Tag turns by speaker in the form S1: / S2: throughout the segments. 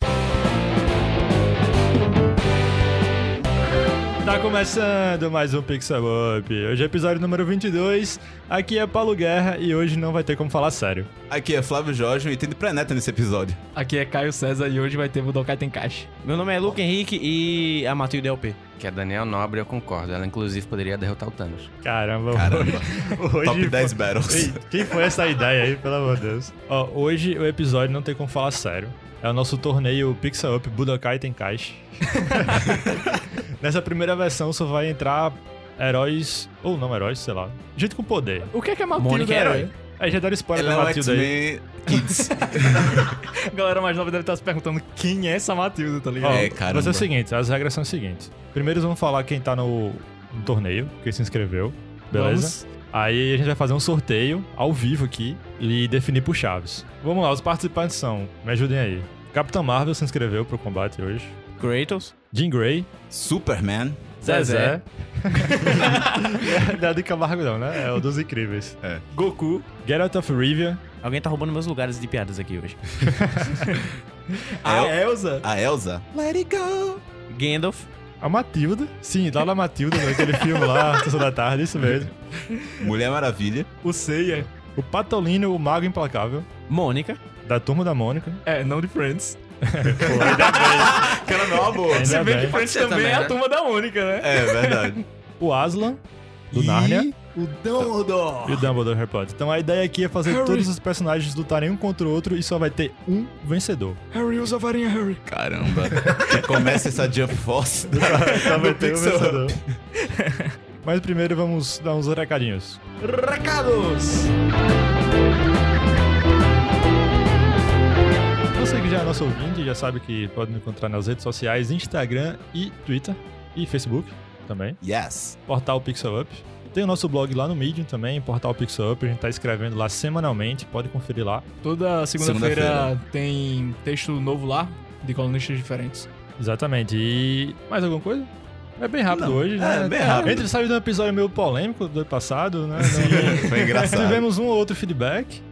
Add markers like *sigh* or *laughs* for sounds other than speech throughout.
S1: Está Tá começando mais um Pixel Up. Hoje é episódio número 22. Aqui é Paulo Guerra e hoje não vai ter como falar sério.
S2: Aqui é Flávio Jorge e tem de pré-neta nesse episódio.
S3: Aqui é Caio César e hoje vai ter Budokai Tenkaichi.
S4: Meu nome é Luke Henrique e a Matilde é o P.
S5: Que a Daniel Nobre, eu concordo. Ela, inclusive, poderia derrotar o Thanos.
S1: Caramba,
S2: Caramba.
S1: hoje.
S2: Top
S1: foi-
S2: 10 battles.
S1: Ei, quem foi essa ideia aí, pelo amor de Deus? Ó, hoje o episódio não tem como falar sério. É o nosso torneio Pixel Up Budokai Tenkaichi. *laughs* Nessa primeira versão só vai entrar heróis, ou não heróis, sei lá. Gente com poder.
S3: O que é que é
S4: Mônica
S3: Matilda?
S4: é herói.
S3: velho?
S1: Aí já deram spoiler
S2: Ela é
S1: da
S2: um
S1: Matilda aí.
S2: X-Men Kids. *laughs*
S3: A galera mais nova deve estar se perguntando quem é essa Matilda, tá ligado?
S2: É,
S1: cara.
S2: caramba.
S1: Mas é o seguinte, as regras são as seguintes. Primeiro vamos falar quem tá no, no torneio, quem se inscreveu, beleza? Aí a gente vai fazer um sorteio ao vivo aqui e definir por chaves. Vamos lá, os participantes são, me ajudem aí. Capitão Marvel se inscreveu pro combate hoje.
S4: Kratos.
S1: Jean
S2: *laughs*
S1: Grey,
S2: Superman.
S1: Zezé. não é do Camargo não, né? É o dos incríveis.
S2: É.
S1: Goku, Geralt of Rivia,
S4: Alguém tá roubando meus lugares de piadas aqui hoje.
S1: Ah,
S3: A
S2: El-
S1: é?
S3: Elsa?
S2: A Elsa. Let it go.
S4: Gandalf.
S1: a Matilda. Sim, lá na Matilda, naquele filme lá,
S2: *laughs*
S1: Sessão da Tarde, isso mesmo.
S2: Mulher Maravilha.
S3: O Seiya?
S1: O Patolino, o Mago Implacável.
S4: Mônica.
S1: Da turma da
S2: *laughs*
S1: Mônica.
S3: É, não de Friends.
S2: Cara, não, amor.
S1: Ainda
S3: Se bem que
S1: bem.
S3: Friends
S5: Pode ser
S3: também, é
S5: também,
S3: a
S5: né?
S3: turma da Mônica, né?
S2: É verdade.
S1: O Aslan, do Narnia.
S2: O Dumbledore.
S1: E o Dumbledore Harry Potter. Então a ideia aqui é fazer
S3: Harry.
S1: todos os personagens lutarem um contra o outro e só vai ter um vencedor.
S3: Harry usa a varinha, Harry.
S2: Caramba. Que Começa essa Jump Force.
S1: Só vai
S2: Do
S1: ter um
S2: Pixel
S1: vencedor. *laughs* Mas primeiro vamos dar uns recadinhos.
S3: Recados!
S1: Você que já é nosso ouvinte já sabe que pode me encontrar nas redes sociais, Instagram e Twitter. E Facebook também.
S2: Yes.
S1: Portal Pixel Up. Tem o nosso blog lá no Medium também, Portal Pixel Up. A gente tá escrevendo lá semanalmente, pode conferir lá.
S3: Toda segunda-feira tem texto novo lá, de colunistas diferentes.
S1: Exatamente. E mais alguma coisa? É bem rápido
S2: Não.
S1: hoje, né?
S2: É, bem rápido.
S1: Entre saiu de um episódio meio polêmico do ano passado, né?
S2: *laughs* Foi engraçado.
S1: Tivemos um ou outro feedback.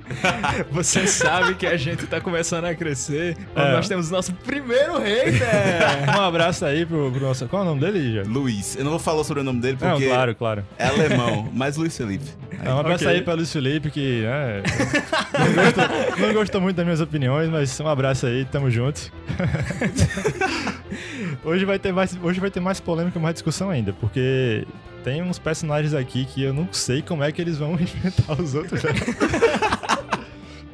S3: Você sabe que a gente tá começando a crescer,
S1: É.
S3: mas nós temos nosso primeiro hater!
S2: É.
S1: Um abraço aí pro, pro nosso. Qual é o nome dele, já?
S2: Luiz. Eu não vou falar sobre o nome dele
S1: Não,
S2: porque
S1: claro, claro.
S2: é alemão, mas Luiz Felipe.
S1: É, um abraço
S3: Ok.
S1: aí pra Luiz Felipe, que né, não, gostou, não gostou muito das minhas opiniões, mas um abraço aí, tamo junto. hoje, vai ter mais, hoje vai ter mais polêmica, mais discussão ainda, porque tem uns personagens aqui que eu não sei como é que eles vão *laughs* enfrentar os outros. né?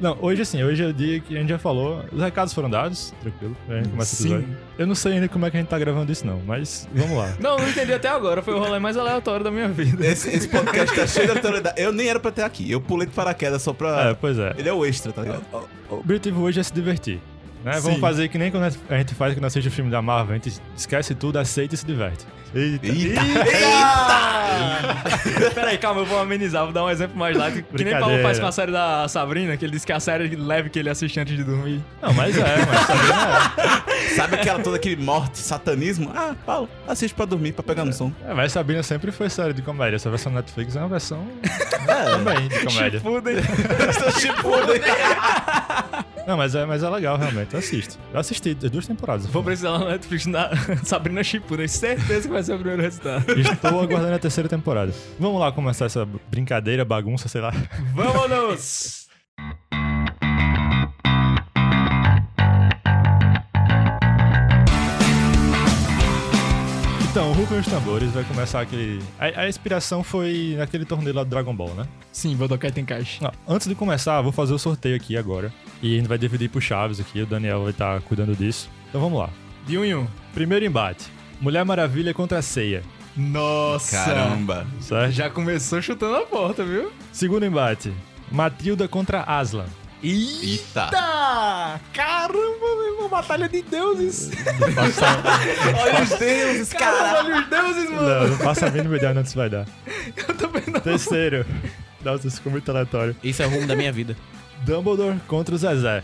S1: Não, hoje assim, hoje é o dia que a gente já falou, os recados foram dados, tranquilo, né, a gente começa o episódio. Eu não sei ainda como é que a gente tá gravando isso não, mas vamos lá.
S3: Não, não entendi até agora. Foi o rolê mais aleatório da minha vida.
S2: Esse, esse podcast tá cheio de autoridade. Eu nem era pra ter aqui. Eu pulei de paraquedas só pra.
S1: É, pois é.
S2: Ele é o extra, tá ligado?
S1: O objetivo hoje é se divertir. Né? Vamos
S3: Sim.
S1: fazer que nem quando a gente faz quando assiste o filme da Marvel, a gente esquece tudo, aceita e se diverte. Eita.
S2: Eita!
S3: *laughs* Peraí, calma, eu vou amenizar, vou dar um exemplo mais lá. Que, que nem
S1: Brincadeira.
S3: Paulo faz com a série da Sabrina, que ele disse que é a série leve que ele assiste antes de dormir.
S1: Não, mas
S3: *laughs*
S1: é, mas Sabrina
S2: Sabe aquela toda aquele morte, satanismo? Ah, Paulo, assiste pra dormir, pra pegar no som.
S1: é. é. Mas Sabrina sempre foi série de comédia. Essa versão Netflix é uma versão
S2: É,
S1: também de comédia.
S3: Fudem.
S2: estou tipo.
S1: Não, mas é, mas é legal, realmente. Assiste. Eu assisti as duas temporadas.
S3: *laughs* Vou precisar lá no Netflix na *laughs* Sabrina Shippuden. Certeza que vai ser o primeiro resultado.
S1: Estou aguardando a terceira temporada. Vamos lá começar essa brincadeira, bagunça, sei lá.
S3: *laughs* Vamos!
S1: Então, o Hulk os Tambores vai começar aquele. A, a inspiração foi naquele torneio lá do Dragon Ball, né?
S3: Sim, Budokai Tenkaichi.
S1: Ó, Antes de começar, vou fazer o sorteio aqui agora. E a gente vai dividir por chaves aqui, o Daniel vai estar cuidando disso. Então vamos lá.
S3: De um em um.
S1: Primeiro embate: Mulher Maravilha contra a Ceia,
S3: Nossa!
S2: Caramba.
S1: certo?
S3: Já começou chutando a porta, viu?
S1: Segundo embate: Matilda contra Aslan.
S2: Eita.
S3: Eita! Caramba, meu irmão, batalha de *laughs* deuses!
S2: Olha os deuses,
S3: Caramba, olha os deuses, mano!
S1: Não, não faça a mínima ideia de onde isso vai dar.
S3: Eu também não.
S1: Terceiro: Nossa, isso ficou muito aleatório.
S4: Isso é o rumo da minha vida.
S1: Dumbledore contra o Zezé.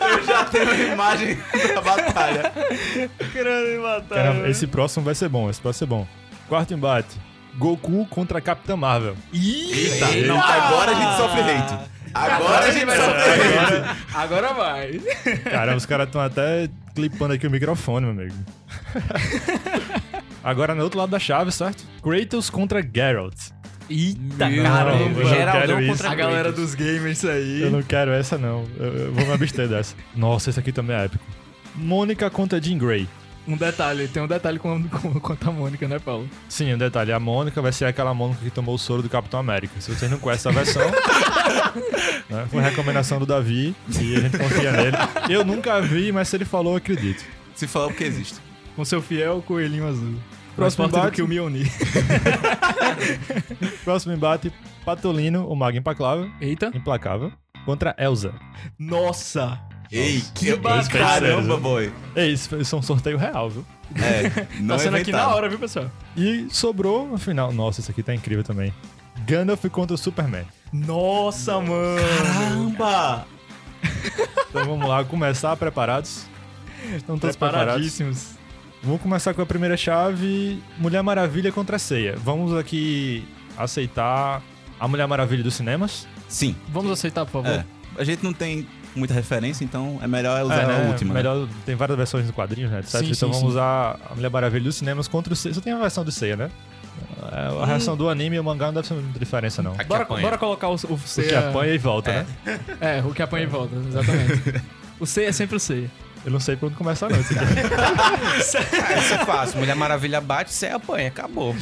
S2: Eu já tenho a imagem da batalha.
S3: Grande batalha.
S1: Cara, esse próximo vai ser bom, esse próximo vai ser bom. Quarto embate: Goku contra a Capitã Marvel.
S2: Eita.
S3: Eita!
S2: Não, agora a gente sofre hate. Agora a gente
S3: vai
S2: sofre
S3: sofrer.
S2: hate.
S3: Agora vai.
S1: *laughs* Cara, os caras estão até clipando aqui o microfone, meu amigo. Agora no outro lado da chave, certo? Kratos contra Geralt.
S3: Eita,
S1: Meu
S4: Caramba,
S1: Deus.
S4: Geraldão
S1: quero
S4: contra
S1: isso.
S3: A galera dos gamers aí.
S1: Eu não quero essa, não. Eu, eu vou me *laughs* abster dessa. Nossa, esse aqui também é épico. Mônica contra Jean Grey.
S3: Um detalhe, tem um detalhe com, com, quanto a Mônica, né, Paulo?
S1: Sim, um detalhe. A Mônica vai ser aquela Mônica que tomou o soro do Capitão América. Se vocês não conhecem essa *laughs* versão... né, Foi recomendação do Davi e a gente confia nele. Eu nunca vi, mas se ele falou, eu acredito.
S2: Se falar porque existe.
S3: Com seu fiel coelhinho azul.
S1: Próximo
S3: Mais forte do
S1: embate.
S3: que o Mioni.
S1: Próximo embate, Patolino, o mago implacável,
S3: Eita.
S1: implacável, contra Elsa.
S3: Nossa.
S2: Ei, que
S1: bacana.
S2: Caramba, boy.
S1: É isso, isso é um sorteio real, viu?
S2: É, não
S3: tá sendo
S2: é
S3: aqui na
S2: inventado.
S3: hora, viu, pessoal?
S1: E sobrou, afinal, nossa, isso aqui tá incrível também. Gandalf contra o Superman.
S3: Nossa, mano.
S2: Caramba!
S1: Então vamos lá, começar preparados? Estão todos preparados?
S3: Preparadíssimos.
S1: Vamos começar com a primeira chave, Mulher Maravilha contra a Ceia. Vamos aqui aceitar a Mulher Maravilha dos cinemas.
S2: Sim.
S3: Vamos aceitar, por favor.
S2: É. A gente não tem muita referência, então é melhor usar
S1: né,
S2: a última. né?
S1: Melhor, tem várias versões no quadrinhos, né? etc.
S3: Sim,
S1: então
S3: sim,
S1: vamos
S3: sim.
S1: usar a Mulher Maravilha dos cinemas contra o Ceia. Só tem a versão do Ceia, né? A versão do anime e o mangá não deve ser muita diferença, não.
S5: Aqui
S3: Bora,
S5: apanha.
S3: bora colocar o, o
S1: O
S3: C.
S1: que apanha e volta, né?
S3: É, o que apanha e volta, exatamente. *laughs* o C é sempre o C.
S1: Eu não sei por onde começar, não. Isso aqui.
S5: Ah, isso é fácil. Mulher Maravilha bate, você apanha. Acabou.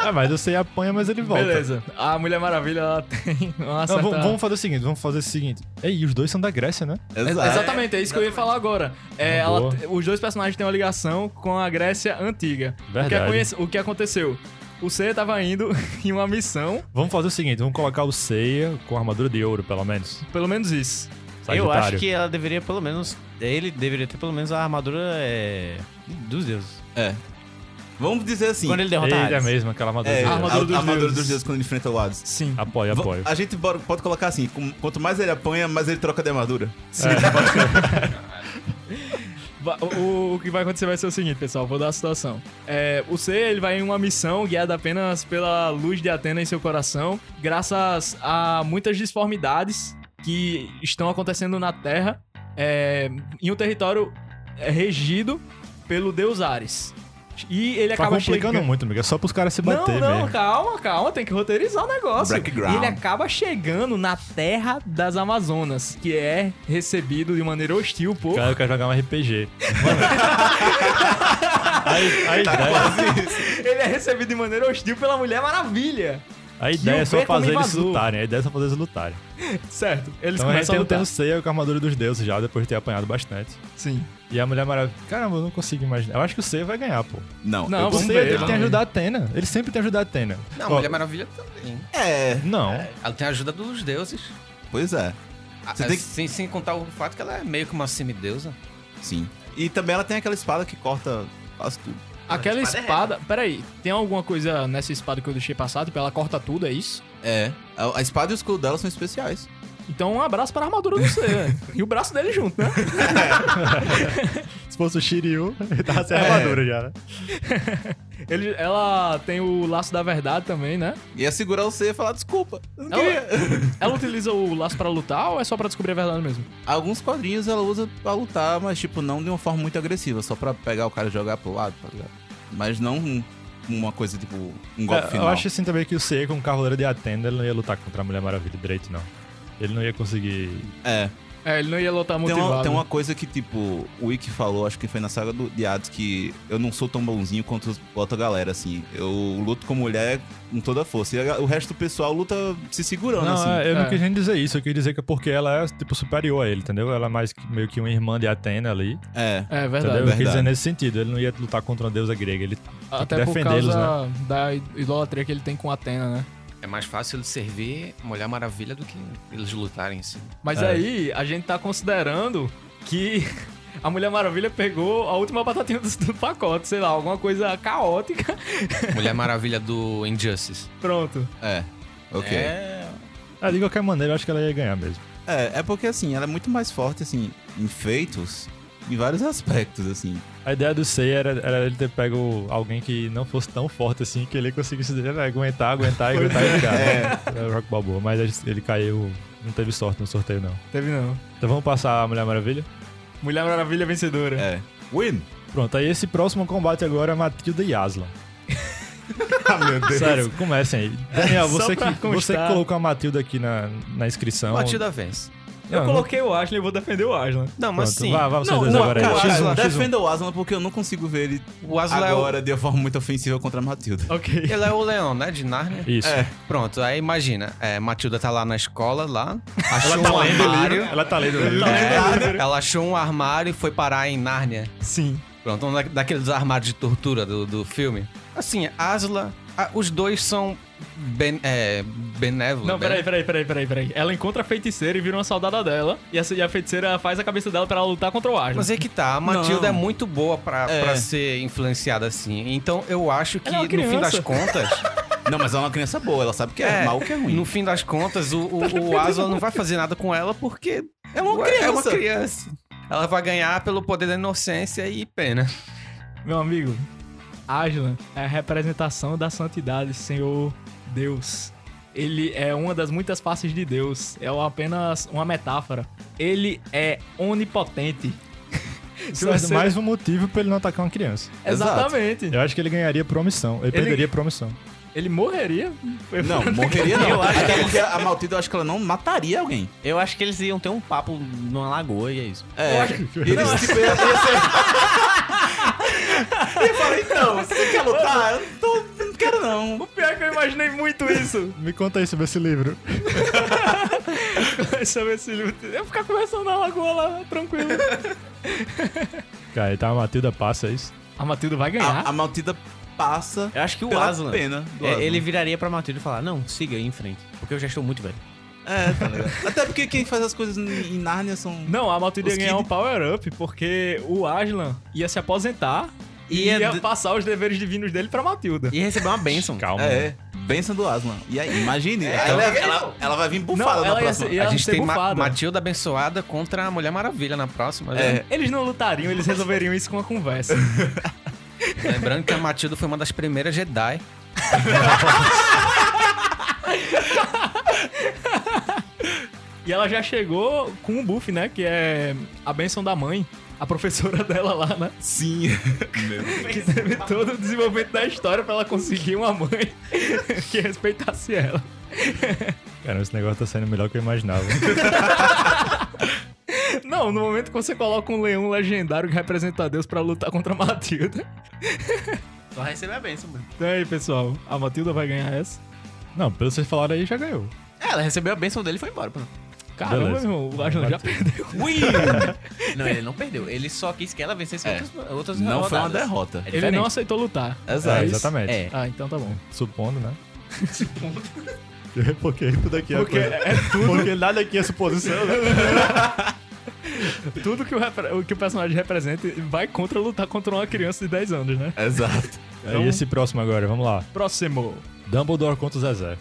S1: ah, mas eu sei apanha, mas ele volta.
S3: Beleza. A Mulher Maravilha, ela tem uma
S1: Não,
S3: certa...
S1: vamos, vamos fazer o seguinte, vamos fazer o seguinte. Ei, os dois são da Grécia, né?
S3: Ex- Exatamente, é isso que eu ia falar agora.
S1: Uma
S3: É, ela-
S1: boa.
S3: os dois personagens têm uma ligação com a Grécia antiga. O que,
S1: Verdade.
S3: aconhece- o que aconteceu? O C tava indo *laughs* em uma missão,
S1: Vamos fazer o seguinte, vamos colocar o Seiya com armadura de ouro, pelo menos.
S3: pelo menos isso.
S1: Sagitário.
S4: Eu acho que ela deveria pelo menos. Ele deveria ter pelo menos a armadura é, dos deuses.
S2: É. Vamos dizer assim.
S4: Quando ele derrotar
S1: Ele é
S4: Hades.
S1: mesmo, aquela armadura
S2: É,
S1: de
S2: a
S1: ouro.
S3: um armadura
S2: armadura,
S3: dos deuses.
S2: dos deuses quando ele enfrenta o Hades.
S3: Sim.
S1: Apoio,
S2: Va-
S1: apoio.
S2: A gente bora- pode colocar assim, com- quanto mais ele apanha, mais ele troca de armadura.
S3: Va- O, o que vai acontecer vai ser o seguinte, pessoal. Vou dar a situação. É, o C ele vai em uma missão guiada apenas pela luz de Atena em seu coração, graças a muitas disformidades que estão acontecendo na Terra, é, em um território é, regido pelo deus Ares. E ele
S1: Tá
S3: acaba
S1: complicando
S3: chegando.
S1: muito, amigo. É só pros caras se bater
S3: não, não,
S1: mesmo.
S3: calma, calma, tem que roteirizar o negócio.
S2: Background.
S3: E ele acaba chegando na terra das Amazonas, que é recebido de maneira hostil por
S1: Cara, eu quero jogar um RPG. Mano,
S3: Tá
S1: a, a ideia,
S3: *laughs* Ele é recebido de maneira hostil pela Mulher Maravilha.
S1: a ideia é
S3: o
S1: só
S3: Beckham
S1: fazer eles
S3: invasou.
S1: lutarem. A ideia é só fazer eles lutarem.
S3: Certo. Eles
S1: Então a gente
S3: começam a
S1: tem, tem
S3: lutar.
S1: o Seiya com a armadura dos deuses já, depois de ter apanhado bastante.
S3: Sim.
S1: E a Mulher Maravilha... Caramba, eu não consigo imaginar. Eu acho que o Seiya vai ganhar, pô.
S2: Não,
S3: Não,
S2: eu
S1: O
S3: Vamos
S1: Seiya,
S3: ver,
S1: ele
S3: vamos
S1: tem
S3: ver.
S1: ajuda a Atena. Ele sempre tem ajuda a Atena.
S5: Não,
S1: Ó,
S5: Mulher Maravilha tá- também.
S2: É,
S1: Não.
S5: Ela tem a ajuda dos deuses.
S2: pois é. Você
S5: Ah,
S2: tem que-
S5: sem, sem contar o fato que ela é meio que uma semideusa.
S2: Sim. E também ela tem aquela espada que corta quase tudo.
S3: Aquela
S5: espada é
S3: espada. Peraí, tem alguma coisa nessa espada que eu deixei passado? Tipo, Ela corta tudo, é isso?
S2: É. A, a espada e o escudo dela são especiais.
S3: Então, um abraço para a armadura do C. né? *laughs* e o braço dele junto, né?
S1: Se fosse o Shiryu, *laughs* ele tava sem
S2: É.
S1: armadura já, né?
S3: Ele, ela tem o laço da verdade também, né?
S2: Ia segurar você e ia falar desculpa. eu não
S3: Ela,
S2: queria."
S3: ela utiliza o laço pra lutar ou é só pra descobrir a verdade mesmo?
S2: Alguns quadrinhos ela usa pra lutar, mas tipo, não de uma forma muito agressiva, só pra pegar o cara e jogar pro lado, tá ligado? Mas não um- uma coisa tipo um golpe
S1: É,
S2: final.
S1: Eu acho assim também que o Seiya com o Cavaleiro de Atena, ele não ia lutar contra a Mulher Maravilha direito, não. Ele não ia conseguir...
S2: É.
S3: É, ele não ia lutar
S2: Tem
S3: motivado.
S2: uma, tem uma coisa que, tipo, o Wick falou, acho que foi na saga do de Hades, que eu não sou tão bonzinho quanto os- a outra galera, assim. Eu luto com mulher com toda a força. E a ga- o resto do pessoal luta se segurando,
S1: Não,
S2: assim.
S1: é, eu não
S3: É.
S1: quis nem dizer isso. Eu quis dizer que é porque ela é, tipo, superior a ele, entendeu? Ela é mais que- meio que uma irmã de Atena ali,
S2: É.
S3: É
S1: entendeu? Eu
S3: verdade.
S1: quis dizer
S2: verdade.
S1: nesse sentido. Ele não ia lutar contra uma deusa grega. Ele...
S3: Até por
S1: defendê-los,
S3: causa da idolatria que ele tem com Atena, né?
S5: É mais fácil ele servir Mulher Maravilha do que eles lutarem em si.
S3: Mas
S1: É.
S3: aí a gente tá considerando que *laughs* a Mulher Maravilha pegou a última batatinha do, do pacote, sei lá, alguma coisa caótica. *laughs*
S5: Mulher Maravilha do Injustice.
S3: Pronto.
S2: É. Ok. É.
S1: Ah, de qualquer maneira, eu acho que ela ia ganhar mesmo.
S2: é, porque, assim, ela é muito mais forte, assim, em feitos, em vários aspectos, assim.
S1: A ideia do Seiya era, era ele ter pego alguém que não fosse tão forte assim, que ele conseguisse né, aguentar, aguentar, aguentar e ficar. É. o Rock Balboa. Mas ele caiu... Não teve sorte no sorteio, não.
S3: Teve não.
S1: Então vamos passar a Mulher Maravilha?
S3: Mulher Maravilha vencedora.
S2: É. Win!
S1: Pronto, aí esse próximo combate agora é Matilda e *laughs* Aslan. Ah, Sério, comecem aí. Daniel,
S3: Só
S1: você, que,
S3: pra
S1: você que
S3: constar.
S1: colocou a Matilda aqui na, na inscrição.
S5: Matilda vence.
S1: Não,
S3: Eu coloquei assim. o Aslan e eu vou defender o Aslan.
S5: Não,
S1: Pronto,
S5: mas sim.
S1: Vá, vá vocês
S5: Não,
S1: dois
S5: uma-
S1: agora aí.
S5: o
S1: X1,
S5: Aslan
S1: X1.
S2: Defenda o Aslan porque eu não consigo ver ele
S5: O Aslan é o-
S2: agora de uma forma muito ofensiva contra a Matilda.
S3: Ok.
S5: Ele *laughs* é o leão, né? De Narnia.
S1: Isso.
S5: Pronto, aí imagina. é, Matilda tá lá na escola, lá. Achou
S1: Ela tá
S5: um
S1: lendo o livro.
S5: armário.
S1: Ela tá lendo o livro.
S5: É, ela achou um armário e foi parar em Nárnia.
S3: Sim.
S5: Pronto, um da- daqueles armários de tortura do, do filme. Assim, Asla, a- os dois são ben, é, benévolos.
S3: Não,
S5: né?
S3: peraí, peraí, peraí, peraí, peraí. Ela encontra a feiticeira e vira uma soldada dela. E, essa- e a feiticeira faz a cabeça dela pra ela lutar contra o Aslan.
S5: Mas é que tá, a Matilda
S2: Não.
S5: é muito boa pra,
S2: É.
S5: pra ser influenciada assim. Então eu acho que
S3: Ela é uma
S5: no fim das
S3: criança.
S5: contas.
S3: *laughs*
S2: Não, mas ela é uma criança boa, ela sabe que é, mal que é ruim.
S5: No fim das contas, o,
S3: Tá
S5: o, o Asla não vai fazer nada com ela porque ela é uma criança. Ela vai ganhar pelo poder da inocência e pena.
S3: Meu amigo, Aslan é a representação da santidade, Senhor Deus. Ele é uma das muitas faces de Deus. É apenas uma metáfora. Ele é *laughs* onipotente. Se
S1: Mas
S3: você-
S1: mais um motivo pra ele não atacar uma criança.
S3: Exatamente.
S1: Eu acho que ele ganharia promissão. Ele, perderia promissão.
S3: Ele morreria.
S2: Não, morreria não. Até porque a Matilda, eu acho que ela não mataria alguém.
S4: Eu acho que eles iam ter um papo numa lagoa e é isso.
S2: É. Eles, tipo, ia, ia ser- *laughs* Eu falei, então, você quer lutar? Eu não, tô, eu não quero não.
S3: O pior é que eu imaginei muito *laughs* isso.
S1: Me conta aí sobre esse livro.
S3: Deixa eu ver se ele- Eu ia ficar conversando na lagoa lá, tranquilo.
S1: Cara, então a Matilda passa isso.
S3: A Matilda vai ganhar.
S2: A, a Matilda passa
S4: Eu acho que o
S2: pela
S4: Aslan.
S2: pena É do
S4: é,
S2: Aslan.
S4: ele viraria pra Matilda e falar: Não, siga aí em frente. Porque eu já estou muito velho.
S2: É, tá ligado? Até porque quem faz as coisas em em Nárnia são...
S3: Não, a Matilda ia
S2: Os
S3: ganhar
S2: que-
S3: um power-up, porque o Aslan ia se aposentar e ia,
S4: Ia d-
S3: passar os deveres divinos dele pra Matilda.
S4: E receber uma bênção.
S1: Calma.
S2: É, é. Benção do Aslan. E aí, imagine. ela, ela- ela vai vir bufada
S3: Não,
S2: na
S3: ela ia
S2: próxima.
S3: ser- ia-
S5: a gente
S3: ser
S5: tem Ma-
S3: bufada.
S5: Matilda abençoada contra a Mulher Maravilha na próxima. né?
S2: É.
S3: Eles não lutariam, eles resolveriam isso com uma conversa.
S5: Lembrando que a Matilda foi uma das primeiras Jedi.
S3: E ela já chegou com um buff, né? Que é a benção da mãe, a professora *laughs* dela lá, né?
S2: Sim.
S3: Que teve todo o desenvolvimento da história pra ela conseguir uma mãe *laughs* que respeitasse ela.
S1: Cara, esse negócio tá saindo melhor que eu *laughs* imaginava.
S3: Não, no momento que você coloca um leão legendário que representa Deus pra lutar contra a Matilda.
S4: Só receber a bênção, mano.
S3: Então aí, pessoal, a Matilda vai ganhar essa.
S1: Não, pelo que vocês falaram aí, já ganhou.
S4: É, ela recebeu a bênção dele e foi embora, pô.
S3: Caramba, meu
S1: Beleza.
S3: irmão, o Aslan já
S1: Matilda.
S3: perdeu.
S4: Não, ele não perdeu. Ele só quis que ela vencesse
S2: É.
S4: outras, outras
S2: Não foi uma
S4: rodadas.
S2: derrota.
S4: É
S3: Ele
S4: diferente.
S3: não aceitou lutar.
S2: Exato.
S1: É,
S3: isso?
S1: exatamente.
S4: É.
S3: Ah, então tá bom.
S1: Supondo, né? *laughs* Supondo. Porque isso daqui é
S3: Porque
S1: coisa-
S3: é tudo-
S1: Porque nada aqui é suposição, né?
S3: *laughs* Tudo que o, repre- o que o personagem representa vai contra lutar contra uma criança de 10 anos, né?
S2: Exato.
S1: E esse próximo agora, vamos lá.
S3: Próximo.
S1: Dumbledore contra o Zezé.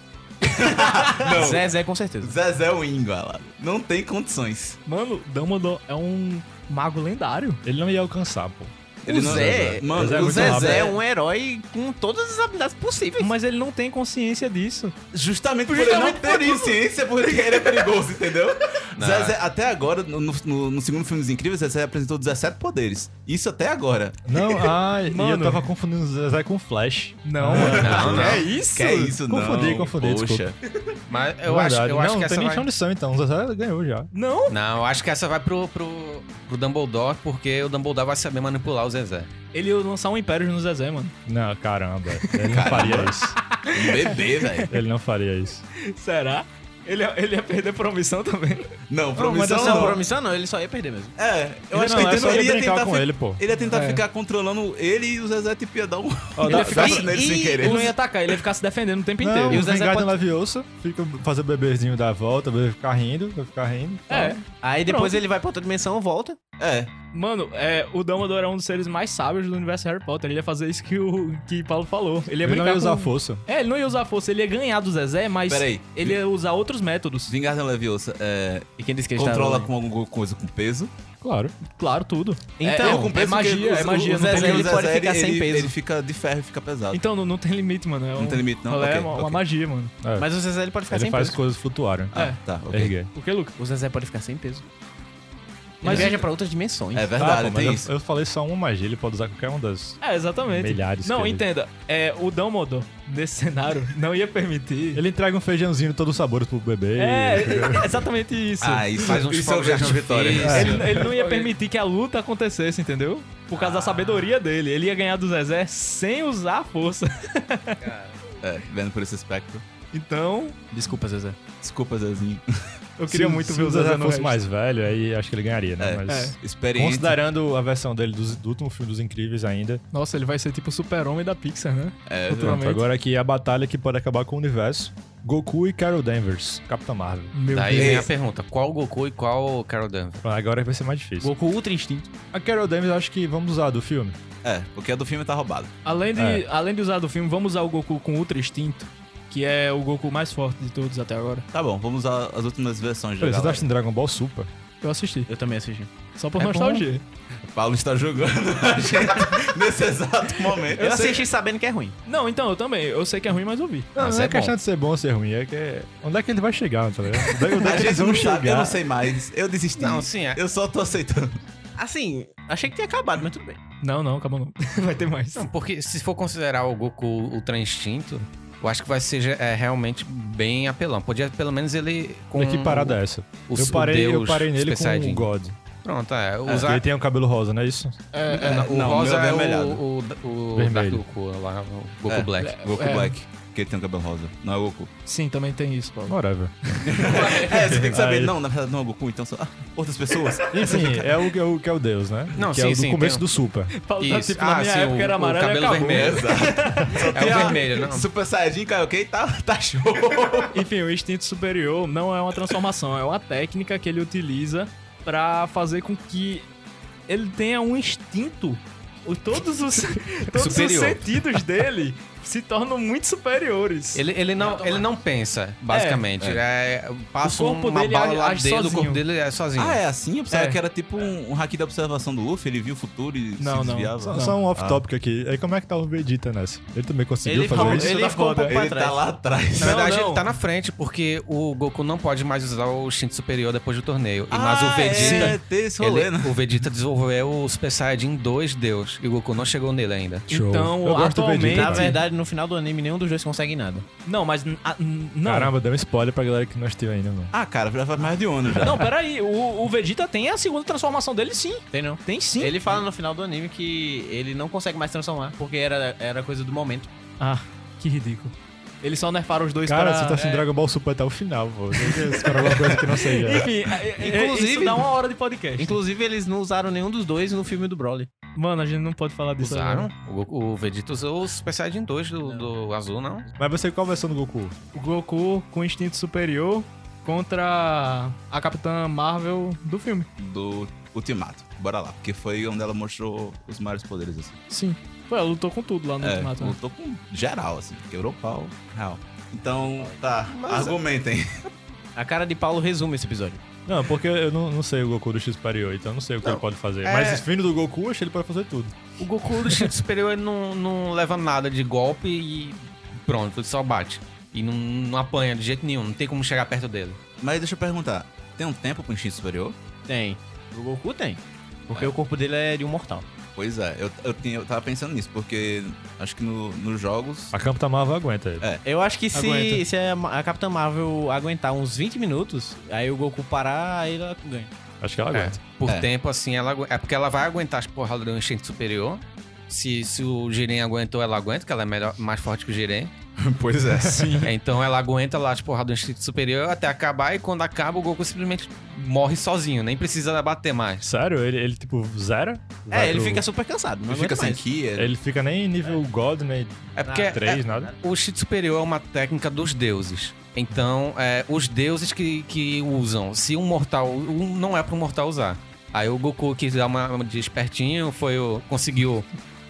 S4: Zé, Zé, com certeza.
S2: Zezé é o Ingala. Não tem condições.
S3: Mano, Dumbledore é um mago lendário.
S1: Ele não ia alcançar, pô.
S2: Ele
S4: o
S2: não-
S4: Zé,
S2: Mano,
S1: Zezé é
S4: o
S1: muito
S4: Zezé
S1: rápido.
S4: é um herói com todas as habilidades possíveis.
S3: Mas ele não tem consciência disso.
S2: Justamente por é
S4: Justamente
S2: ele não ter consciência, porque ele é perigoso, entendeu? Zezé, até agora, no, no- no segundo filme dos Incríveis, Zezé apresentou 17 poderes. Isso até agora.
S1: *laughs* Não, ai, e eu
S3: Mano.
S1: tava confundindo o Zezé com o Flash.
S3: Não,
S1: Ah,
S5: não, não.
S3: É isso?
S2: Que é isso,
S1: Confundi,
S2: não.
S1: confundi,
S2: Poxa.
S5: Mas eu
S1: Verdade.
S5: acho, eu
S1: não,
S5: acho que
S1: não
S5: essa
S1: tem nem
S5: vai...
S1: chão de chão, então. O Zezé ganhou já.
S3: Não?
S5: Não, eu acho que essa vai pro, pro, pro Dumbledore, porque o Dumbledore vai saber manipular o Zezé.
S3: Ele ia lançar um império no Zezé, mano.
S1: Não, caramba. Ele não faria isso.
S2: Um
S1: *laughs*
S2: bebê, velho.
S1: Ele não faria isso.
S3: Será? Ele, ia- ele ia perder promissão também.
S2: Não,
S4: Mas
S2: promissão
S4: não,
S2: não.
S4: promissão não, ele só ia perder mesmo.
S2: É, eu
S1: Ele
S2: acho
S1: não,
S2: que
S1: é só
S2: ele
S1: ele
S2: ia
S1: brincar
S2: tentar
S1: com
S2: fi-
S1: ele, pô.
S2: Ele ia tentar
S3: É.
S2: ficar controlando ele e o Zezé tipo ia dar um...
S3: Ele ia ficar-
S2: braço nele sem querer.
S3: Ele não ia atacar, ele ia ficar se defendendo o tempo
S1: Não,
S3: inteiro.
S1: e
S4: E
S1: o
S4: o Zezé
S1: Vingardium
S4: pode-
S1: Laviosa fica fazer o bebezinho dar a volta, o bebê ficar rindo, vai ficar rindo.
S3: É.
S4: Aí depois
S3: Pronto.
S4: ele vai pra outra dimensão, volta.
S2: É,
S3: Mano, é, o Dumbledore é um dos seres mais sábios do universo Harry Potter. Ele ia fazer isso que o que Paulo falou. Ele ia
S1: Ele não
S3: brincar
S1: ia usar
S3: com...
S1: força.
S3: É, ele não ia usar força, ele ia ganhar do Zezé, mas
S2: Peraí.
S3: ele ia usar outros métodos.
S2: Vingardium Leviosa é,
S4: E quem disse que ele tá né?
S2: controla
S4: estava-
S2: com alguma coisa com peso.
S1: Claro.
S3: Claro, tudo.
S4: Então,
S2: com
S3: é
S2: peso porque
S3: magia,
S2: o-
S3: é magia.
S2: o
S3: não tem
S2: Zezé,
S4: ele
S2: o
S3: limite.
S2: Zezé,
S4: pode ficar sem
S2: ele-
S4: peso.
S2: Ele fica de ferro e fica pesado.
S3: Então, não, não tem limite, mano. É um-
S2: tem limite, não?
S3: Ela É
S2: Ok,
S3: uma,
S2: ok.
S3: uma magia, mano.
S1: É.
S4: Mas o Zezé ele pode ficar
S1: ele
S4: sem
S1: faz
S4: peso.
S1: coisas flutuarem. É,
S2: Ah, tá, Ah, ok.
S1: Erguei.
S3: O que, Luca?
S4: O Zezé pode ficar sem peso. Mas viaja pra outras dimensões.
S1: Tá,
S2: É verdade,
S1: pô, mas
S2: tem
S1: eu,
S2: isso.
S1: eu falei só uma magia, ele pode usar qualquer uma das
S3: É, exatamente.
S1: milhares.
S3: Não,
S1: que ele-
S3: entenda. É, o Dumbledore, nesse cenário, não ia permitir.
S1: Ele entrega um feijãozinho de todo sabor pro bebê.
S3: É, exatamente isso.
S2: Ah, isso,
S5: Faz uns
S2: isso é o
S5: fogos de
S2: Jardim Vitória.
S5: artifício.
S2: É.
S3: Ele, ele não ia permitir que a luta acontecesse, entendeu? Por causa da sabedoria dele. Ele ia ganhar do Zezé sem usar a força.
S2: É, vendo por esse espectro.
S3: Então,
S4: Desculpa, Zezé.
S2: Desculpa, Zezinho.
S3: eu queria
S1: se,
S3: muito
S1: se
S3: ver o Zezé no
S1: fosse
S3: resto.
S1: mais velho, aí acho que ele ganharia, né?
S2: É,
S1: Mas
S2: Experiente.
S1: considerando a versão dele dos- do, último filme dos Incríveis ainda,
S3: Nossa, ele vai ser tipo o super-homem da Pixar, né?
S2: É,
S1: pronto,
S3: Futuramente.
S1: agora aqui a batalha que pode acabar com o universo. Goku e Carol Danvers, Capitã Marvel.
S3: Meu
S5: Daí
S3: Deus.
S5: vem
S1: É.
S5: a pergunta: qual Goku e qual Carol Danvers?
S1: Agora vai ser mais difícil.
S4: Goku Ultra Instinto.
S1: A Carol Danvers eu acho que vamos usar do filme.
S2: é, porque a do filme tá roubada.
S3: Além, de,
S1: É.
S3: além de usar do filme, vamos usar o Goku com Ultra Instinto, que é o Goku mais forte de todos até agora.
S2: Tá bom, vamos usar as últimas versões já.
S1: Pô, Você tá
S2: galera.
S1: assistindo Dragon Ball Super?
S3: Eu assisti.
S4: Eu também assisti.
S3: Só por
S5: É
S3: nostalgia.
S2: Paulo está jogando *laughs* a gente nesse exato momento.
S4: Eu, assisti sabendo que é ruim.
S3: Não, então, eu também. Eu sei que é ruim, mas eu vi.
S1: Não,
S2: Mas
S1: não é,
S2: é bom.
S1: questão de ser bom ou ser ruim, é que é- onde é que ele vai chegar, tá ligado? Onde
S2: *laughs*
S1: é- Onde é
S2: A
S1: que eles
S2: gente
S1: vão
S2: não sabe, eu
S1: chegar?
S2: não sei mais. Eu desisti.
S5: Não, sim, é.
S2: Eu só tô aceitando.
S4: Assim, achei que tinha acabado, mas tudo bem.
S3: Não, não, acabou não. *laughs* Vai ter mais.
S5: Não, porque se for considerar o Goku Ultra Instinto, eu acho que vai ser é, realmente bem apelão. Podia pelo menos ele. Com
S1: Olha que parada é essa?
S5: Hum, o-
S1: eu
S5: o
S1: parei, eu
S5: Deus
S1: parei nele
S5: Super
S1: com
S5: Saiyajin.
S1: o God.
S5: Pronto, é.
S1: Porque
S5: Usar,
S1: ele tem o cabelo rosa, não é isso?
S5: é, o
S2: não, o
S5: rosa
S2: meu é
S5: é
S2: avermelhado.
S5: o, o, o Dark
S1: Vermelho.
S5: Goku lá, o Goku
S2: É.
S5: Black.
S2: Goku
S3: É.
S2: Black. Porque ele tem o cabelo rosa. Não é o Goku.
S3: Sim, também tem isso, Paulo.
S1: Whatever.
S2: É, você tem que saber.
S1: Aí.
S2: Não, na verdade não é o Goku, então são ah, outras pessoas.
S1: Enfim, é o, é o que é o Deus, né?
S5: Não,
S1: que é
S5: sim,
S1: o do
S5: sim,
S1: começo
S5: tem-
S1: do Super.
S3: Paulo tá
S5: Isso.
S3: tipo, na
S5: Ah,
S3: minha
S5: sim,
S3: época
S5: o-
S3: era
S5: o
S3: amarelo e
S5: cabelo
S3: acabou.
S5: vermelho.
S2: Exato.
S5: É o vermelho, não.
S2: Super Saiyajin, Kaioken, tá, tá show.
S3: Enfim, o instinto superior não é uma transformação, é uma técnica que ele utiliza pra fazer com que ele tenha um instinto. O-
S1: *laughs*
S3: Todos os, todos os
S5: Superior.
S3: sentidos dele se tornam muito superiores.
S5: Ele, ele, não, ele não pensa, basicamente. É, passa
S3: O corpo
S5: uma
S3: dele
S5: bala lá
S3: age
S5: dentro, o corpo
S3: sozinho.
S5: dele é sozinho.
S2: Ah, é assim? Eu pensava
S3: É.
S2: que era tipo um, um hack da observação do Luffy, ele viu o futuro e
S3: Não,
S2: se
S3: não.
S2: desviava.
S1: Só,
S3: Não.
S1: só um
S2: Ah.
S1: off-topic aqui. Aí como é que tá o Vegeta nessa? Ele também conseguiu
S4: Ele
S1: fazer
S4: ficou-
S1: isso?
S3: Isso tá
S4: ele ficou um
S3: foda.
S4: pouco pra
S2: Ele
S4: trás.
S2: tá lá *laughs* atrás.
S5: Na verdade,
S3: não.
S5: ele tá na frente, porque o Goku não pode mais usar o instinto superior depois do torneio. E,
S2: Ah,
S5: mas o Vegeta.
S2: É, tem esse
S5: ele-
S2: rolê, né?
S5: O Vegeta desenvolveu o Super Saiyajin 2 Deus. E o Goku não chegou nele ainda.
S1: Show.
S3: Então,
S1: Eu gosto do
S3: atualmente.
S1: Vegeta.
S4: Na verdade, no final do anime, nenhum dos dois consegue nada.
S3: Não, mas. n- a- n- não.
S1: Caramba, deu um spoiler pra galera que não assistiu ainda, mano.
S2: Ah, cara, já faz mais de um ano já.
S3: Não, peraí. O, o Vegeta tem a segunda transformação dele, sim.
S4: Tem não.
S3: Tem sim.
S4: Ele fala no final do anime que ele não consegue mais transformar, porque era, era coisa do momento.
S3: Ah, que ridículo. Eles só nerfaram os dois
S1: Cara,
S3: para...
S1: você tá assistindo
S3: é.
S1: Dragon Ball Super até o final, pô. Espera alguma coisa que não
S3: *laughs*
S1: seja.
S3: Enfim, é- é-
S4: Inclusive-
S3: isso dá uma hora de podcast.
S4: Inclusive, eles não usaram nenhum dos dois no filme do Broly.
S3: Mano, a gente não pode falar disso
S5: Usaram?
S3: agora.
S5: O, Goku- o Vegeta usou o Super Saiyajin 2 do, do azul, não?
S1: Mas você qual versão do Goku?
S3: O Goku com instinto superior contra a Capitã Marvel do filme.
S2: Do Ultimato. Bora lá. Porque foi onde ela mostrou os maiores poderes, assim.
S3: Sim. Pô, ela lutou com tudo lá no
S2: é,
S3: Ultimato. né?
S2: lutou com geral, assim. Quebrou o pau. Real. Então, tá. argumentem.
S4: A cara de Paulo resume esse episódio.
S1: Não, porque eu não, não sei o Goku do X superior, então eu não sei o que ele pode fazer.
S5: É.
S1: Mas vindo do Goku, acho que ele pode fazer tudo.
S5: O Goku do instinto superior ele não, não leva nada de golpe e pronto, ele só bate. E não, não apanha de jeito nenhum, não tem como chegar perto dele.
S2: Mas deixa eu perguntar. Tem um tempo pro instinto superior?
S4: Tem. O Goku tem. Porque o corpo dele é de um mortal.
S2: Pois é. Eu, eu, tinha- eu tava pensando nisso. Porque acho que no- nos jogos...
S1: A Capitã Marvel aguenta ele.
S2: É.
S4: Eu acho que se,
S3: Aguenta.
S4: se a, Ma- a Capitã Marvel aguentar uns 20 minutos, aí o Goku parar, aí ela ganha.
S1: Acho que ela
S5: É,
S1: aguenta.
S5: por
S2: É.
S5: tempo, assim, ela agu- é porque ela vai aguentar as porradas do instinto superior. Se, se o Jiren aguentou, ela aguenta, que ela é melhor, mais forte que o Jiren.
S2: *laughs* pois é.
S5: É, *laughs* Então ela aguenta lá as porradas do instinto superior até acabar, e quando acaba, o Goku simplesmente morre sozinho, nem precisa bater mais.
S1: Sério? Ele, ele tipo, zera? Vai
S4: É, ele
S1: pro-
S4: fica super cansado. Não
S2: Ele fica
S4: aguenta
S2: sem
S4: mais.
S2: ki. é-
S1: Ele fica nem nível God, nem
S5: É porque
S4: Ah,
S5: é,
S1: 3, nada.
S5: o instinto superior é uma técnica dos deuses. Então, é, os deuses que, que usam, se um mortal. Um não é para um mortal usar. Aí o Goku que dá uma uma de espertinho, foi o, conseguiu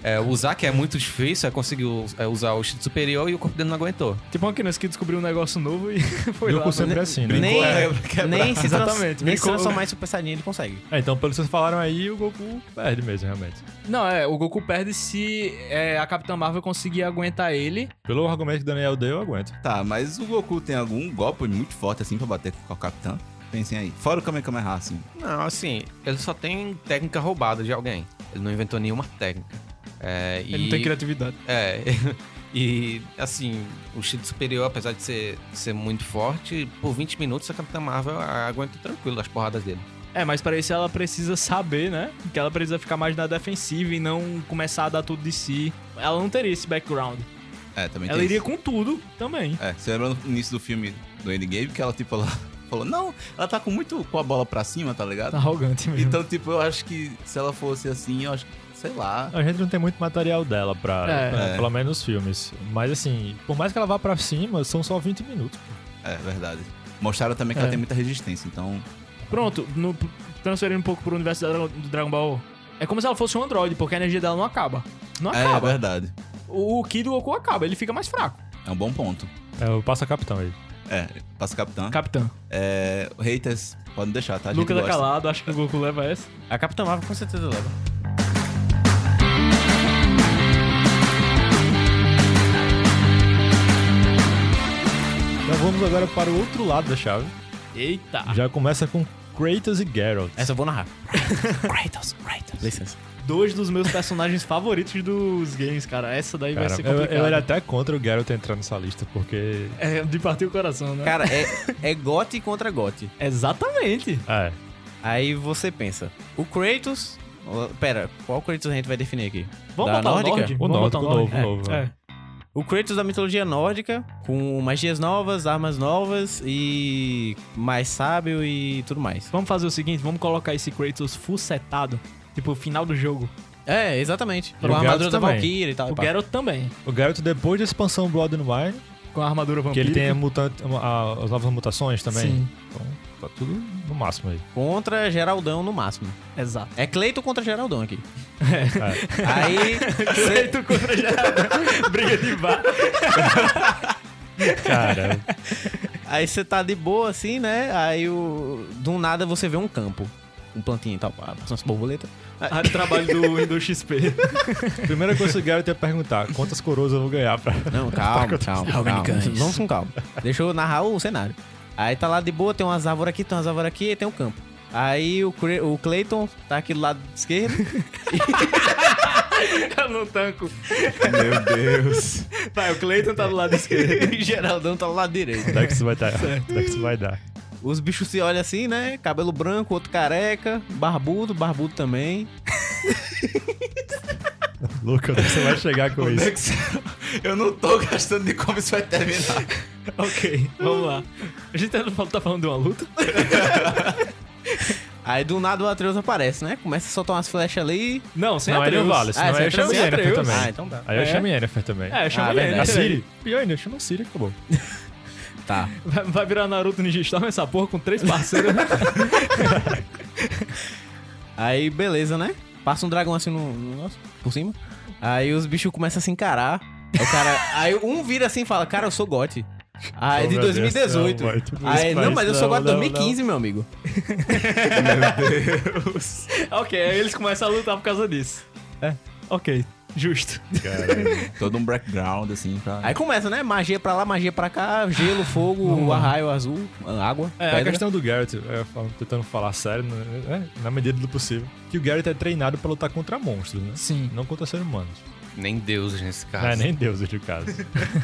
S5: é, usar, que é muito difícil, aí conseguiu é, usar o instinto superior e o corpo dele não aguentou.
S3: Tipo uma criança que descobriu um negócio novo e *laughs* foi lá.
S1: Goku sempre é assim, né?
S4: Nem,
S2: Quebra-
S4: nem se trans-
S3: Exatamente.
S4: nem se
S3: Brincou.
S4: transformar em Super Saiyajin ele consegue.
S1: É, então, pelo que vocês falaram aí, o Goku perde mesmo, realmente.
S3: Não, é, o Goku perde se é, a Capitã Marvel conseguir aguentar ele.
S1: Pelo argumento que o Daniel deu, eu aguento.
S2: Tá, mas o Goku tem algum golpe muito forte assim pra bater com o Capitão? Pensem aí. Fora o Kamehameha, assim.
S5: Não, assim, ele só tem técnica roubada de alguém. Ele não inventou nenhuma técnica. É,
S3: Ele
S5: e-
S3: não tem criatividade.
S5: É. *laughs* E, assim, o Shield Superior, apesar de ser, ser muito forte, por 20 minutos a Capitã Marvel aguenta tranquilo as porradas dele.
S3: É, mas para isso ela precisa saber, né? Que ela precisa ficar mais na defensiva e não começar a dar tudo de si. Ela não teria esse background.
S2: É, também
S3: Ela
S2: tem
S3: iria
S2: isso.
S3: com tudo também.
S2: É, você lembra no início do filme do Endgame que ela, tipo, ela *laughs* falou, não, ela tá com muito com a bola pra cima, tá ligado?
S3: Tá arrogante mesmo.
S2: Então, tipo, eu acho que se ela fosse assim, eu acho que, sei lá.
S1: A gente não tem muito material dela pra.
S3: É.
S1: pra-
S2: É.
S1: Pelo menos nos filmes. Mas assim, por mais que ela vá pra cima, são só 20 minutos.
S2: É, verdade. Mostraram também que
S3: É.
S2: ela tem muita resistência, então.
S3: Pronto, no- transferindo um pouco pro universo da- do Dragon Ball. É como se ela fosse um androide, porque a energia dela não acaba. Não
S2: É,
S3: Então acaba.
S2: verdade.
S3: o, o Ki do Goku acaba, ele fica mais fraco.
S2: É um bom ponto.
S1: É, eu passo a capitão aí.
S2: É, passa o capitão.
S3: Capitão.
S2: É, haters, podem deixar, tá? A gente
S3: Luca tá
S2: gosta.
S3: calado, acho que o Goku leva essa.
S4: A Capitã Marvel com certeza leva.
S1: Então vamos agora para o outro lado da chave.
S3: Eita.
S4: Ah.
S1: Já começa com Kratos e Geralt.
S4: Essa eu vou narrar.
S3: Kratos, Kratos.
S4: Licença.
S3: Dois dos meus personagens *laughs* favoritos dos games, cara. Essa daí vai
S1: Cara,
S3: ser
S1: eu,
S3: complicada.
S1: eu era até contra o Geralt entrar nessa lista, porque.
S3: *laughs* É, de partir o coração, né?
S4: Cara, é, é gote contra gote.
S3: Exatamente.
S1: É.
S4: Aí você pensa, o Kratos... ó, Pera, qual Kratos a gente vai definir aqui?
S3: Vamos
S4: Da
S3: botar o
S4: nórdica?
S3: Nord?
S1: O
S3: Vamos
S1: Nord,
S3: botar
S1: o
S3: Nord.
S1: novo, o novo,
S3: É.
S1: é.
S3: É.
S4: O Kratos da mitologia nórdica, com magias novas, armas novas e mais sábio e tudo mais.
S3: Vamos fazer o seguinte, vamos colocar esse Kratos fucetado. Tipo, final do jogo.
S4: É, exatamente.
S1: E o
S4: Com a armadura
S1: Kratos
S4: da
S1: também.
S4: Valkyria e tal.
S3: O
S4: pá.
S3: Geralt também.
S1: O Geralt, depois da expansão Blood and Wine,
S3: Com a armadura
S1: que
S3: vampírica.
S1: ele tem a mutante- a- as novas mutações também.
S3: Sim,
S1: Então tá tudo no máximo aí.
S4: Contra Geraldão no máximo.
S3: exato.
S4: É Cleito contra Geraldão *laughs* aqui. É. *laughs* Aí. cê-
S3: Feito contra já. Briga de bar.
S1: Cara,
S4: aí você tá de boa assim, né? Aí o, do nada você vê um campo. Um plantinho e tal. pá, Passam as borboletas.
S3: Área de trabalho do Windows XP.
S1: a primeira coisa que o Geralt ia perguntar: quantas coroas eu vou ganhar pra.
S4: Não,
S3: *laughs* Tá
S4: calma, calma. calma.
S3: Dominicães.
S4: Vamos com calma. Deixa eu narrar o cenário. Aí tá lá de boa, tem umas árvores aqui, tem umas árvores aqui e tem um campo. Aí o, Cre- o Clayton tá aqui do lado esquerdo.
S3: *laughs* Eu não tanco.
S2: Meu Deus.
S3: Vai, o Cleiton tá do lado esquerdo.
S4: e *laughs* Geraldão tá do lado direito.
S1: Onde é que isso vai dar? Onde é que isso vai dar?
S4: Os bichos se olham assim, né? Cabelo branco, outro careca, barbudo, barbudo também.
S1: Luca, onde é que você vai chegar com isso?
S2: eu não tô *laughs* gastando de como isso vai terminar.
S3: ok, vamos lá. A gente tá falando- tá falando de uma luta?
S4: Aí do nada o Atreus aparece, né? Começa a soltar umas flechas ali.
S3: Não, sem
S1: Não, aí
S3: Atreus.
S1: não vale, senão
S4: Ah,
S1: aí eu
S4: sem
S1: chamo
S4: Atreus,
S1: Yennefer
S3: Atreus.
S1: também.
S4: Ah, então dá.
S1: Aí eu
S3: É.
S1: chamo Yennefer também.
S3: É, chama
S4: Ah,
S3: ele,
S4: verdade.
S1: A
S3: entra aí.
S1: Siri? Pior ainda, chama a Siri, acabou.
S4: Tá.
S3: Vai, vai virar Naruto Ninja Storm essa porra com três
S1: *laughs*
S3: parceiros.
S4: Aí beleza, né? Passa um dragão assim no, no nosso, por cima. Aí os bichos começam a se encarar. Aí,
S1: *laughs*
S4: o cara, aí um vira assim e fala: Cara, eu sou gote. Aí
S1: Oh,
S4: de
S1: meu Deus,
S4: 2018.
S1: não, vai, tudo
S4: aí,
S1: isso
S4: não,
S1: faz-
S4: mas eu sou
S1: não,
S4: gote
S1: não,
S4: 2015, meu amigo.
S3: ok, aí eles começam a lutar por causa disso.
S1: É.
S3: Ok, justo.
S1: Cara,
S2: Todo um background, assim,
S1: Ah.
S2: pra.
S4: Aí começa, né? Magia pra lá, magia pra cá, gelo, fogo, arraio azul, água.
S1: é, a
S4: pedra.
S1: questão do Garrett, eu falo- tentando falar sério, né, é, na medida do possível, que o Garrett é treinado pra lutar contra monstros, né?
S3: Sim.
S1: Não contra seres humanos.
S5: Nem deuses nesse caso.
S1: Não é nem deuses de
S4: *laughs*
S1: caso.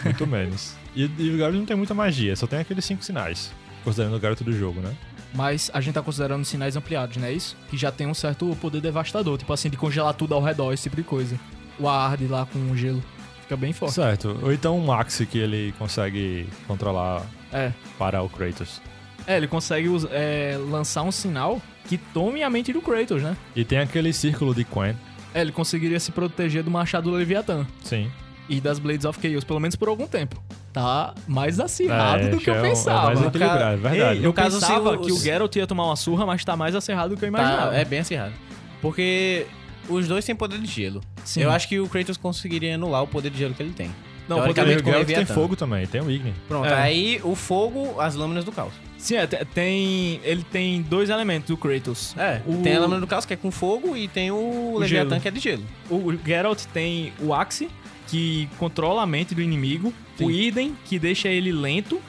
S1: Muito menos. E, e o Garrett não tem muita magia, só tem aqueles cinco sinais. Considerando o garoto do jogo, né?
S3: Mas a gente tá considerando sinais ampliados, não é isso? Que já tem um certo poder devastador, tipo assim, de congelar tudo ao redor, esse tipo de coisa. O arde lá com o gelo. Fica bem forte.
S1: Certo. Ou então o Max que ele consegue controlar
S3: É.
S1: para o Kratos.
S3: É, ele consegue us- é, lançar um sinal que tome a mente do Kratos, né?
S1: E tem aquele círculo de Quen.
S3: É, ele conseguiria se proteger do machado do Leviatã
S1: Sim.
S3: e das Blades of Chaos, pelo menos por algum tempo. Tá mais acirrado
S1: É,
S3: do que eu
S1: é um- é
S3: pensava.
S1: mais equilibrado,
S4: Cara,
S1: é verdade.
S4: ei,
S3: Eu
S4: No caso,
S3: pensava
S4: se o-
S3: que o Geralt ia tomar uma surra, mas tá mais acirrado do que eu imaginava.
S4: Tá, é bem acirrado. Porque os dois têm poder de gelo.
S3: Sim.
S4: Eu acho que o Kratos conseguiria anular o poder de gelo que ele tem.
S3: Não,
S1: E
S4: teoricamente,
S3: poder...
S1: o Geralt tem
S4: Leviatã.
S1: fogo também, tem o Igni.
S4: Pronto,
S3: É.
S4: aí o fogo, as lâminas do caos.
S3: Sim, é, te- tem. Ele tem dois elementos, o Kratos.
S4: É,
S3: O-
S4: tem a lâmina do caos que é com fogo e tem o, Leviatã
S3: gelo.
S4: que é de gelo.
S3: O Geralt tem o Axe, que controla a mente do inimigo. O Idem, que deixa ele lento.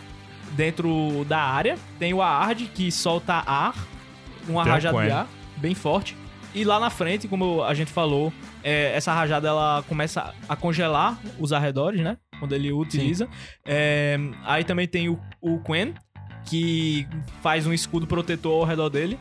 S3: dentro da área. Tem o Aard, que solta ar, uma
S1: Tem a
S3: rajada de
S1: Quen.
S3: ar, bem forte. E lá na frente, como a gente falou, é, essa rajada ela começa a congelar os arredores, né? Quando ele utiliza. É, aí também tem o, o Quen, que faz um escudo protetor ao redor dele.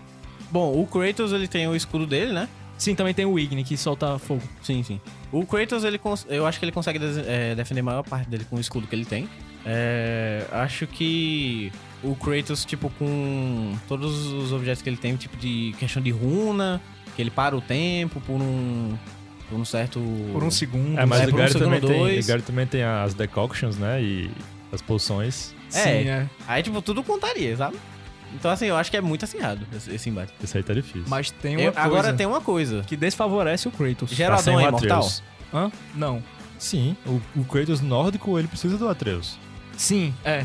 S4: Bom, o Kratos ele tem o escudo dele, né?
S3: Sim, também tem o Igni, que solta fogo.
S4: Sim, sim. O Kratos, ele cons- eu acho que ele consegue des- é, defender a maior parte dele com o escudo que ele tem. É, acho que o Kratos, tipo, com todos os objetos que ele tem, tipo de questão de runa, que ele para o tempo por um, por um certo...
S3: Por um segundo.
S1: É, mas
S4: é,
S1: o
S4: por um
S1: Gary
S4: segundo
S1: também, tem,
S4: dois.
S1: o Gary também tem as decoctions, né? E as poções.
S3: Sim, é.
S4: Aí, tipo, tudo contaria, sabe? Então, assim, eu acho que é muito acirrado esse, esse embate.
S1: Isso aí tá difícil.
S3: Mas tem uma
S4: Eu-
S3: coisa
S4: É, agora tem uma coisa.
S3: que desfavorece o Kratos.
S1: Tá sem
S4: Geraldão é
S1: o
S4: imortal?
S1: Atreus.
S3: Hã? Não.
S1: Sim, o, o Kratos nórdico, ele precisa do Atreus.
S3: Sim, é.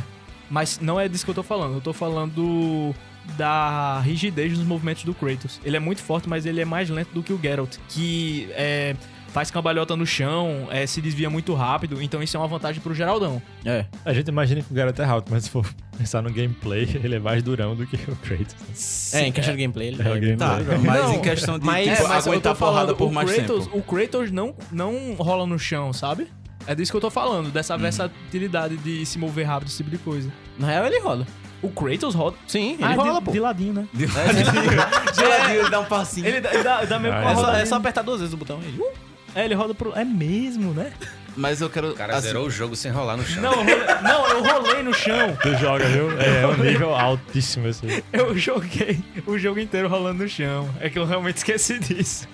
S3: Mas não é disso que eu tô falando. Eu tô falando do- da rigidez dos movimentos do Kratos. Ele é muito forte, mas ele é mais lento do que o Geralt, que é, faz cambalhota no chão, é, se desvia muito rápido. Então isso é uma vantagem pro Geraldão.
S4: É.
S1: A gente imagina que o Garota é alto, mas se for *laughs* pensar no gameplay, *laughs* ele é mais durão do que o Kratos.
S4: É, em questão de gameplay, ele
S1: É, o
S4: é bem
S1: gameplay.
S4: melhor.
S1: *laughs*
S2: Tá, mas
S3: Não,
S2: em questão de
S4: mas-
S2: tipo,
S4: é,
S3: eu
S2: aguentar
S3: tô
S2: porrada
S3: falando,
S2: por
S3: o
S2: mais
S3: Kratos,
S2: tempo.
S3: O Kratos não, não rola no chão, sabe? É disso que eu tô falando, dessa versatilidade de se mover rápido, esse tipo de coisa.
S4: Na real, ele rola.
S3: O Kratos roda.
S4: Sim, ele
S3: Ah,
S4: rola,
S3: de,
S4: pô.
S3: de ladinho, né?
S2: É,
S3: *laughs*
S2: Geladinho, ele dá um passinho.
S3: Ele dá, dá- dá meio que
S1: Ah,
S3: uma
S1: rola
S4: É só,
S3: rodadinha.
S4: é só apertar duas vezes o botão. Ele...
S3: É, ele roda pro. É mesmo, né?
S2: Mas eu quero...
S5: O cara
S2: assim,
S5: zerou o jogo sem rolar no chão.
S3: Não, eu rolei, não, eu rolei no chão.
S1: Tu joga, viu? É, é um nível altíssimo assim.
S3: *laughs* Eu joguei o jogo inteiro rolando no chão. É que eu realmente esqueci disso.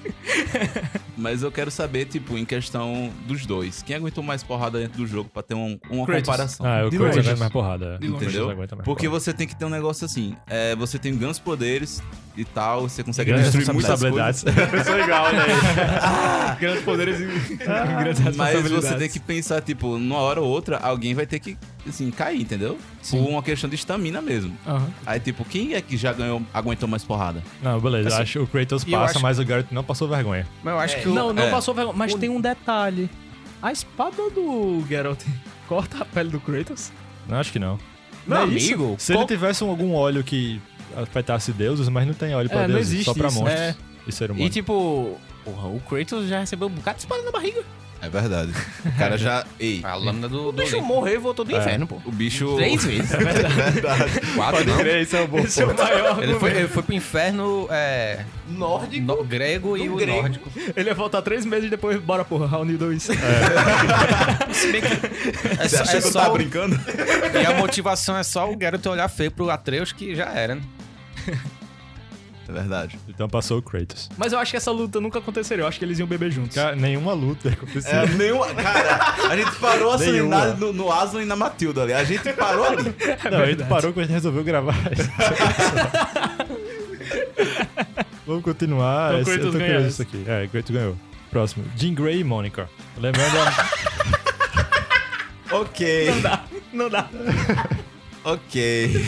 S2: Mas eu quero saber, tipo, em questão dos dois. Quem aguentou mais porrada dentro do jogo pra ter um- uma
S3: Kratos.
S2: comparação?
S1: Ah, o
S3: De
S1: Kratos
S3: longe.
S1: aguenta mais porrada.
S3: De
S1: O
S3: longe.
S1: Kratos
S2: Entendeu?
S1: aguenta mais
S2: Porque
S1: porrada.
S2: você tem que ter um negócio assim. é, você tem grandes poderes e tal, você consegue
S1: Grandes
S2: destruir muitas
S1: responsabilidades.
S2: coisas.
S1: Pessoa igual, né?
S2: *laughs*
S3: Grandes poderes e grandes
S2: Ah. Mas você
S3: responsabilidades.
S2: tem que pensar, tipo, numa hora ou outra, alguém vai ter que, assim, cair, entendeu?
S3: Sim.
S2: Por uma questão de estamina mesmo.
S3: Aham.
S2: Aí, tipo, quem é que já ganhou, aguentou mais porrada?
S1: Não, beleza.
S5: Assim,
S1: acho que o Kratos
S5: e eu
S1: passa,
S5: acho-
S1: mas o Garrett não passou vergonha.
S5: Mas eu acho que o...
S3: Não, não
S2: É.
S3: passou vergonha. Mas tem um detalhe. A espada do Geralt *laughs* corta a pele do Kratos?
S1: Não, acho que não.
S4: Meu
S3: Não é isso?
S4: amigo,
S1: Se ele tivesse um- algum óleo que afetasse deuses, mas não tem óleo pra
S3: É, não
S1: deuses,
S3: existe
S1: só pra
S3: isso.
S1: monstros
S4: É.
S1: e ser humano.
S4: E tipo, porra, o Kratos já recebeu um bocado de espada na barriga.
S2: É verdade. O cara já. Ei,
S5: A lâmina do...
S4: O bicho
S5: do...
S4: morreu e voltou do inferno, pô.
S2: o bicho.
S5: Três vezes. Quatro, não.
S1: Esse é o bom
S3: Esse é o maior
S2: *laughs*
S5: Ele
S3: argumento.
S5: foi, ele foi pro inferno é,
S4: Nórdico.
S5: no- grego e
S4: Do
S5: o
S4: grego.
S5: nórdico.
S3: Ele ia voltar três meses e depois, bora porra, round 2.
S5: É,
S2: Você
S5: só-
S2: acha
S5: é
S2: que eu
S5: só
S2: tava
S5: o-
S2: brincando?
S5: e a motivação é só o Geralt olhar feio pro Atreus que já era, né?
S2: É verdade.
S1: Então passou o Kratos.
S3: Mas eu acho que essa luta nunca aconteceria. Eu acho que eles iam beber juntos. *laughs*
S1: Cara, nenhuma *laughs* luta aconteceu.
S2: É, nenhuma. Cara, a gente parou a
S1: Nenhuma.
S2: serenada no, no Aslan e na Matilda ali. A gente parou ali.
S3: É
S1: não, a gente parou quando a gente resolveu
S3: *laughs*
S1: gravar. Vamos continuar.
S3: Então,
S1: Esse-
S3: Kratos
S1: eu tô
S3: ganha
S1: curioso
S3: essa.
S1: isso aqui. É, Kratos ganhou. Próximo. Jean Grey e Mônica. Lembrando a...
S3: *laughs*
S2: Ok.
S3: Não dá.
S2: Ok.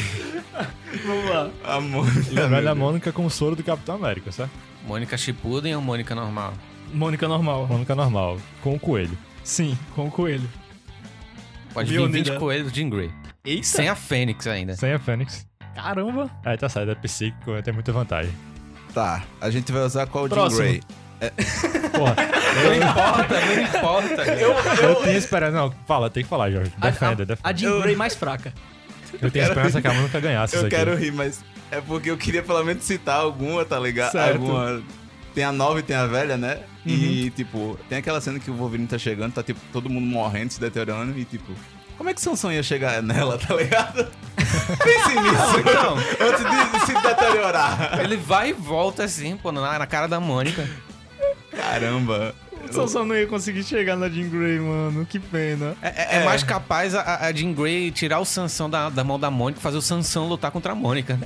S3: Vamos lá.
S2: Amor.
S1: Lembrando a Mônica com o soro do Capitão América, certo?
S5: Mônica Chipuden ou Mônica normal?
S3: Mônica normal.
S1: Mônica normal, com o coelho.
S3: Sim, com o coelho.
S5: Pode vir
S3: Leonida.
S5: 20 coelhos de Grey.
S3: Eita.
S5: Sem a Fênix ainda.
S1: Sem a Fênix.
S3: Caramba.
S1: Aí tá saindo, é psíquico, tem muita vantagem.
S2: Tá, a gente vai usar qual Jim
S3: Próximo.
S2: Gray?
S1: Porra,
S5: Não importa, não importa.
S1: eu
S3: *laughs*
S1: tenho esperança. Não, fala, tem que falar, Jorge.
S3: A,
S1: Defenda,
S3: a, a
S1: defenda.
S3: Jean Grey mais fraca.
S1: Eu tenho esperança que a Mônica ganhasse isso
S2: Eu
S1: aqui.
S2: quero rir, mas é porque eu queria pelo menos citar alguma, tá ligado?
S3: Certo.
S2: Alguma. Tem a nova e tem a velha, né?
S1: Uhum.
S2: E, tipo, tem aquela cena que o Wolverine tá chegando, tá, tipo, todo mundo morrendo, se deteriorando, e, tipo, como é que Sansão ia chegar nela, tá ligado?
S1: *laughs*
S2: Pense nisso,
S5: Então,
S2: antes de se deteriorar.
S5: ele vai e volta assim, pô, na, na cara da Mônica.
S2: Caramba.
S3: O Sansão não ia conseguir chegar na Jean Grey, mano. Que pena.
S5: É, é mais capaz a, a Jean Grey tirar o Sansão da, da mão da Mônica e fazer o Sansão lutar contra a Mônica.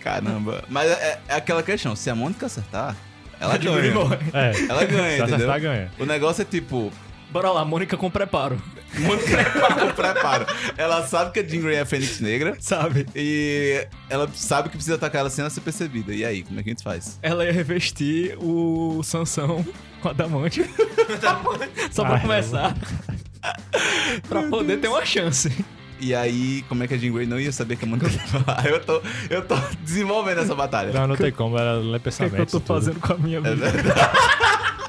S2: Caramba. Mas é, é aquela questão, se a Mônica acertar, ela
S3: Jean Grey
S2: ganha.
S3: morre.
S1: É,
S2: Ela ganha,
S1: se acertar,
S2: entendeu?
S1: ganha.
S2: O negócio é, tipo, *laughs*
S3: Bora lá, Mônica com preparo.
S2: Mônica com preparo. Ela sabe que a Jean Grey é a Fênix Negra.
S3: Sabe?
S2: E ela sabe que precisa atacar ela sem ela ser percebida. E aí, como é que a gente faz?
S3: Ela ia revestir o Sansão com a *laughs* Damante. Só
S1: Ai,
S3: pra Ah, é. começar. pra poder ter uma chance.
S2: E aí, como é que a Jean Grey não ia saber que a Mônica *laughs* ia falar? Eu tô, eu tô desenvolvendo essa batalha.
S1: Não, não tem como, ela lê
S3: *laughs* O que, é
S1: pensamento.
S3: que eu tô fazendo com a minha
S2: É
S3: vida?
S2: verdade. *laughs*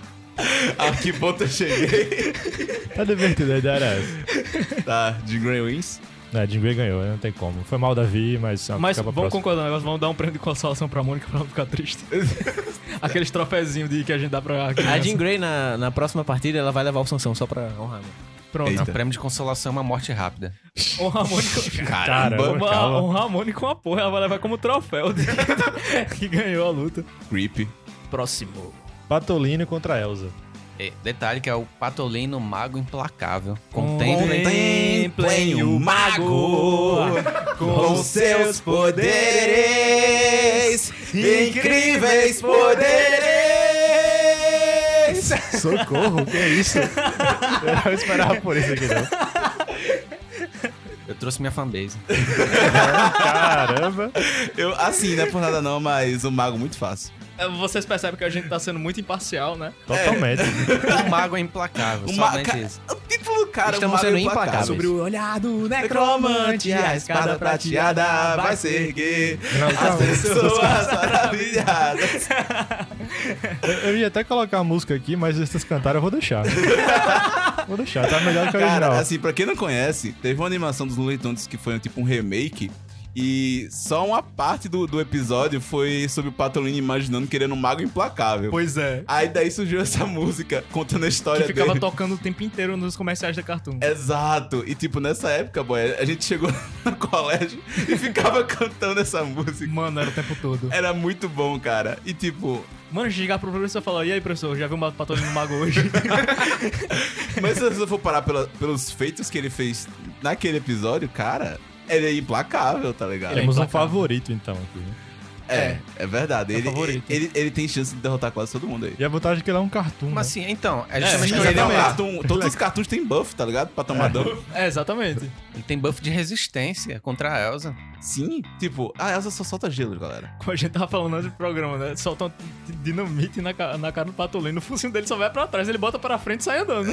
S2: A que ponto eu cheguei?
S1: Tá divertido, a ideia era essa.
S2: Tá, Jean Grey wins.
S1: Não, a Jean Grey ganhou, né? não tem como. Foi mal Davi, mas...
S3: Mas
S1: acaba
S3: vamos
S1: próximo.
S3: concordar, nós vamos dar um prêmio de consolação pra Mônica pra ela ficar *laughs* triste. Aqueles trofézinhos de que a gente dá pra.
S4: *laughs* A
S3: criança.
S4: Jean Grey, na, na próxima partida, ela vai levar o Sansão só pra honrar. né?
S3: Pronto.
S5: Não,
S2: Eita.
S5: prêmio de consolação é uma morte rápida.
S3: Honrar a Mônica.
S1: Caramba,
S3: Uma,
S1: calma.
S3: honrar a Mônica com a porra, ela vai levar como troféu de- *laughs* que ganhou a luta.
S2: Creepy.
S3: Próximo.
S1: Patolino contra Elsa.
S5: E detalhe que é o Patolino Mago Implacável. Contemplem.
S3: Contemplem o mago com seus
S2: poderes, incríveis poderes.
S1: Socorro, que é isso? *laughs* Eu não esperava por isso aqui, não.
S5: Eu trouxe minha fanbase.
S1: Caramba.
S2: Eu, assim, não é por nada não, mas o mago muito fácil.
S3: É, Vocês percebem que a gente tá sendo muito imparcial, né?
S1: Totalmente.
S5: O Mago é implacável,
S2: *laughs* O, ma-
S5: somente
S2: ca-
S5: isso.
S2: o título, cara,
S4: Estamos
S2: o mago
S4: sendo
S2: é implacável.
S4: implacáveis. Sobre
S3: o olhar do
S2: né? Necromante, a espada prateada vai se erguer.
S1: Não,
S2: As
S1: calma.
S2: pessoas maravilhadas.
S1: Eu ia até colocar a música aqui, mas vocês cantaram, eu vou deixar. vou deixar, tá melhor que a original.
S2: Cara, assim, pra quem não conhece, teve uma animação dos Looney Tunes que foi tipo um remake. E só uma parte do, do episódio foi sobre o Patolino imaginando querendo um mago implacável.
S3: Pois é.
S2: Aí daí surgiu essa *laughs* música contando a
S3: Que
S2: história
S3: ficava
S2: dele.
S3: tocando o tempo inteiro nos comerciais da Cartoon.
S2: Exato. E tipo, nessa época, boy, a gente chegou *laughs* no colégio e ficava cantando essa música.
S3: Mano, era o tempo todo.
S2: Era muito bom, cara. E tipo,
S3: Mano, chegar pro professor e falar, e aí, professor, já viu um patolino no mago hoje? *laughs*
S2: mas se você for parar pela- pelos feitos que ele fez naquele episódio, cara, ele é implacável, tá ligado?
S1: Temos um
S3: implacável.
S1: favorito, então, aqui. né?
S2: É, é verdade.
S3: É
S2: ele,
S3: favorito.
S2: ele, ele tem chance de derrotar quase todo mundo aí.
S1: E a vantagem é que ele é um cartoon,
S5: Mas
S1: né?
S5: assim, então, é
S2: Sim,
S5: justamente o que eu ia
S2: ele é um
S5: falar.
S2: cartoon, todos os cartoons têm buff, tá ligado? Pra tomar dano.
S3: é, exatamente.
S5: Ele tem buff de resistência contra a Elsa.
S2: Sim, tipo, a Elsa só solta gelo, galera.
S3: Como a gente tava falando antes do programa, né? Soltam di- dinamite na, ca- na cara do patolino, o focinho dele só vai pra trás, ele bota pra frente e sai andando.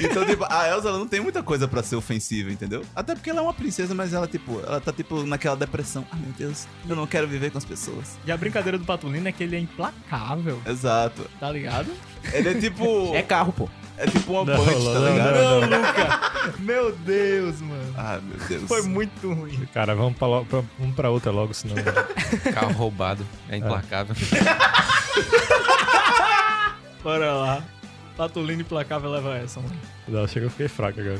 S2: Então, tipo, a Elsa ela não tem muita coisa pra ser ofensiva, entendeu? Até porque ela é uma princesa, mas ela, tipo, ela tá, tipo, naquela depressão. Ah, meu Deus, eu não quero viver com as pessoas.
S3: E a brincadeira do patolino é que ele é implacável,
S2: Exato.
S3: tá ligado?
S2: Ele é tipo.
S4: É carro, pô.
S2: é tipo uma *laughs*
S1: Não,
S2: punch, tá
S1: não,
S2: ligado?
S1: não, não.
S3: Luca! Meu Deus, mano.
S2: Ah, meu Deus.
S3: Foi muito ruim.
S1: Cara, vamos pra, lo- pra- vamos pra outra logo, senão...
S5: Carro roubado, é implacável.
S3: Bora lá. Patolino implacável leva essa, mano.
S1: Não, chega, eu fiquei fraco agora.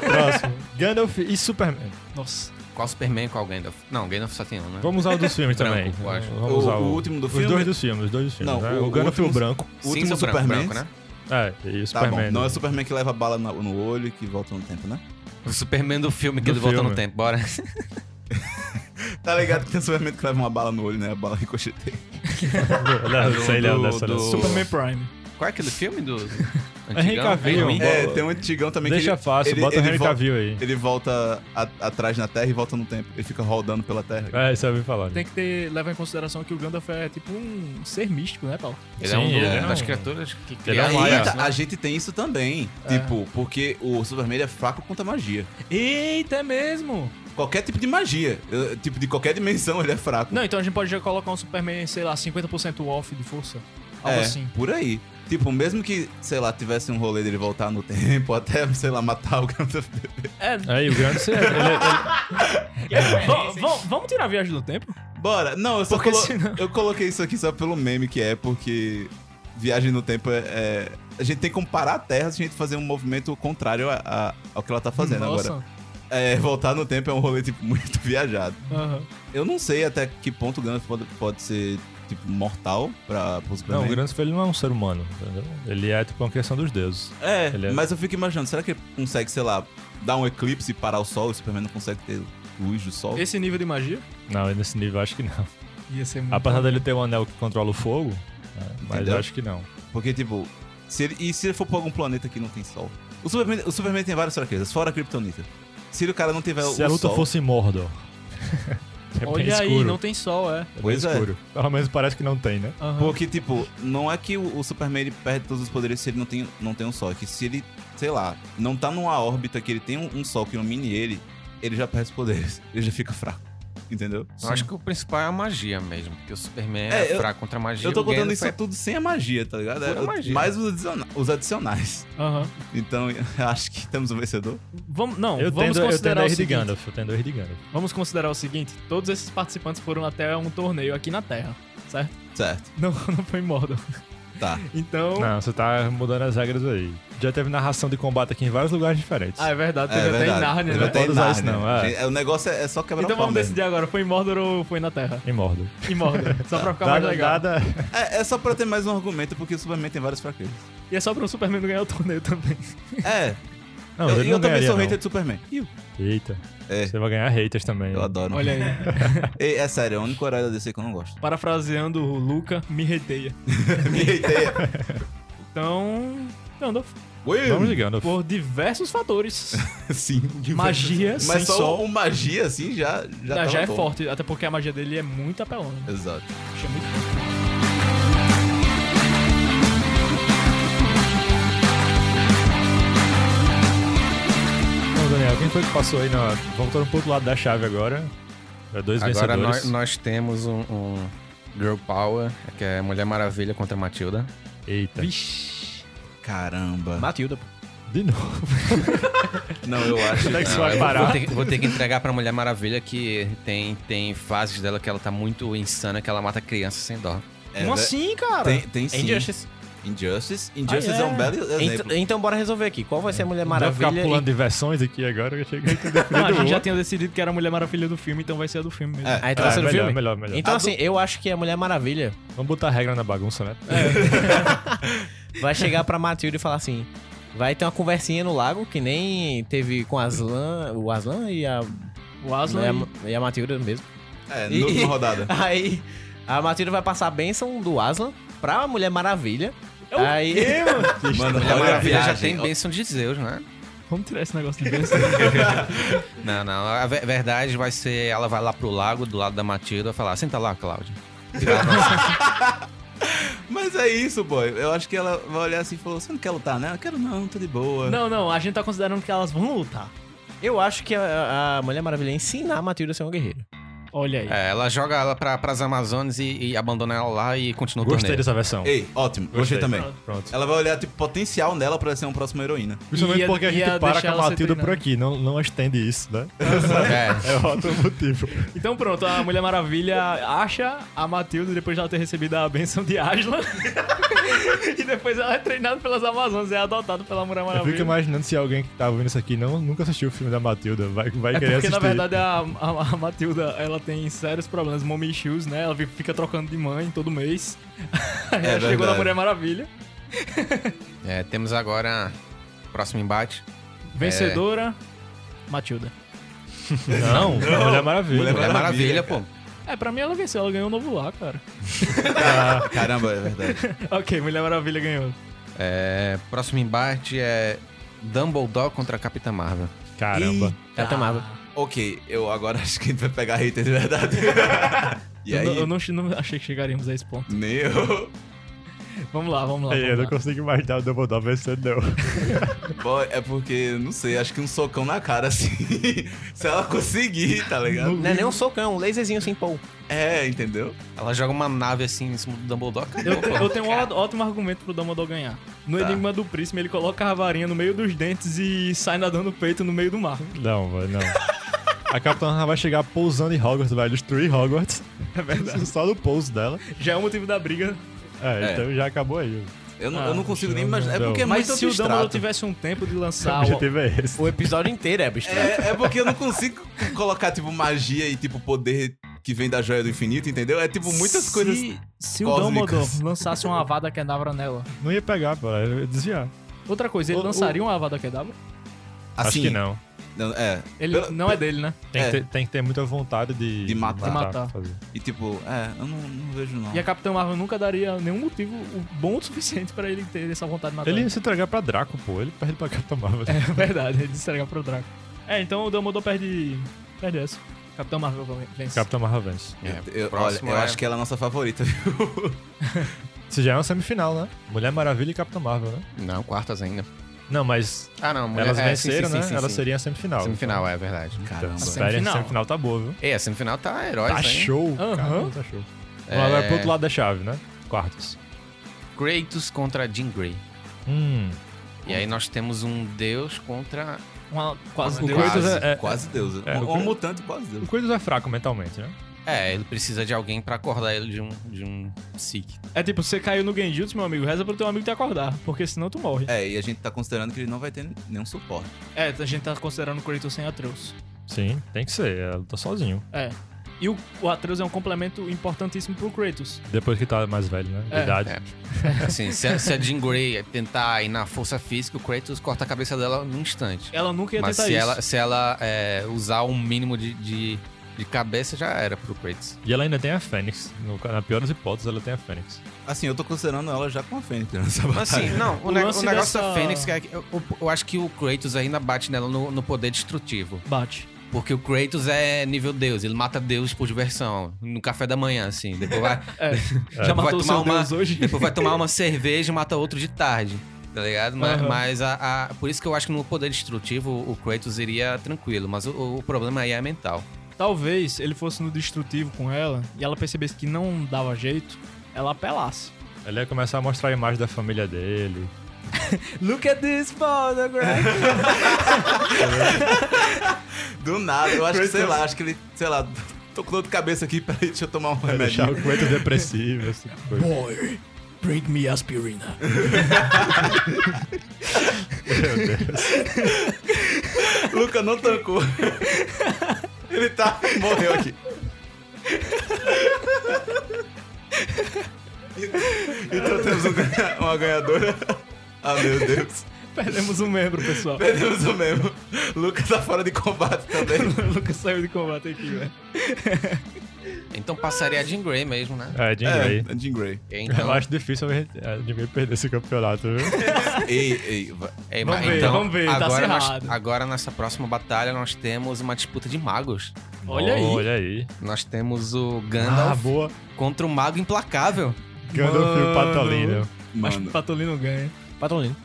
S1: Próximo. Gandalf e Superman.
S3: Nossa.
S5: Qual Superman e qual Gandalf? Não, Gandalf só tem um, né?
S1: Vamos usar o dos filmes também.
S5: Branco, eu acho.
S2: O-
S1: Vamos usar
S2: o último do
S1: os
S2: filme?
S1: dois dos filmes, os dois dos filmes.
S2: Não,
S1: né?
S2: o-
S1: o, Gandalf e
S2: o
S1: o branco.
S2: O último
S5: Cinza, branco,
S2: Superman.
S5: branco, né?
S1: É, e o
S2: Tá
S1: Superman.
S2: bom, não é o Superman que leva bala na- no olho e que volta no tempo, né?
S5: O Superman do filme que
S1: Do
S5: ele volta no
S1: filme.
S5: tempo, bora.
S2: Tá ligado que tem Superman que leva uma bala no olho, né? A bala ricocheteia.
S1: Não, não sei, Léo,
S2: Do-
S1: dessa
S2: do-
S1: não.
S3: Superman Prime.
S5: Qual é aquele
S1: *laughs*
S5: filme do.
S1: É Henry
S5: Antigão?
S1: Cavill.
S5: ruim?
S2: É, tem um antigão também que.
S1: Deixa
S2: ele-
S1: fácil,
S2: ele-
S1: bota o
S2: ele
S1: Henry
S2: volta-
S1: Cavill aí.
S2: Ele volta a- atrás na Terra e volta no tempo. Ele fica rodando pela Terra.
S1: É, isso eu ouvi falar.
S3: Tem que ter, levar em consideração que o Gandalf é tipo um ser místico, né, Paulo?
S5: Ele é um
S1: Sim,
S5: do-
S1: ele é
S5: das
S1: um-
S5: criaturas que
S1: ele é um
S5: criaram
S1: Maia.
S5: isso,
S2: Eita,
S5: né?
S2: a gente tem isso também.
S3: É.
S2: Tipo, porque o Superman ele é fraco contra magia.
S3: Eita, é mesmo!
S2: Qualquer tipo de magia. eh, Tipo, de qualquer dimensão ele é fraco.
S3: Não, então a gente pode já colocar um Superman, sei lá, 50% off de força. Algo
S2: é,
S3: assim.
S2: por aí. Tipo, mesmo que, sei lá, tivesse um rolê dele voltar no *laughs* tempo, até, sei lá, matar o Gandalf.
S3: É, *laughs*
S1: Aí, o grande ele, ele-
S2: É.
S3: va- va- vamos tirar a viagem do tempo?
S2: Bora! Não, eu só
S3: Porque
S2: colo-
S3: senão-
S2: eu coloquei isso aqui só pelo meme que é, porque viagem no tempo é. é- A gente tem que comparar a Terra se a gente fazer um movimento contrário a- a- ao que ela tá fazendo agora. É, voltar no tempo é um rolê, tipo, *laughs* muito viajado.
S3: Aham.
S2: Eu não sei até que ponto o Gandalf pode, pode ser, tipo, mortal pra, pro Superman.
S1: Não, o grande ele não é um ser humano, entendeu? Ele é tipo uma questão dos deuses.
S2: É,
S1: Ele é-
S2: mas eu fico imaginando, será que ele consegue, sei lá, dar um eclipse e parar o sol? O Superman não consegue ter luz do sol?
S3: Esse nível de magia
S1: Não, nesse nível eu acho que não.
S3: ia ser muito.
S1: Apesar dele ter um anel que controla o fogo, né, mas
S2: Entendeu?
S1: eu acho que não.
S2: Porque, tipo, se ele- e se ele for pra algum planeta que não tem sol? O Superman, o Superman tem várias fraquezas, fora a Kryptonita. Se o cara não tiver
S1: Se
S2: o
S1: a luta
S2: sol...
S1: fosse em Mordor, *laughs* É bem
S3: Olha aí,
S1: escuro.
S3: não tem sol, é.
S1: É bem
S2: Pois é.
S1: escuro. Pelo menos parece que não tem, né?
S3: Aham.
S2: Porque, tipo, não é que o, o Superman ele perde todos os poderes se ele não tem, não tem um sol. É que se ele, sei lá, não tá numa órbita que ele tem um, um sol que ilumine ele, ele já perde os poderes. *laughs* Ele já fica fraco. Entendeu?
S5: Eu acho que o principal é a magia mesmo, porque o Superman
S2: É,
S5: é,
S2: eu-
S5: fraco contra a magia.
S2: Eu tô
S5: o Gandalf
S2: contando isso
S5: é-
S2: tudo sem a magia, tá ligado? É,
S5: Pura magia.
S2: Mais os, adiciona- os adicionais.
S3: Aham.
S2: Então, *laughs* acho que temos um vencedor.
S3: Vamos, não,
S1: Eu
S3: Então, vamos
S1: tendo, eu tendo
S3: considerar
S1: a
S3: o
S1: R de
S3: seguinte.
S1: Gandalf, eu tendo a R de Gandalf.
S3: Vamos considerar o seguinte, todos esses participantes foram até um torneio aqui na Terra, *laughs* certo?
S2: Certo.
S3: Não, não foi em Mordor.
S2: Tá.
S3: Então...
S1: Não, você tá mudando as regras aí. Já teve narração de combate aqui em vários lugares diferentes.
S3: Ah, é verdade, teve
S2: é
S3: até
S2: verdade.
S3: em Narnia,
S2: Teve
S3: né?
S1: Não
S2: até em
S1: pode usar isso,
S2: Nárnia.
S1: não, é.
S2: Gente, é, O negócio é, é só quebrar
S3: Então
S2: o pau
S3: vamos
S2: mesmo.
S3: decidir agora, foi em Mordor ou foi na Terra?
S1: Em Mordor.
S2: *laughs*
S3: Em Mordor, só pra ficar mais
S1: Dada,
S3: legal.
S1: dada-
S2: É, é só pra ter mais um argumento, porque o Superman tem várias fraquezas.
S3: E é só pra o Superman não ganhar o
S2: *laughs*
S3: torneio também.
S2: É,
S1: Não,
S2: eu,
S1: ele não
S2: eu também
S1: ganharia,
S2: sou
S1: não.
S2: hater de Superman. Ih,
S1: Eita.
S2: É.
S1: Você vai ganhar haters também.
S2: Eu
S1: né?
S2: adoro.
S3: Olha aí,
S2: É, é sério, é o único horário da DC que eu não *laughs* gosto.
S3: parafraseando o Luca, me reteia.
S2: Me hateia.
S3: Então, Gandalf,
S1: Vamos de Gandalf.
S3: por
S2: *laughs*
S3: diversos fatores,
S2: Sim.
S3: magia sem
S2: Mas só
S3: sol,
S2: o magia, assim, já Já,
S3: já,
S2: tava
S3: é
S2: bom.
S3: forte, até porque a magia dele é muito apelona.
S2: *laughs* Exato.
S3: Achei muito forte.
S1: Bom, Daniel, quem foi que passou aí na... Vamos para um outro lado da chave agora. É dois
S5: Agora
S1: vencedores.
S5: nós, nós temos um, um Girl Power, que é Mulher Maravilha contra Matilda.
S1: Eita.
S3: Vixe.
S2: Caramba.
S4: Matilda.
S1: De novo.
S2: Não, eu acho.
S1: Onde é que
S2: que-
S1: isso vai
S5: Eu vou
S1: parar?
S5: ter, que- vou ter que entregar pra Mulher Maravilha que tem, tem fases dela que ela tá muito insana, que ela mata criança sem dó.
S2: É,
S3: Como
S2: né?
S3: assim, cara?
S2: Tem, tem sim.
S4: Injustice.
S2: Injustice. Injustice
S3: Ah,
S2: é.
S3: é.
S2: um belo
S4: Ent-
S2: exemplo.
S4: então bora resolver aqui. Qual vai ser a Mulher
S1: Vai ficar
S4: Maravilha?
S1: pulando de versões aqui agora. Eu cheguei a entender.
S3: Não, Ah, a gente já tinha decidido que era a Mulher Maravilha do filme, então vai ser a do filme mesmo.
S2: É.
S4: Aí tá
S1: Ah,
S4: sendo
S1: melhor,
S4: filme?
S1: melhor, melhor.
S4: Então
S2: A
S4: assim, eu acho que a Mulher Maravilha
S1: Vamos botar regra na bagunça, né?
S4: vai chegar pra Matilda e falar assim: vai ter uma conversinha no lago, que nem teve com Aslan, o Aslan e a,
S3: O Aslan.
S4: e
S3: e-
S4: a, e a Matilda mesmo.
S2: É, na última
S3: *laughs*
S2: rodada.
S4: *laughs* Aí a Matilda vai passar a bênção do Aslan pra Mulher Maravilha.
S3: É o
S4: aí
S2: Mano,
S5: Mulher
S2: olha a
S5: Maravilha já
S2: viagem.
S5: tem bênção de Zeus, né?
S3: Vamos tirar esse negócio
S2: *laughs*
S3: de bênção.
S5: Não, não. A ve- verdade vai ser ela vai lá pro lago do lado da Matilda e falar: senta lá, Cláudia.
S2: Mas é isso, boy. Eu acho que ela vai olhar assim e falou: Você não quer lutar, né? Eu quero não, tô de boa.
S3: não, não, a gente tá considerando que elas vão lutar.
S4: eu acho que a, a Mulher Maravilha ensina a Matilda a ser uma guerreira.
S3: Olha aí.
S5: É, ela joga ela pra, pras Amazonas e, e abandona ela lá e continua o
S1: Gostei
S5: torneio.
S1: dessa versão.
S2: Ei, ótimo. Gostei,
S1: Gostei.
S2: também.
S3: Ah.
S1: Pronto.
S2: Ela vai olhar, tipo, potencial nela pra ser uma próxima heroína.
S1: Principalmente
S3: Ia-
S1: porque a
S3: ia
S1: gente para
S3: deixar
S1: com a
S3: ela ser
S1: Matilda por
S3: treinada.
S1: aqui. Não, não estende isso, né?
S5: É.
S1: É outro motivo.
S3: Então pronto, a Mulher Maravilha acha a Matilda depois de ela ter recebido a benção de Aslan. *laughs* e depois ela é treinada pelas Amazonas, é adotada pela Mulher
S1: Eu fico
S3: Maravilha.
S1: imaginando se alguém que tá ouvindo isso aqui não, nunca assistiu o filme da Matilda. Vai, vai
S3: É
S1: querer
S3: porque,
S1: assistir.
S3: na verdade, a, a- a Matilda, ela tem sérios problemas, mommy issues, né? Ela fica trocando de mãe todo mês. Aí
S1: É
S3: ela *laughs* chegou
S2: verdade.
S3: na Mulher Maravilha.
S5: É, temos agora o próximo embate.
S3: Vencedora,
S1: É.
S3: Matilda.
S1: Não, não, Mulher Maravilha.
S2: Mulher
S5: Mulher
S2: Maravilha,
S5: Maravilha, pô.
S3: É, pra mim ela venceu, ela ganhou um novo lá, cara. *laughs* Ah.
S2: Caramba, é verdade.
S3: ok, Mulher Maravilha ganhou.
S5: É, próximo embate é Dumbledore contra a Capitã Marvel.
S1: Caramba.
S4: Ela tomava.
S2: ok, eu agora *laughs* acho que a gente vai pegar a hater de
S3: *laughs*
S2: verdade. e
S3: Eu,
S2: aí?
S3: não- eu não, não achei que chegaríamos a esse ponto.
S2: Meu.
S3: Vamos lá, vamos lá.
S1: Ei, eu
S3: Vamos
S1: não
S3: lá.
S1: consigo imaginar o Dumbledore vencendo, não.
S2: Boy, é porque, não sei, acho que um socão na cara, assim. *laughs* se ela conseguir, tá ligado?
S4: Não é nem um socão, um laserzinho assim, pô.
S2: É, entendeu?
S5: Ela joga uma nave assim em cima do Dumbledore.
S3: Eu,
S5: Acabou,
S3: te-
S5: pô.
S3: eu tenho um ó- ótimo argumento pro Dumbledore ganhar. No
S2: Tá.
S3: Enigma do Príncipe, ele coloca a varinha no meio dos dentes e sai nadando o peito no meio do mar.
S1: Não, vai, não. A Capitã Marvel vai chegar pousando em Hogwarts, vai destruir Hogwarts. É verdade. Só no pouso dela.
S3: Já é o motivo da briga.
S1: É,
S2: É.
S1: então já acabou aí.
S2: Eu não,
S3: Ah,
S2: eu não consigo nem
S1: não,
S2: imaginar. É
S1: não.
S2: porque é
S3: Mas
S2: muito
S3: se o Dumbledore
S2: abstrato.
S3: tivesse um tempo de
S1: O
S2: Tá,
S3: lançar o...
S1: objetivo é esse.
S4: O episódio inteiro é abstrato.
S2: É, é porque eu não consigo colocar, tipo, magia e, tipo, poder que vem da joia do infinito, entendeu? É, tipo, muitas
S3: se,
S2: coisas.
S3: Se o
S2: cósmicas.
S3: Dumbledore lançasse uma Avada Kedavra nela...
S1: Não ia pegar, pô, eu ia desviar.
S3: Outra coisa, ele
S1: O-
S3: lançaria uma Avada Kedavra?
S1: Acho
S2: Assim,
S1: que não.
S2: não, É.
S3: Ele
S2: Pela-
S3: não é dele, né?
S1: Tem,
S2: É.
S1: que ter, tem que ter muita vontade de,
S2: De matar.
S3: Matar.
S1: fazer.
S2: E, tipo, é, eu não, não vejo, não.
S3: E a Capitã Marvel nunca daria nenhum motivo bom o suficiente pra ele ter essa vontade de matar.
S2: é
S3: *laughs*
S1: Ele ia se entregar pra Draco, pô. Ele perde pra Capitão Marvel.
S3: É verdade, ele estragar pro Draco. É, então o Dumbledore perde... Perde essa. Capitão Marvel vence.
S1: Capitão Marvel vence.
S2: Eu- olha,
S5: próximo
S2: eu
S5: é-
S2: acho que ela é a nossa favorita, viu?
S1: Isso já é uma semifinal, né? Mulher Maravilha e Capitão Marvel, né?
S5: Não, quartas ainda.
S1: Não, mas
S5: Ah, não. mulher-
S1: elas
S5: é, sim,
S1: venceram,
S5: sim,
S1: né?
S5: sim, sim,
S1: elas
S5: sim.
S1: seriam a semifinal.
S5: Semifinal, é verdade.
S1: Então,
S2: Caramba.
S1: essa série-
S3: Semifinal.
S1: semifinal tá boa, viu?
S5: É, a semifinal tá herói,
S1: tá show, cara.
S3: Aham.
S1: Tá show.
S5: É.
S1: Vamos agora pro outro lado da chave, né? Quartos.
S5: Kratos contra Jean Grey.
S1: Hum.
S5: E aí nós temos um deus contra...
S3: Uma, quase
S1: O
S3: deu.
S1: Kratos
S5: Quase.
S1: é, é-
S2: Quase Deus.
S1: É,
S2: um,
S1: o-
S2: um mutante, quase Deus.
S1: O Kratos é fraco mentalmente, né?
S5: É, ele precisa de alguém pra acordar ele de um, de um psique.
S3: É tipo, você caiu no Genjutsu, meu amigo, reza pro teu amigo te acordar, porque senão tu morre.
S2: É, e a gente tá considerando que ele não vai ter nenhum suporte.
S3: É, a gente tá considerando o Kratos sem Atreus.
S1: Sim, tem que ser. Ela tá sozinho.
S3: É. E o, o Atreus é um complemento importantíssimo pro Kratos.
S1: Depois que tá mais velho, né? De
S3: É.
S1: idade.
S5: É. Assim, se a, se a Jean Grey tentar ir na força física, o Kratos corta a cabeça dela num instante.
S3: Ela nunca ia
S5: Mas
S3: tentar
S5: se
S3: isso.
S5: ela, se ela é, usar um mínimo de, de, de cabeça, já era pro Kratos.
S1: E ela ainda tem a Fênix. No- na pior das hipóteses, ela tem a Fênix.
S2: Assim, eu tô considerando ela já com a Fênix né? *laughs* nessa
S5: Mas assim,
S2: batalha.
S5: não, o,
S3: O
S5: ne-
S3: lance
S5: o negócio
S3: dessa-
S5: da Fênix, é que eu, eu- eu acho que o Kratos ainda bate nela no, no poder destrutivo.
S3: Bate.
S5: Porque o Kratos é nível Deus, ele mata Deus por diversão, no café da manhã, assim. Depois vai,
S3: *laughs* É. Já
S5: Vai
S3: matou o seu
S5: tomar uma-
S3: Deus hoje? *laughs*
S5: depois *laughs* vai tomar uma cerveja e mata outro de tarde, tá ligado? Mas,
S3: Aham.
S5: mas a, a- por isso que eu acho que no poder destrutivo o Kratos iria tranquilo, mas o, o problema aí é mental.
S3: Talvez ele fosse no destrutivo com ela e ela percebesse que não dava jeito, ela apelasse. *laughs*
S1: Ela ia começar a mostrar a imagem da família dele.
S3: Look at this photograph.
S2: Do nada, eu acho que, sei lá, acho que ele, sei lá, tô com dor de cabeça aqui, peraí, deixa eu tomar um
S1: Vai
S2: remédio.
S1: deixar o Kratos depressivo, essa coisa.
S3: Boy, bring me aspirina.
S2: Luca não *laughs* tancou. Ele tá. Morreu aqui. *laughs* Então temos um ganha- uma ganhadora. Ah, meu Deus.
S3: Perdemos um membro, pessoal. *laughs*
S2: Perdemos o mesmo. Luca tá fora de combate também.
S3: o Lucas saiu de combate aqui, velho.
S5: Então passaria a Jean Grey mesmo, né?
S1: É, Jean Grey.
S2: É, Jean Grey.
S1: Eu
S3: *laughs*
S5: Então,
S1: acho difícil a gente- a Jean Grey perder esse campeonato, viu?
S2: Ei, ei, vai.
S5: é,
S3: Vamos
S5: mas
S3: ver,
S5: então,
S3: vamos ver, tá
S5: agora, nós-
S3: acirrado.
S5: agora nessa próxima batalha nós temos uma disputa de magos.
S3: Olha aí.
S1: Olha aí.
S5: Nós temos o
S1: Ah,
S5: Gandalf
S1: boa.
S5: contra o Mago Implacável.
S1: Gandalf e o
S3: Mano.
S1: Patolino.
S3: Acho que
S2: Mano,
S3: o Patolino ganha.
S4: Patolino.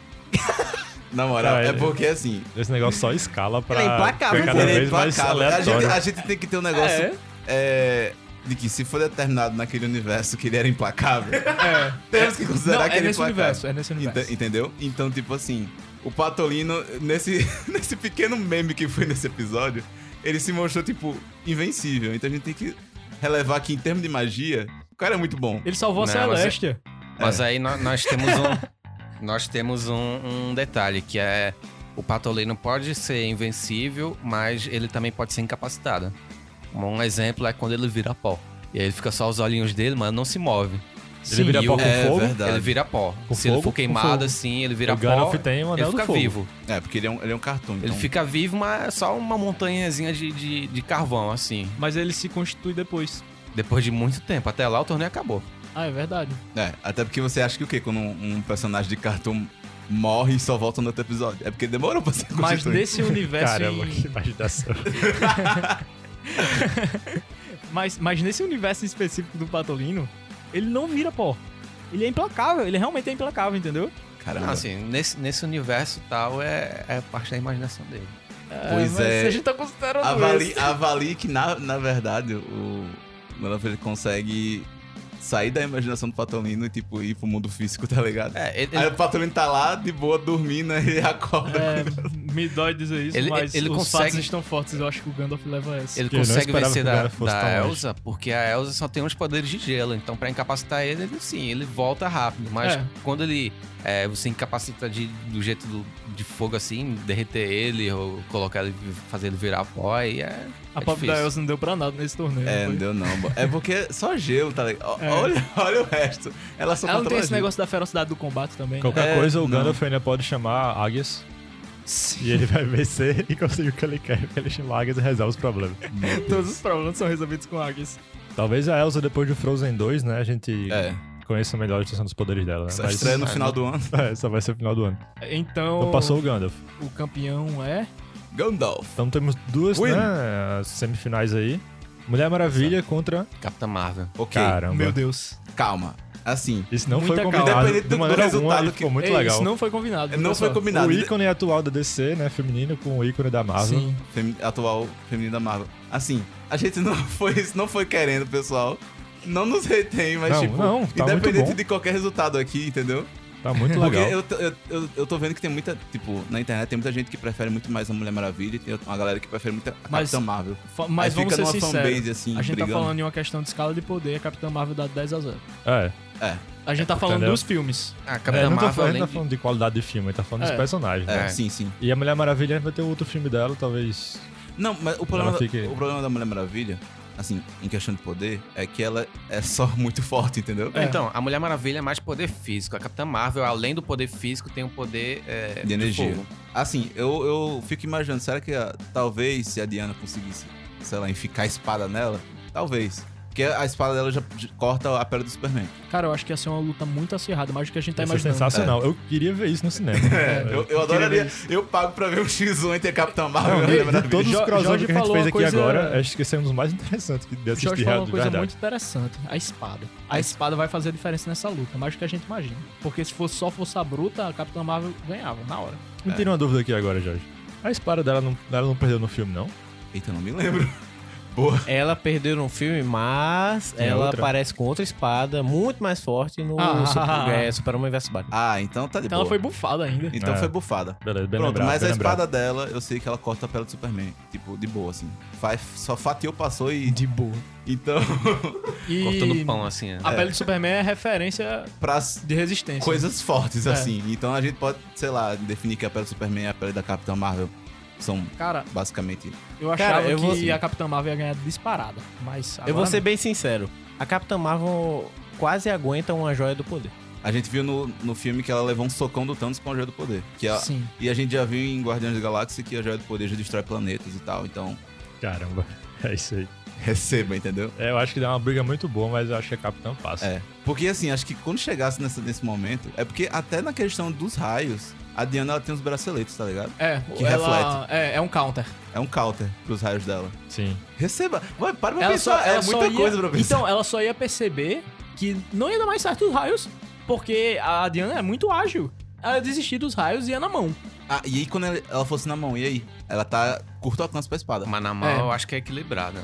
S2: na moral,
S1: Cara,
S2: é
S1: ele-
S2: porque assim.
S1: Esse negócio só escala pra.
S5: Ele é implacável,
S1: ficar cada
S2: ele é
S1: vez mais
S2: implacável. a, gente,
S1: aleatório.
S2: a gente tem que ter um negócio. é, de que se for determinado naquele universo que ele era implacável,
S3: É.
S2: *laughs* temos que considerar
S3: Não,
S2: que
S3: é
S2: ele
S3: nesse
S2: implacável.
S3: universo, é nesse universo.
S2: Ente- entendeu? Então, tipo assim, o Patolino, nesse, *laughs* nesse pequeno meme que foi nesse episódio, ele se mostrou, tipo, invencível. Então a gente tem que relevar que, em termos de magia, o cara é muito bom.
S3: Ele salvou
S5: Não,
S3: a
S5: mas é-
S3: Celestia.
S5: Mas aí nó- nós, temos um nós temos um, um detalhe que é o Patolino pode ser invencível, mas ele também pode ser incapacitado. Um exemplo é quando ele vira pó. E aí ele fica só os olhinhos dele, mas não se move.
S1: Ele vira
S5: Sim,
S1: pó
S5: e
S1: com
S5: o-
S2: é
S1: fogo.
S2: verdade.
S5: Ele vira pó.
S1: Com
S5: se
S1: fogo?
S5: ele for
S1: Com
S5: queimado
S1: fogo.
S5: assim, ele
S1: o
S5: vira pó.
S1: Gandalf tem o
S5: Ele
S1: anel do
S5: fica
S1: fogo.
S5: vivo.
S2: É, porque ele é um, ele é um cartoon.
S5: Ele
S2: então-
S5: fica vivo, mas é só uma montanhazinha de, de, de carvão, assim.
S3: Mas ele se constitui depois.
S5: Depois de muito tempo. Até lá o torneio acabou.
S3: Ah, é verdade.
S2: É, até porque você acha que o quê? Quando um, um personagem de cartoon morre e só volta no outro episódio. É porque demorou pra ser
S3: Mas
S2: constituído.
S3: nesse universo.
S1: Caramba,
S3: em- *laughs*
S1: que é imaginação.
S3: Mas, mas nesse universo específico do Patolino, ele não vira pó. Ele é implacável, ele realmente é implacável, entendeu?
S2: Caramba.
S5: Não, assim, nesse, nesse universo tal, é, é parte da imaginação dele.
S2: Pois
S3: mas
S2: é.
S3: A gente tá considerando
S2: avalie,
S3: isso.
S2: avalie que, na, na verdade, o Melanoff ele consegue sair da imaginação do Patolino e, tipo, ir pro mundo físico, tá ligado?
S5: É, ele,
S2: Aí o Patolino tá lá, de boa, dormindo, e ele acorda.
S3: É, me dói dizer isso,
S5: Ele-
S3: mas
S5: ele
S3: os
S5: consegue-
S3: fatos estão fortes. Eu acho que o Gandalf leva essa.
S5: ele
S1: Eu não
S5: consegue
S1: esperava
S5: vencer
S1: que o
S5: da,
S1: cara fosse
S5: da
S1: tão longe.
S5: Elsa, porque a Elsa só tem uns poderes de gelo. Então, pra incapacitar ele, ele sim, ele volta rápido. Mas
S3: É.
S5: quando ele é, você incapacita de, do jeito do- de fogo assim, derreter ele, ou colocar ele, fazer ele virar pó, aí é.
S3: a
S5: é
S3: pobre da
S5: difícil.
S3: Elsa não deu pra nada nesse torneio.
S2: É,
S3: não
S2: não
S3: foi?
S2: deu não. bo- É porque só gelo, tá ligado? O-
S3: É.
S2: Olha, olha o resto. Ela só
S3: Ela não tem
S2: controla
S3: esse
S2: gelo.
S3: negócio da ferocidade do combate também. né?
S1: Qualquer
S2: É,
S1: coisa, o
S2: não.
S1: Gandalf ainda pode chamar águias. E ele vai vencer *laughs* e conseguir o que ele quer, porque ele chama águias e resolve os problemas.
S3: Todos os problemas são resolvidos com águias.
S1: Talvez a Elsa, depois de Frozen 2, né? A gente
S2: É,
S1: conheça melhor a extensão dos poderes dela, né?
S2: só estreia no
S1: *laughs*
S5: Mas-
S2: final do ano.
S1: É, só vai ser o final do ano.
S3: Então,
S1: Então passou o Gandalf.
S3: o campeão é
S2: Gandalf.
S1: Então temos duas
S2: Win.
S1: né, as semifinais aí. Mulher Maravilha contra.
S5: Capitã Marvel.
S2: Ok,
S1: Caramba.
S3: Meu Deus.
S2: calma. Assim,
S1: Isso não
S3: Muita
S1: foi
S3: calma.
S1: combinado.
S2: Independente
S1: De
S2: do
S1: maneira
S2: resultado
S1: alguma, e
S2: que-
S1: ficou muito
S3: É,
S1: legal.
S3: Isso não foi combinado.
S2: não
S3: viu
S2: foi
S3: só?
S2: combinado. né?
S1: O ícone é atual da DC, né? Feminino com o ícone da Marvel.
S3: Sim.
S2: Femi- atual feminina da Marvel. Assim, a gente não *laughs* foi, não foi querendo, pessoal. Não nos retém, mas
S1: Não,
S2: tipo,
S1: não, tá muito
S2: independente
S1: bom.
S2: de qualquer resultado aqui, entendeu?
S1: Tá muito
S2: Porque
S1: legal.
S2: eu, t- eu, eu, eu tô vendo que tem muita, tipo, na internet tem muita gente que prefere muito mais a Mulher Maravilha e tem uma galera que prefere muito a
S3: Mas-
S2: Capitã Marvel.
S3: Fa- Mas
S2: Aí
S3: vamos
S2: fica
S3: ser
S2: numa
S3: sinceros.
S2: fanbase, assim,
S3: a gente
S2: brigando.
S3: tá falando em uma questão de escala de poder, a Capitã Marvel dá 10 a 0.
S1: É.
S3: A gente tá falando
S1: Entendeu?
S3: dos filmes.
S5: A Ah, Capitã
S1: É, não tá
S5: Marvel,
S1: falando,
S5: além
S1: tá
S5: de-
S1: falando de qualidade de filme, tá falando
S3: É.
S1: dos personagens.
S2: É,
S1: né?
S5: É.
S2: sim, sim.
S1: E a Mulher Maravilha vai ter outro filme dela, talvez.
S3: Tá
S2: Não, mas o problema,
S1: Ela fica-
S2: o problema da Mulher Maravilha, assim, em questão de poder, é que ela é só *laughs* muito forte, entendeu?
S3: É.
S5: Então, a Mulher Maravilha é mais poder físico. A Capitã Marvel, além do poder físico, tem o poder é,
S2: De energia.
S5: fogo.
S2: Assim, eu, eu fico imaginando, será que a- talvez se a Diana conseguisse, sei lá, enficar a espada nela? Talvez. Porque a espada dela já j- corta a pele do Superman.
S3: Cara, eu acho que ia ser uma luta muito acirrada, mais do que a gente tá
S1: Vai ser
S3: imaginando.
S1: sensacional. Eu queria ver isso no
S2: *laughs*
S1: cinema.
S2: É,
S1: É.
S2: Eu, eu adoraria. Eu pago pra ver o X1 entre a Capitã
S1: Não,
S2: Marvel e a
S1: de- de *laughs*
S2: Mulher Maravilha.
S1: todos os
S3: Jo-
S1: crossovers
S3: Jorge
S1: que a gente
S3: falou
S1: fez
S3: uma
S1: aqui
S3: coisa-
S1: agora, acho que esse é um dos mais interessantes que de
S3: O Jorge
S1: assistir
S3: falou
S1: real,
S3: uma
S1: de
S3: coisa
S1: verdade.
S3: muito interessante. A espada. A espada vai fazer a diferença nessa luta, mais do que a gente imagina. Porque se fosse só força bruta, a Capitã Marvel ganhava na hora.
S2: É.
S1: Me tira uma dúvida aqui agora, Jorge. A espada dela não, ela não perdeu no filme, não?
S2: Eita, não me lembro. Boa.
S4: Ela perdeu no filme, mas
S1: Tem
S4: ela
S1: outra?
S4: aparece com outra espada muito mais forte no
S3: Ah.
S4: Super, é, Superman vs Batman.
S2: Ah, então tá de
S3: Então
S2: boa.
S3: ela foi bufada ainda.
S2: Então
S1: É.
S2: foi bufada.
S1: Beleza, bem
S2: Pronto,
S1: lembrado,
S2: mas
S1: bem
S2: a
S1: lembrado.
S2: espada dela, eu sei que ela corta a pele do Superman. Tipo, de boa, assim. Faz, só fatiou, passou e.
S3: De boa.
S2: Então, *laughs*
S3: E
S5: Cortando pão, assim. é.
S3: a pele do Superman é referência
S2: pra
S3: de *laughs* resistência.
S2: coisas fortes,
S3: É.
S2: assim. Então a gente pode, sei lá, definir que a pele do Superman e a pele da Capitã Marvel são
S3: Cara,
S2: basicamente.
S3: eu
S4: Cara,
S3: achava
S4: eu
S3: que
S4: vou-
S3: a Capitã Marvel ia ganhar disparada. Mas
S4: Eu vou
S3: agora
S4: ser bem sincero. A Capitã Marvel quase aguenta uma joia do poder.
S2: A gente viu no, no filme que ela levou um socão do Thanos com a Joia do Poder. Que é
S3: não.
S2: a-
S3: Sim.
S2: e a gente já viu em Guardiões da Galáxia que a Joia do Poder já destrói planetas e tal. Então, *laughs*
S1: Caramba, *laughs* é isso aí.
S2: receba, entendeu?
S1: É, eu acho que dá uma briga muito boa, mas eu acho que a Capitã passa.
S2: É. Porque assim, acho que quando chegasse nessa- nesse momento, é porque até na questão dos raios, a Diana ela tem os braceletes, tá ligado?
S3: É,
S2: Que
S3: ela... é, é um counter.
S2: É um counter pros raios dela.
S1: Sim.
S2: Receba! Ué, para pra
S3: Ela
S2: pensar, é
S3: ela
S2: muita
S3: ia-
S2: coisa pra pensar.
S3: Então, ela só ia perceber que não ia dar mais certo os raios, porque a Diana é muito ágil. Ela ia desistir dos raios e ia na mão.
S2: Ah, e aí quando ela, ela fosse na mão, e aí? Ela tá curto alcance pra espada.
S5: Mas na mão
S3: É.
S5: eu acho que é equilibrada.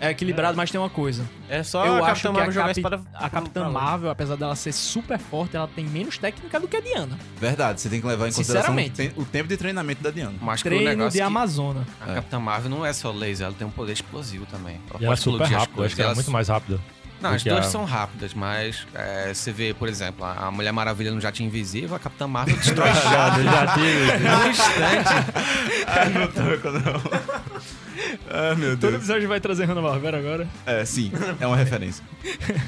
S3: É equilibrado, mas tem uma coisa.
S4: É só
S3: eu
S4: a
S3: acho
S4: Capitã
S3: que
S4: Marvel
S3: a,
S4: jogar
S3: Capi-
S4: a espada.
S3: a Capitã Marvel, apesar dela ser super forte, ela tem menos técnica do que a Diana.
S2: Verdade, você tem que levar em consideração o,
S3: Sinceramente.
S2: tem- o tempo de treinamento da Diana.
S5: Mas que o
S3: Treino de
S5: negócio é que
S3: Amazona.
S5: a Capitã Marvel não é só laser, ela tem um poder explosivo também. Ela
S1: E ela é super rápida, acho que ela é muito mais rápida.
S5: Não,
S1: do
S5: as
S1: que
S5: duas
S1: a-
S5: são rápidas, mas é, você vê, por exemplo, a a Mulher Maravilha no Jato Invisível, a Capitã Marvel destrói jato
S1: já tive.
S5: num instante.
S2: Ah, não troco, não. *laughs* ah, meu
S3: Todo episódio vai trazer Hanna Barbera agora. *laughs*
S2: É, sim, é uma referência.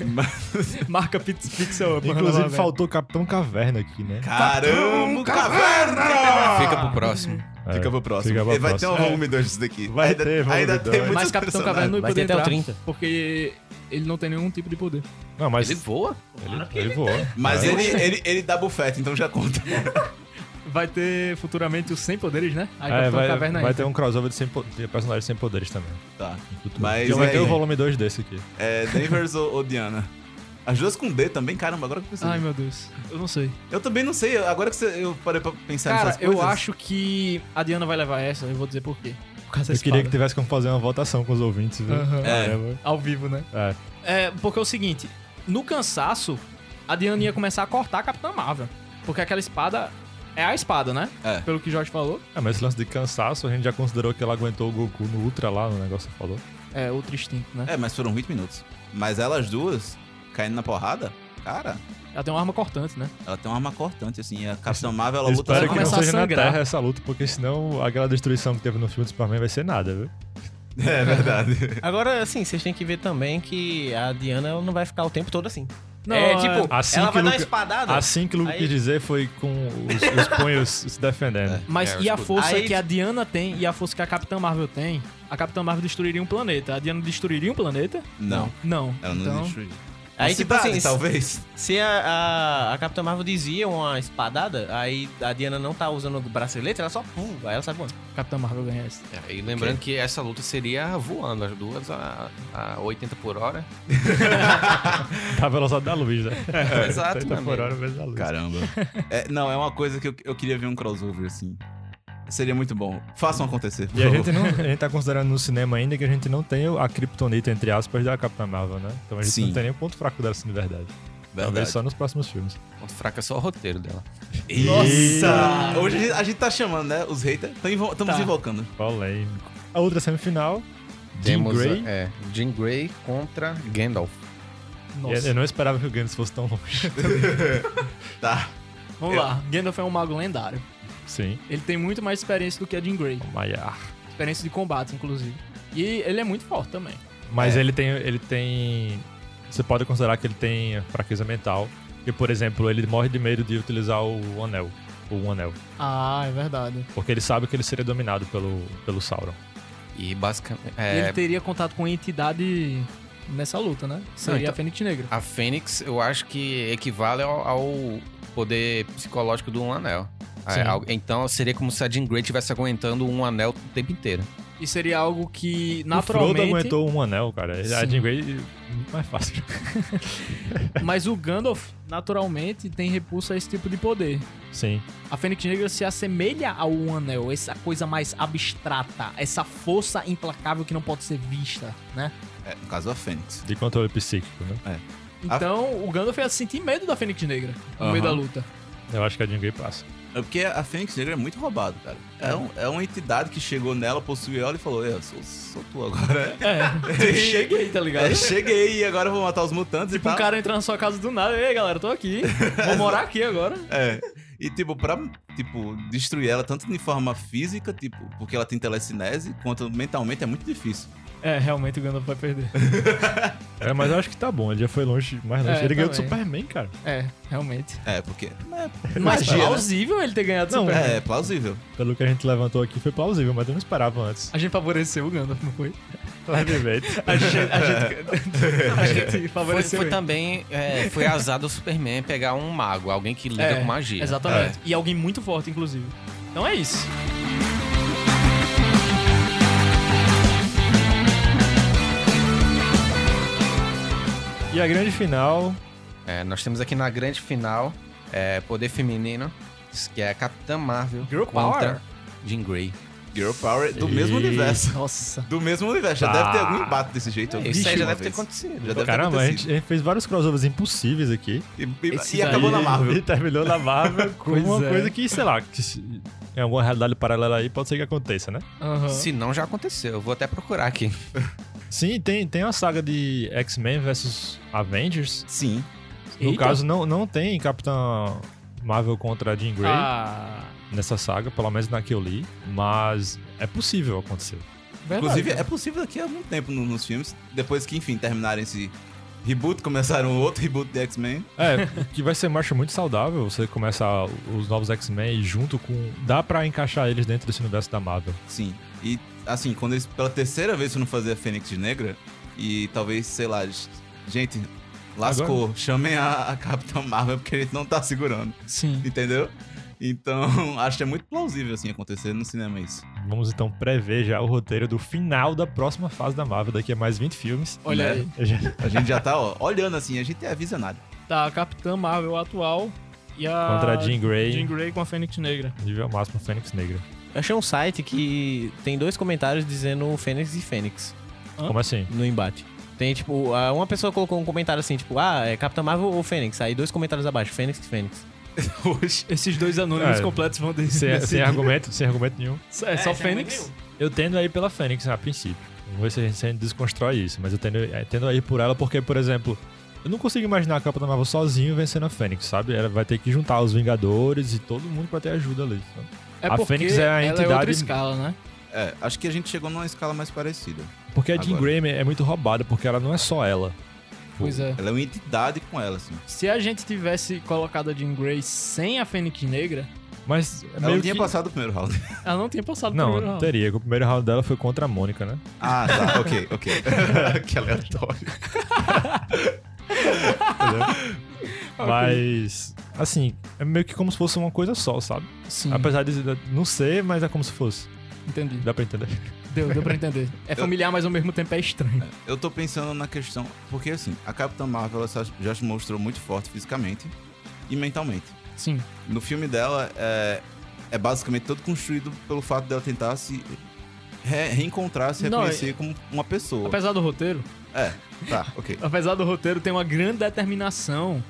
S2: Mas-
S3: Marca Pix- Pixel Up.
S1: Inclusive
S3: Hanna-Barbera.
S1: faltou o Capitão Caverna aqui, né? *laughs*
S2: Caramba, caverna!
S5: Fica pro próximo.
S1: É,
S2: Fica pro próximo.
S1: Fica pro
S2: Ele vai ter
S1: próximo. É.
S2: um volume 2 disso daqui.
S1: Vai
S2: ainda,
S1: ter volume
S2: ainda
S1: dois.
S2: tem muitos
S3: Mas Capitão Caverna não ia
S4: Vai
S3: poder
S4: ter até o
S3: entrar,
S4: 30.
S3: porque ele não tem nenhum tipo de poder.
S1: Não, mas
S5: Ele
S1: ele,
S5: voa.
S1: ele voou.
S2: Mas ele, ele, ele dá bufete, então já
S3: *laughs*
S2: conta.
S3: Vai ter futuramente os 100 poderes, né? Aí
S1: É,
S3: Capitão
S1: vai,
S3: Caverna
S1: vai
S3: entra.
S1: ter um crossover de, sem po- de personagens sem poderes também.
S2: Tá.
S1: no futuro.
S2: Mas
S1: Já vai
S2: aí-
S1: ter o volume 2 desse aqui.
S2: É, Danvers ou, ou Diana? As duas com D também, caramba, agora que eu pensei.
S3: Ai, meu Deus. Eu não sei.
S2: Eu também não sei, agora que você- eu parei pra pensar
S3: Cara,
S2: Tá nessas coisas.
S3: eu acho que a Diana vai levar essa, eu vou dizer por quê. Por causa da
S1: Eu queria
S3: espada.
S1: que tivesse como fazer uma votação com os ouvintes, viu?
S3: Aham.
S2: É.
S1: Caramba.
S3: Ao vivo, né?
S1: É.
S3: É, porque é o seguinte, no cansaço, a Diana ia começar a cortar a Capitã Marvel. Porque aquela espada é a espada, né?
S2: É.
S3: Pelo que o Jorge falou.
S1: Ah, mas esse lance de cansaço, a gente já considerou que ela aguentou o Goku no Ultra lá, no negócio que você falou.
S3: É, outro instinto, né?
S2: É, mas foram 20 minutos. Mas elas duas, caindo na porrada, cara,
S3: Ela tem uma arma cortante, né?
S2: ela tem uma arma cortante, assim. A Capitã Marvel, ela luta
S1: Espero
S3: só
S1: que não
S3: começar a
S1: seja na
S3: sangrar.
S1: Terra essa luta, porque senão aquela destruição que teve no filme do Superman vai ser nada, viu? *laughs*
S2: É verdade.
S4: Agora, assim, vocês têm que ver também que a Diana ela não vai ficar o tempo todo assim.
S3: Não,
S4: é
S3: é-
S4: tipo,
S1: assim
S4: ela
S1: que
S4: vai dar uma
S1: Luca-
S4: espadada.
S1: Assim que o Luke
S4: Aí-
S1: quis dizer foi com os, os punhos se defendendo.
S3: Mas e
S5: É,
S3: a
S5: escudo.
S3: força
S4: Aí-
S3: que a Diana tem e a força que a Capitã Marvel tem? A Capitã Marvel destruiria um planeta. A Diana destruiria um planeta?
S2: Não.
S3: Não.
S2: Ela não
S3: então,
S2: destruiu.
S4: Aí,
S2: Uma
S4: tipo assim,
S2: cidade,
S4: se-
S2: talvez.
S4: se a, a, a Capitã Marvel dizia uma espadada, aí a Diana não tá usando o bracelete, ela só pum, aí ela sai voando.
S3: Capitão Marvel ganha essa.
S5: É, E lembrando que essa luta seria voando, as duas a, a 80 por hora.
S1: Tá a velocidade da luz, né?
S2: Tá
S5: Exato,
S1: 30
S5: meu amigo.
S1: por hora vezes a luz.
S2: Caramba. É, não, é uma coisa que eu, eu queria ver um crossover, assim. Seria muito bom. Façam acontecer, por
S1: E a
S2: favor.
S1: gente, não, a gente tá considerando no cinema ainda que a gente não tem a kriptonita, entre aspas, da Capitã Marvel, né? Então a gente
S2: Sim.
S1: não tem nenhum ponto fraco dela, assim, de verdade. Talvez só nos próximos filmes.
S5: Ponto fraco é só o roteiro dela.
S2: Nossa! Hoje a gente, a gente tá chamando, né? Os haters. Estamos
S3: Tá.
S2: invocando.
S1: Polêmico. A outra semifinal, Jean
S5: Temos,
S1: Grey.
S5: É, Jean Grey contra Gandalf.
S3: é
S1: Eu, eu não esperava que o Gantz fosse tão longe.
S2: Tá.
S3: Vamos lá. Gandalf é um mago lendário.
S1: Sim.
S3: Ele tem muito mais experiência do que a Jean Grey.
S1: É Maiar.
S3: Experiência de combate, inclusive. E ele é muito forte também.
S1: Mas ele tem. ele tem. Você pode considerar que ele tem fraqueza mental. E, por exemplo, ele morre de medo de utilizar o anel. O um anel.
S3: Ah, é verdade.
S1: Porque ele sabe que ele seria dominado pelo, pelo Sauron.
S5: E basicamente.
S3: E
S5: é,
S3: Ele teria contato com a entidade nessa luta, né? Seria
S5: então-
S3: a Fênix Negra.
S5: A Fênix, eu acho que equivale ao, ao poder psicológico do Um Anel. É,
S1: Sim.
S5: al- então seria como se a Jean Grey estivesse aguentando um anel o tempo inteiro.
S3: E seria algo que,
S1: O Frodo
S3: naturalmente...
S1: aguentou um anel, cara. A
S3: Sim.
S1: Jean Grey não é fácil.
S3: *laughs* mas o Gandalf, naturalmente, tem repulso a esse tipo de poder.
S1: *laughs* Sim.
S3: A Fênix Negra se assemelha ao Um Anel, essa coisa mais abstrata, essa força implacável que não pode ser vista, né?
S2: É, no caso, a Fênix.
S1: De controle psíquico, né?
S2: A-
S3: Então, o Gandalf ia sentir medo da Fênix Negra no
S2: Aham.
S3: meio da luta.
S1: Eu acho que a Jean Grey passa.
S2: É porque a Fênix Negra é muito roubado, cara. É, um- é uma entidade que chegou nela, possuiu ela e falou: Eu sou, sou tu agora.
S3: É, cheguei,
S2: *laughs*
S3: tá ligado?
S2: É, cheguei e agora eu vou matar os mutantes
S3: Tipo,
S2: e
S3: um
S2: tal.
S3: cara entrando na sua casa do nada, ei galera, tô aqui, vou morar aqui agora.
S2: É. E, tipo, pra tipo, destruir ela, tanto de forma física, tipo, porque ela tem telecinese, quanto mentalmente é muito difícil.
S3: É, realmente o Gandalf vai perder.
S1: É, mas eu acho que tá bom. Ele já foi longe, mais longe.
S3: É,
S1: ele ganhou do
S3: também.
S1: Superman, cara.
S3: É, realmente.
S2: É, porque. É,
S3: Mas
S2: magia, né?
S3: plausível ele ter ganhado
S1: Não,
S3: Super.
S2: É, é plausível.
S1: Pelo que a gente levantou aqui, foi plausível, mas eu não esperava *laughs* antes.
S3: A gente favoreceu o Gandalf, não foi?
S1: Levemente.
S3: A gente, a gente, *laughs* a gente
S5: Foi,
S3: favoreceu
S5: foi
S3: ele.
S5: também é, foi azar do Superman pegar um mago, alguém que lida
S3: É,
S5: com magia.
S3: Exatamente. E alguém muito forte, inclusive. Então é isso.
S1: E a grande final.
S5: É, nós temos aqui na grande final é, poder feminino, que é a Capitã Marvel
S3: Girl
S5: contra
S3: power.
S5: Jean Grey.
S2: Girl Power do
S1: E-
S2: mesmo universo.
S3: Nossa.
S2: Do mesmo universo. Já
S1: Ah.
S2: deve ter algum embate desse jeito.
S5: É, Isso aí
S2: Vixe,
S5: já
S2: uma
S5: deve ter
S2: vez.
S5: acontecido.
S2: Já deve
S1: Caramba, a
S2: ter
S1: gente, a gente fez vários crossovers impossíveis aqui.
S2: acontecido. E- e-
S3: Esse
S2: E, acabou
S3: daí-
S2: na Marvel.
S1: E *laughs* terminou na
S2: *laughs*
S1: Marvel com
S3: Pois
S1: uma
S3: é.
S1: coisa que, sei lá, que se- em alguma realidade paralela aí pode ser que aconteça, né?
S3: Aham.
S5: Se não, já aconteceu. Eu vou até procurar aqui.
S1: Sim, tem, tem uma saga de X-Men versus Avengers.
S2: Sim.
S1: No
S3: Eita.
S1: caso, não, não tem Capitã Marvel contra Jean Grey
S3: Ah,
S1: nessa saga, pelo menos na que eu li. Mas é possível acontecer.
S3: verdade.
S2: Inclusive, é possível daqui a algum tempo no- nos filmes, depois que, enfim, terminarem esse reboot, começaram um outro reboot de X-Men.
S1: É, *laughs* que vai ser marcha muito saudável você começar os novos X-Men e junto com. Dá pra encaixar eles dentro desse universo da Marvel.
S2: Sim. E, assim, quando eles, pela terceira vez, não fazer a Fênix Negra, e talvez, sei lá, j- gente, lascou. Chamem a, a Capitã Marvel, porque a gente não tá segurando,
S3: Sim.
S2: entendeu? Então, *laughs* acho que é muito plausível, assim, acontecer no cinema isso.
S1: Vamos então prever já o roteiro do final da próxima fase da Marvel, daqui a mais 20 filmes.
S3: Olha
S2: Né?
S3: aí.
S1: Eu já-
S2: A gente já tá, ó, olhando, assim, a gente é visionário.
S3: Tá a Capitã Marvel atual e a.
S1: Contra a Jean Grey,
S3: Ah, Jean Grey com a Fênix Negra.
S1: nível máximo Fênix Negra.
S4: Eu achei um site que tem dois comentários dizendo Fênix e Fênix
S3: Hã?
S1: Como
S4: *laughs*
S1: assim?
S4: no embate. Tem, tipo, ah, uma pessoa colocou um comentário assim, tipo, ah, é Capitã Marvel ou Fênix? Aí dois comentários abaixo, Fênix e Fênix.
S2: Hoje.
S3: Esses dois anônimos
S1: É.
S3: completos vão decidir.
S1: Sem, sem argumento, sem argumento nenhum.
S3: É, só Fênix.
S1: Eu tendo aí pela Fênix a princípio. Vamos ver se a gente- se a gente desconstrói isso, mas eu tendo, eu tendo aí por ela porque, por exemplo, eu não consigo imaginar a Capa da Marvel sozinho vencendo a Fênix, sabe? Ela vai ter que juntar os Vingadores e todo mundo pra ter ajuda ali. sabe?
S3: É
S1: A
S3: porque
S1: Fênix é a
S3: ela é outra
S1: entidade-
S3: escala, né?
S2: É, acho que a gente chegou numa escala mais parecida.
S1: Porque a Jean
S2: Agora.
S1: Grey é muito roubada, porque ela não é só ela.
S3: Pois é.
S2: Ela é uma entidade com ela, assim.
S3: Se a gente tivesse colocado a Jean Grey sem a Fênix Negra,
S1: Mas é
S2: Ela
S1: meio
S2: não tinha
S1: que...
S2: passado o primeiro round.
S3: ela Tá não tinha passado
S1: Não,
S3: primeiro
S1: não
S3: round.
S1: teria. que O primeiro round dela foi contra a Mônica, né?
S2: Ah, tá, ok, ok. que aleatório.
S1: Mas, assim, é meio que como se fosse uma coisa só, sabe?
S2: Hum.
S3: Sim.
S1: Apesar de não ser, mas é como se fosse.
S3: Entendi.
S1: Dá pra entender.
S3: Deu, deu pra entender. É familiar, mas ao mesmo tempo é estranho.
S2: Eu tô pensando na questão, porque assim, a Capitã Marvel ela só- já se mostrou muito forte fisicamente e mentalmente.
S3: Sim.
S2: No filme dela, é, é basicamente todo construído pelo fato dela tentar se re- reencontrar, se
S3: Não,
S2: reconhecer como uma pessoa.
S3: Apesar do roteiro,
S2: Tá, ok.
S3: apesar do roteiro, tem uma grande determinação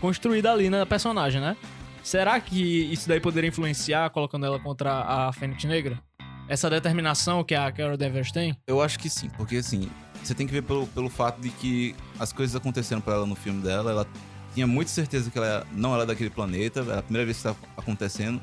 S3: construída ali na personagem, né? Será que isso daí poderia influenciar colocando ela contra a Fênix Negra? Essa determinação que a Carol Danvers tem?
S2: Eu acho que sim, porque assim, você tem que ver pelo, pelo fato de que as coisas aconteceram pra ela no filme dela, ela tinha muita certeza que ela não era daquele planeta, era a primeira vez que estava acontecendo.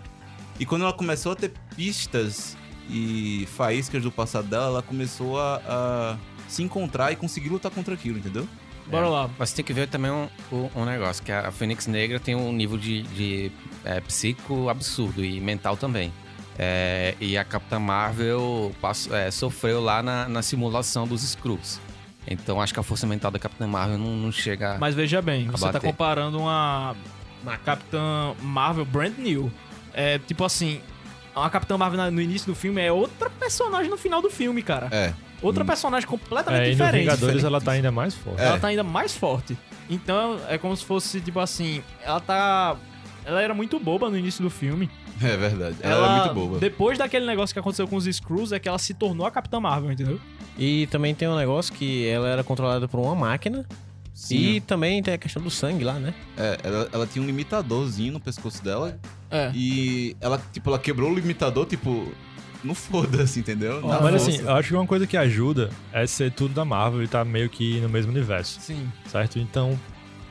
S2: E quando ela começou a ter pistas e faíscas do passado dela, ela começou a, a se encontrar e conseguir lutar contra aquilo, entendeu?
S3: Bora
S2: É.
S3: lá.
S5: Mas tem que ver também um, um- um negócio, que a Fênix Negra tem um nível de, de é, psico absurdo e mental também. É, e a Capitã Marvel passou- é, sofreu lá na, na simulação dos Skrulls. Então acho que a força mental da Capitã Marvel não, não chega...
S3: Mas veja bem, você tá
S5: Abater.
S3: comparando uma, uma Capitã Marvel brand new. É tipo assim, a Capitã Marvel na- no início do filme é outra personagem no final do filme, cara.
S2: É.
S3: Outra personagem completamente
S1: É, e no
S3: diferente.
S1: Vingadores ela tá ainda mais forte.
S2: É.
S3: Ela tá ainda mais forte. Então é como se fosse, tipo assim, ela tá. Ela era muito boba no início do filme.
S2: É verdade. Ela, era muito boba.
S3: Depois daquele negócio que aconteceu com os Screws, é que ela se tornou a Capitã Marvel, entendeu?
S4: E também tem um negócio que ela era controlada por uma máquina. E também tem a questão do sangue lá, né?
S2: É, ela, ela tinha um limitadorzinho no pescoço dela.
S3: É.
S2: E ela, tipo, ela quebrou o limitador, tipo, não foda-se, entendeu? Na
S1: Mas
S2: força.
S1: assim, eu acho que uma coisa que ajuda é ser tudo da Marvel e tá meio que no mesmo universo,
S3: Sim.
S1: certo? Então,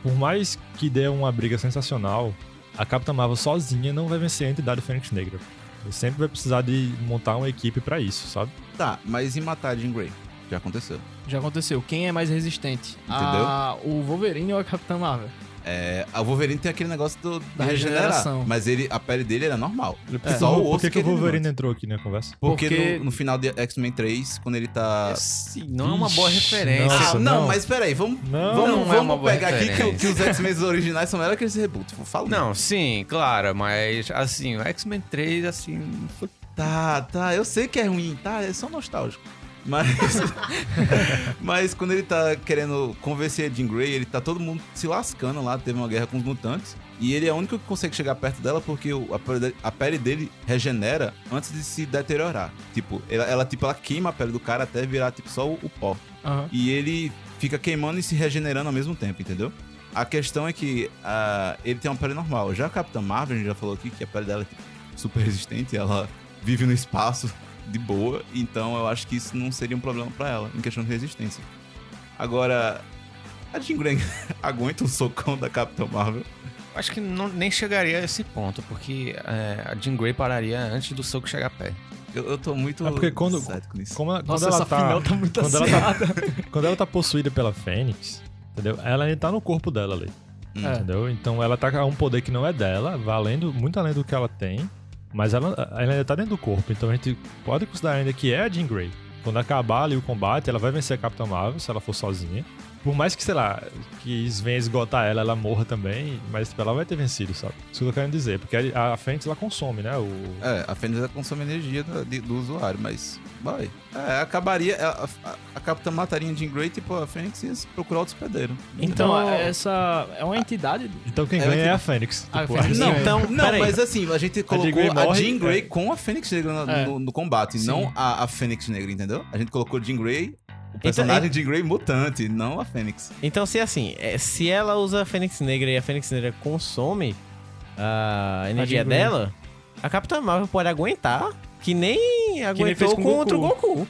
S1: por mais que dê uma briga sensacional, a Capitã Marvel sozinha não vai vencer a entidade Fênix Negra. Você Sempre vai precisar de montar uma equipe pra isso, sabe?
S2: Tá, mas e matar a Jean Grey? Já aconteceu.
S3: Já aconteceu. Quem é mais resistente?
S2: Entendeu?
S3: A- o Wolverine ou a Capitã Marvel?
S2: É, a Wolverine tem aquele negócio do, da
S3: Da regeneração.
S2: regeneração. Mas ele, a pele dele era normal. É. Só o osso
S1: Por que, que o
S2: ele não
S1: Wolverine é-
S2: mata.
S1: entrou aqui na conversa?
S2: Porque,
S3: Porque-
S2: No, no final de X-Men 3, quando ele tá.
S5: Assim, não é uma boa
S1: Ixi,
S5: referência.
S1: nossa.
S2: ah, não,
S1: não.
S2: mas peraí, vamos,
S1: Não,
S5: não é
S2: vamos,
S5: uma
S2: vamos
S5: boa
S2: pegar aqui que, o-
S5: referência.
S2: que os X-Men originais são melhor que esse reboot. Fala. um
S5: Não, sim, claro, mas assim, o X-Men 3, assim, não foi
S2: Tá, tá, eu sei que é ruim, tá? É só nostálgico. Mas. *laughs* mas quando ele tá querendo convencer a Jean Grey, ele tá todo mundo se lascando lá, teve uma guerra com os mutantes. E ele é o único que consegue chegar perto dela porque o- a pele, dele- a pele dele regenera antes de se deteriorar. Tipo, ela, ela, tipo, ela queima a pele do cara até virar tipo, só o, o pó.
S3: Aham.
S2: E ele fica queimando e se regenerando ao mesmo tempo, entendeu? A questão é que ah, ele tem uma pele normal. Já a Capitã Marvel, a gente já falou aqui que a pele dela é tipo, super resistente, ela vive no espaço de boa, então eu acho que isso não seria um problema pra ela, em questão de resistência. Agora, a Jean Grey *laughs* aguenta um socão da Capitã Marvel.
S5: Acho que não- nem chegaria a esse ponto, porque é, a Jean Grey pararia antes do soco chegar perto.
S2: Eu, eu tô muito
S1: É porque quando-
S2: cético nisso.
S1: Como ela- quando
S3: Nossa,
S1: ela
S3: essa
S1: tá...
S3: final tá muito
S1: quando ela
S3: acirrada.
S1: tá- *laughs* Quando ela tá possuída pela Fênix, entendeu? Ela ainda tá no corpo dela ali.
S2: Hum.
S3: É.
S1: Entendeu? Então ela tá com um poder que não é dela, valendo muito além do que ela tem, mas ela, ela ainda tá dentro do corpo. Então a gente pode considerar ainda que é a Jean Grey. Quando acabar ali o combate, ela vai vencer a Capitã Marvel se ela for sozinha. Por mais que, sei lá, que isso venha esgotar ela, ela morra também, mas tipo, ela vai ter vencido, sabe? Isso que eu tô querendo dizer, porque a a Fênix ela consome, né? O...
S2: É, a Fênix ela consome energia da- de- do, usuário, mas. Vai. É, acabaria. A, a, a Capitã mataria a Jean Grey, tipo, a Fênix ia se procurar outro hospedeiro.
S3: Então,
S4: Então,
S3: essa é uma entidade.
S1: Então quem
S2: É,
S1: ganha
S2: eu
S1: é a Fênix.
S3: A
S1: Tipo,
S3: Fênix
S1: assim,
S3: ganha.
S4: Então,
S2: Não,
S4: peraí.
S2: mas assim, a gente colocou a
S1: Grey
S2: Jean Grey,
S1: morre, é.
S2: com a Fênix Negra no,
S3: É.
S2: no- no combate,
S3: Sim.
S2: não a, a Fênix Negra, entendeu? A gente colocou Jean Grey, o personagem Jean Grey mutante, não a Fênix.
S4: Então, se assim, é, se ela usa a Fênix Negra e a Fênix Negra consome a energia
S3: Jean Grey.
S4: dela, a Capitã Marvel pode aguentar, que nem
S3: fez
S4: aguentou
S3: com
S4: contra o
S3: Goku.
S4: Goku.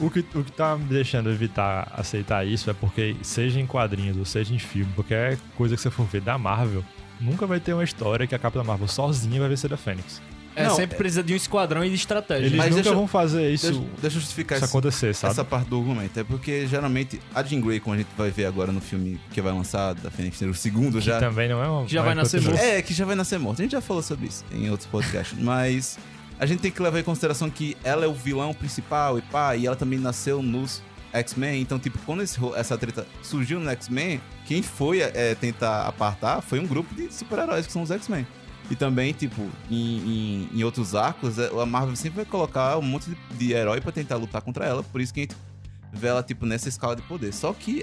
S1: O, o que, o que tá me deixando evitar aceitar isso é porque, seja em quadrinhos ou seja em filme, qualquer coisa que você for ver da Marvel, nunca vai ter uma história que a Capitã Marvel sozinha vai vencer da Fênix.
S3: É,
S2: Não,
S3: sempre precisa de um esquadrão e de estratégia.
S1: Eles
S2: É, Mas
S1: nunca
S2: deixa eu-
S1: vão fazer isso,
S2: Deixa, deixa eu justificar
S1: isso
S2: esse-
S1: acontecer, sabe?
S2: essa parte do argumento. É porque geralmente a Jean Grey, como a gente vai ver agora no filme que vai lançar da Fênix Negra, o segundo já.
S1: Que também não é uma.
S3: Já
S1: uma
S3: vai nascer
S1: continuação.
S2: É, que já vai nascer morta. A gente já falou sobre isso em outros podcasts, *laughs* mas a gente tem que levar em consideração que ela é o vilão principal e pá, e ela também nasceu nos X-Men. Então, tipo, quando esse ro- essa treta surgiu no X-Men, quem foi é, tentar apartar foi um grupo de super-heróis que são os X-Men. E também, tipo, em, em- em outros arcos, é, a Marvel sempre vai colocar um monte de, de herói pra tentar lutar contra ela. Por isso que a gente vê ela, tipo, nessa escala de poder. Só que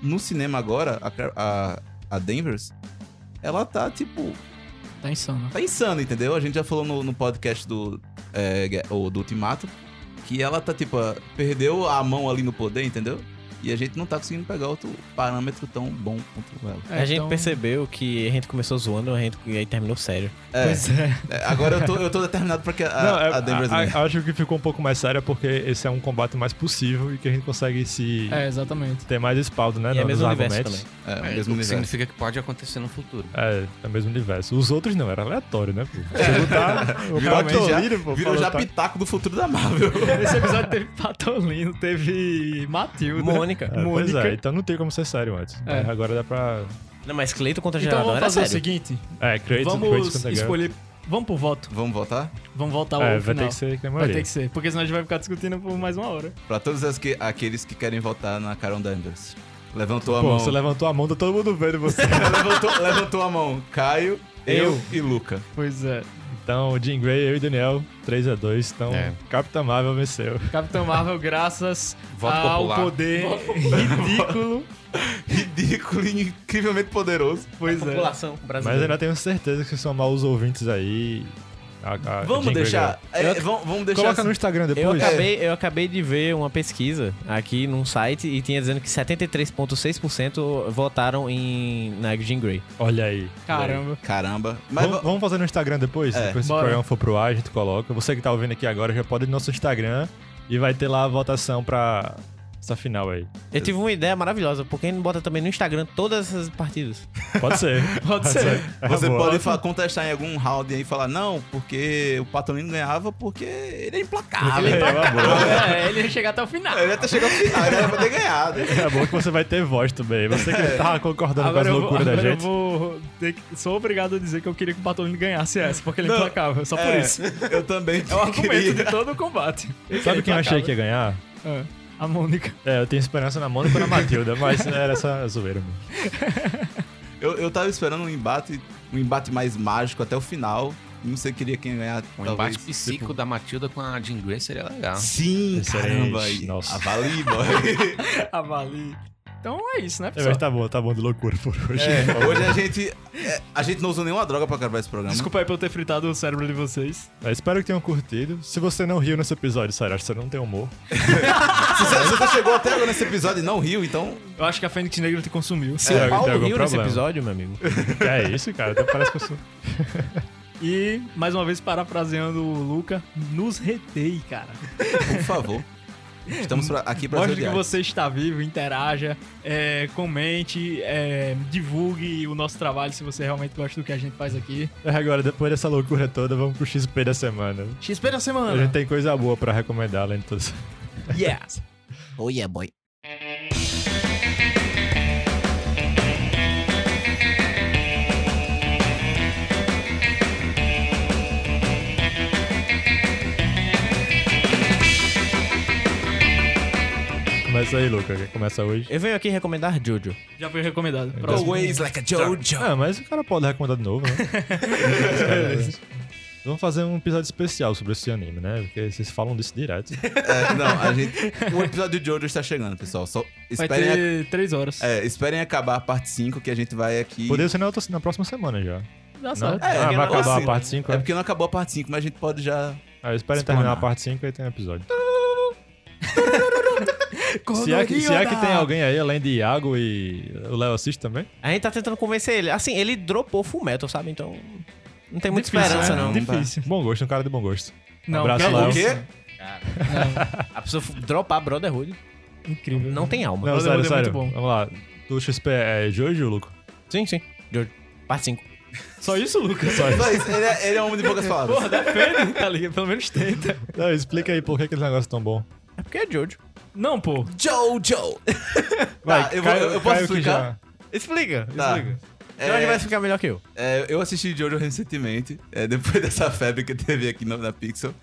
S2: no cinema agora, a, Car- a, a Danvers, ela tá, tipo,
S3: Tá insano.
S2: tá insano, entendeu? A gente já falou no, no podcast do, é, Gue- ou do Ultimato que ela tá, tipo, ah, perdeu a mão ali no poder, entendeu? E a gente não tá conseguindo pegar outro parâmetro tão bom quanto ela.
S3: É,
S4: a
S3: então-
S4: gente percebeu que a gente começou zoando a gente, e aí terminou sério.
S2: É,
S3: Pois é.
S2: é, agora eu tô, eu tô determinado pra que a,
S1: Não, é-
S2: a Denver
S1: a-
S2: ganhe.
S1: a- acho que ficou um pouco mais sério porque esse é um combate mais possível e que a gente consegue se *laughs*
S3: É, exatamente.
S1: ter mais espaldo, né?
S4: e é
S1: nos
S4: mesmo universo
S1: argumentos.
S4: também.
S2: É, o
S5: É,
S2: mesmo
S5: o que
S2: universo.
S5: significa que pode acontecer no futuro.
S1: É, é o mesmo universo. Os outros não, era aleatório, né?
S2: *laughs*
S1: Pô? Você lutar, o
S2: Virou,
S1: cara
S2: já,
S1: tolírio, pô,
S2: virou
S1: pra
S2: já
S1: lutar.
S2: pitaco do futuro da Marvel. *laughs*
S3: Nesse episódio teve Patolino, teve Matilda.
S4: Mônica.
S3: *laughs*
S1: É, pois
S3: Mônica.
S1: é, então não tem como ser sério antes.
S3: É.
S1: Mas Agora dá pra.
S4: Não, mas Cleiton contra
S3: Então
S4: Geraldão
S3: vamos
S4: era
S3: fazer o
S4: sério.
S3: seguinte:
S1: É, Kratos, Kratos
S3: vamos
S1: contra Guerra.
S3: escolher. Vamos pro voto.
S2: Vamos voltar?
S3: Vamos voltar ao
S1: É, vai
S3: final.
S1: ter que ser que
S3: Vai ter que ser, porque senão a gente vai ficar discutindo por mais uma hora.
S2: Pra todos as que- aqueles que querem votar na Carol Danvers. Levantou a
S1: Pô,
S2: mão. *laughs*
S1: você levantou a mão, tá todo mundo vendo você.
S3: *laughs*
S2: levantou, levantou a mão. Caio, eu,
S3: Eu.
S2: e Luca.
S3: Pois é.
S1: então, Jim Gray, eu e Daniel, 3x2. Então,
S5: É.
S1: Capitã Marvel venceu.
S3: Capitão Marvel, graças
S5: Voto
S3: ao
S5: popular.
S3: poder *laughs* ridículo.
S2: Ridículo e incrivelmente poderoso.
S3: Pois é.
S4: População
S1: Mas
S4: brasileira.
S1: ainda tenho certeza que se somar os ouvintes aí. a- a-
S2: Vamos
S1: Jean Grey
S2: deixar.
S1: ganhou.
S2: é, vamos, vamos deixar.
S1: Coloca no Instagram
S4: Eu
S1: depois.
S4: acabei, eu acabei de ver uma pesquisa aqui num site e tinha dizendo que 73,6% votaram em, na Jean Grey.
S1: Olha aí.
S3: Caramba.
S2: Caramba. Mas
S1: Vamos,
S2: va-
S1: vamos fazer no Instagram depois?
S2: É.
S1: depois se o
S3: Bora.
S1: programa for pro ar, a gente coloca. Você que tá ouvindo aqui agora já pode ir no nosso Instagram e vai ter lá a votação pra essa final aí.
S4: Eu tive uma ideia maravilhosa, por que não bota também no Instagram todas essas partidas?
S1: Pode ser.
S3: Pode ser.
S1: É
S2: você
S1: boa.
S2: pode fa- contestar em algum round aí e falar, não, porque o Patolino ganhava porque ele é implacável.
S1: Ele é implacável.
S3: É, ele ia chegar até o final.
S2: Ele até chegou no final, ele era pra ter ganhado.
S1: É bom que você vai ter voz também. Você que tava concordando
S3: Agora,
S1: com
S3: eu
S1: as
S3: vou,
S1: loucuras da
S3: agora eu
S1: gente.
S3: vou ter que- sou obrigado a dizer que eu queria que o Patolino ganhasse essa, porque ele é
S2: Não.
S3: implacável, só por
S2: É,
S3: isso.
S2: Eu também
S3: É o
S1: um
S3: argumento
S1: né?
S2: queria.
S3: de todo o combate.
S1: Sabe quem eu achei que ia ganhar?
S3: É, a Mônica.
S1: É, eu tenho esperança na Mônica e na Matilda, mas era essa zoeira. mano.
S2: Eu, eu tava esperando um embate, um embate mais mágico até o final. Não sei queria quem ia ganhar.
S5: Um
S2: talvez,
S5: embate
S2: tipo,
S5: psíquico da Matilda com a Jean Grey seria
S3: *laughs*
S5: legal.
S2: Sim,
S1: Esse era
S2: caramba.
S1: esse,
S2: aí. Ah,
S1: nossa.
S2: Avali, *laughs* boy.
S3: Avali. Então é isso, né,
S1: É,
S3: pessoal?
S1: mas tá bom, tá bom de loucura por hoje.
S2: É, hoje a gente. é, A gente não usou nenhuma droga pra gravar esse programa.
S3: Desculpa aí por eu ter fritado o cérebro de vocês.
S1: *laughs* Eu espero que tenham curtido. Se você não riu nesse episódio, sério, acho que você não tem humor.
S2: Se você, se você chegou até agora nesse episódio e não riu, então.
S3: Eu acho que a Fênix Negra te consumiu.
S1: Será que tem
S4: Paulo
S1: algum
S4: riu nesse
S1: problema?
S4: episódio, meu amigo.
S1: *laughs* É isso, cara. Até parece que eu sou.
S3: E, mais uma vez, parafraseando o Luca, nos retei, cara.
S2: Por favor. Estamos pra- aqui pra
S3: Mostre
S2: ser
S3: que
S2: odiados.
S3: você está vivo, interaja, é, comente, é, divulgue o nosso trabalho se você realmente gosta do que a gente faz aqui.
S1: É, Agora, depois dessa loucura toda, vamos pro XP da semana.
S3: XP da
S1: A gente
S3: semana!
S1: tem coisa boa pra recomendar além de tudo *laughs* isso.
S3: Yeah!
S4: Oh yeah, boy.
S1: Começa aí, Luca. que Começa hoje.
S4: Eu venho aqui recomendar Jojo.
S3: Já foi recomendado.
S2: Então,
S3: Próximo.
S2: Always like a Jojo.
S1: Ah, mas o cara pode recomendar de
S2: *laughs*
S1: novo, né? Beleza. Vamos fazer um episódio especial sobre esse anime, né? Porque vocês falam disso direto.
S2: É, não, a gente. O episódio de Jojo está chegando, pessoal. Só
S3: Vai
S2: esperem, a-
S3: ter três horas.
S2: é, esperem acabar a parte 5 que a gente vai aqui.
S1: Poderia ser na, outra- na próxima semana já.
S3: Dá
S1: Não?
S3: certo.
S2: É,
S1: ah, vai
S2: porque não-
S1: acabar
S2: assim,
S1: a parte 5?
S2: É porque não acabou a parte 5, mas a gente pode já.
S1: Ah, esperem
S2: Explanar.
S1: terminar a parte 5 e tem um episódio. Se é, que, se é que tem alguém aí, além de Iago e o Léo assiste também.
S4: A gente tá tentando convencer ele. Assim, ele dropou Full Metal, sabe? Então. Não tem muita
S3: Difícil,
S4: esperança,
S3: né?
S4: não.
S2: Difícil.
S1: Bom gosto, um cara de bom gosto.
S3: Não,
S1: Abraço,
S3: não,
S1: Léo.
S2: O quê?
S4: A pessoa f- dropar Brotherhood
S3: *laughs* Incrível.
S4: não tem alma.
S1: Não,
S3: Brotherhood
S1: sério,
S3: é
S1: sério.
S3: muito bom.
S1: Vamos lá. Do XP é Jojo, Luco?
S4: Sim, sim. Jojo. Parte 5.
S3: Só isso, Lucas.
S1: Só isso.
S2: Só isso, ele, é, ele é um homem de poucas palavras.
S3: Porra, defende, tá ligado? Pelo menos tenta.
S1: Não, explica aí por que aquele negócio é tão bom.
S4: É porque é Jojo.
S3: Não, pô.
S2: Jojo!
S1: Vai,
S2: Tá, eu vou- eu- eu posso
S1: Caio que
S2: explicar?
S4: Explica.
S2: Tá.
S4: Explica.
S2: É,
S4: Jorge vai ficar melhor que eu.
S2: é, eu assisti Jojo recentemente, é, depois *laughs* dessa febre que teve aqui no- na Pixel.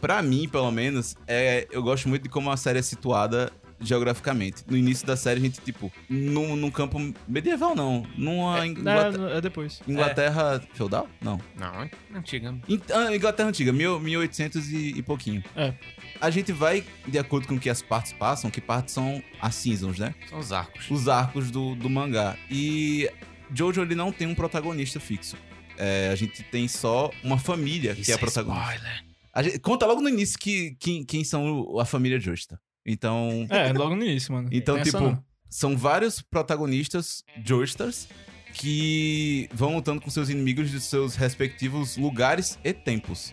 S2: Pra mim, pelo menos, é, eu gosto muito de como a série é situada geograficamente. No início da série, a gente, tipo, num, num campo medieval, não. Numa Inglaterra,
S3: É, é depois.
S2: Inglaterra feudal? Não.
S5: Não, é antiga.
S2: In- ah, Inglaterra antiga, mil- 1800 e, e pouquinho.
S3: É.
S2: A gente vai de acordo com o que as partes passam, que partes são as seasons, né?
S5: São os arcos.
S2: os arcos do, do mangá. E Jojo ele não tem um protagonista fixo. É, a gente tem só uma família que é a protagonista. A gente- conta logo no início que, quem, quem são o- a família Joestar. Então,
S3: É, logo no início, mano.
S2: Então,
S3: Tem essa
S2: tipo,
S3: não.
S2: são vários protagonistas Joestars que vão lutando com seus inimigos de seus respectivos lugares e tempos.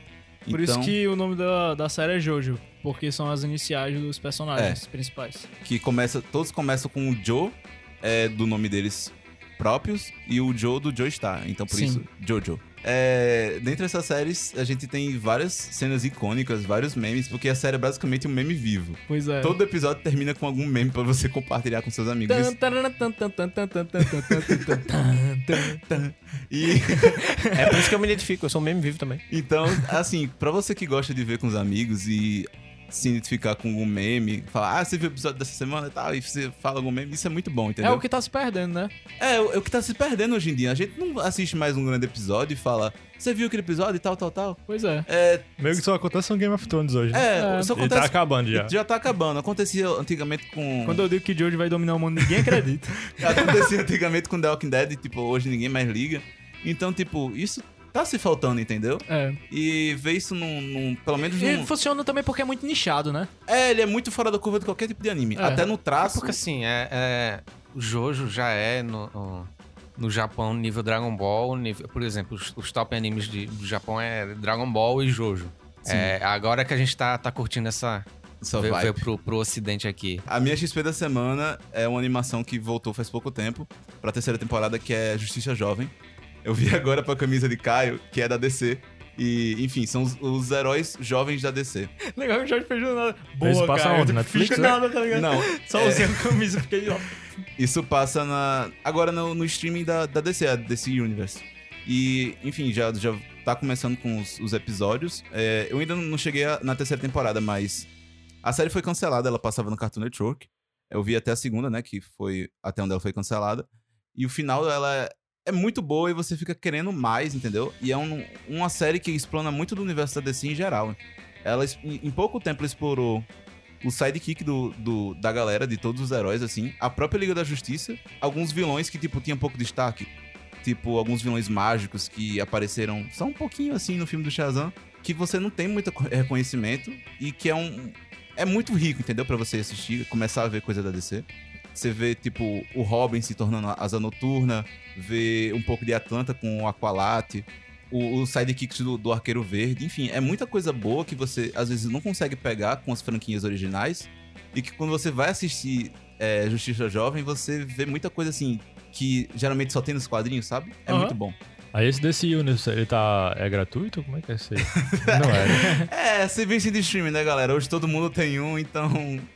S3: Por
S2: então,
S3: isso que o nome da, da série é Jojo, porque são as iniciais dos personagens
S2: É.
S3: principais.
S2: que começa, todos começam com o Joe, é, do nome deles próprios, e o Joe do Joe Star. Então, por
S3: Sim.
S2: isso, Jojo. É, dentre essas séries, a gente tem várias cenas icônicas, vários memes, porque a série é basicamente um meme vivo.
S3: Pois é.
S2: Todo episódio termina com algum meme pra você compartilhar com seus amigos.
S3: Tan, tarana, tan, tan, tan, tan, tan, tan, tan, tan, É tan, tan, tan.
S2: E *laughs*
S4: É por isso que eu me identifico, eu sou um meme vivo também.
S2: então, assim, pra você que gosta de ver com os amigos e se identificar com algum meme, falar, ah, você viu o episódio dessa semana e tal, e você fala algum meme, isso é muito bom, entendeu?
S3: É o que tá se perdendo, né?
S2: É, o, o que tá se perdendo hoje em dia. A gente não assiste mais um grande episódio e fala, você viu aquele episódio e tal, tal, tal.
S3: Pois é.
S2: É,
S1: Meio que só acontece um Game of Thrones hoje, né?
S2: é,
S3: É.
S2: isso
S1: E tá
S2: acontece.
S1: acabando já.
S2: Já. tá acabando. Acontecia antigamente com.
S3: Quando eu digo que Jojo vai dominar o mundo, ninguém
S2: *laughs*
S3: acredita.
S2: Acontecia antigamente com The Walking Dead, tipo, hoje ninguém mais liga. Então, tipo, isso tá se faltando, entendeu?
S3: É.
S2: E ver isso num. num- pelo menos num.
S3: E funciona também porque é muito nichado, né?
S2: É, ele é muito fora da curva de qualquer tipo de anime.
S3: É.
S2: Até no traço.
S5: Porque assim, é, é- o Jojo já é no, no- no Japão nível Dragon Ball, nível- por exemplo, os, os top animes de- do Japão é Dragon Ball e Jojo. É, agora que a gente tá, tá curtindo essa.
S2: Só
S5: veio-
S2: vai.
S5: veio pro, pro ocidente aqui.
S2: A minha XP da semana é uma animação que voltou faz pouco tempo pra terceira temporada, que é Justiça Jovem. Eu vi *laughs* agora pra camisa de Caio, que é da DC. E, enfim, são os, os heróis jovens da DC.
S3: Legal que o Jorge fez do nada.
S1: Isso
S3: Boa,
S1: passa
S3: cara.
S1: onde?
S3: eu não
S1: Netflix,
S3: fiz
S1: né?
S3: nada, tá ligado?
S2: Não,
S3: *laughs* Só
S2: é.
S3: usei a camisa, fiquei ó.
S2: Isso passa na agora no, no streaming da, da DC, a DC Universe. E, enfim, já, já tá começando com os, os episódios. É, eu ainda não cheguei a- na terceira temporada, mas a série foi cancelada, ela passava no Cartoon Network. Eu vi até a segunda, né, que foi até onde ela foi cancelada. E o final ela é- é muito boa e você fica querendo mais, entendeu? E é um- uma série que explana muito do universo da DC em geral. Ela, es- em em pouco tempo, ela explorou o sidekick do, do- da galera, de todos os heróis, assim, a própria Liga da Justiça, alguns vilões que, tipo, tinham pouco destaque. Tipo, alguns vilões mágicos que apareceram só um pouquinho assim no filme do Shazam, que você não tem muito co- reconhecimento e que é um. É muito rico, entendeu? Pra você assistir, começar a ver coisa da DC. Você vê, tipo, o Robin se tornando a Asa Noturna, vê um pouco de Atlanta com o Aqualate, o, o sidekicks do, do Arqueiro Verde, enfim, é muita coisa boa que você às vezes não consegue pegar com as franquinhas originais e que quando você vai assistir é, Justiça Jovem, você vê muita coisa assim que geralmente só tem nos quadrinhos, sabe? É
S3: Aham.
S2: muito bom.
S1: Aí esse desse Universe, ele tá. É gratuito? Como é que é *laughs* isso aí? Não é. né?
S2: É, serviço de streaming, né, galera? Hoje todo mundo tem um, então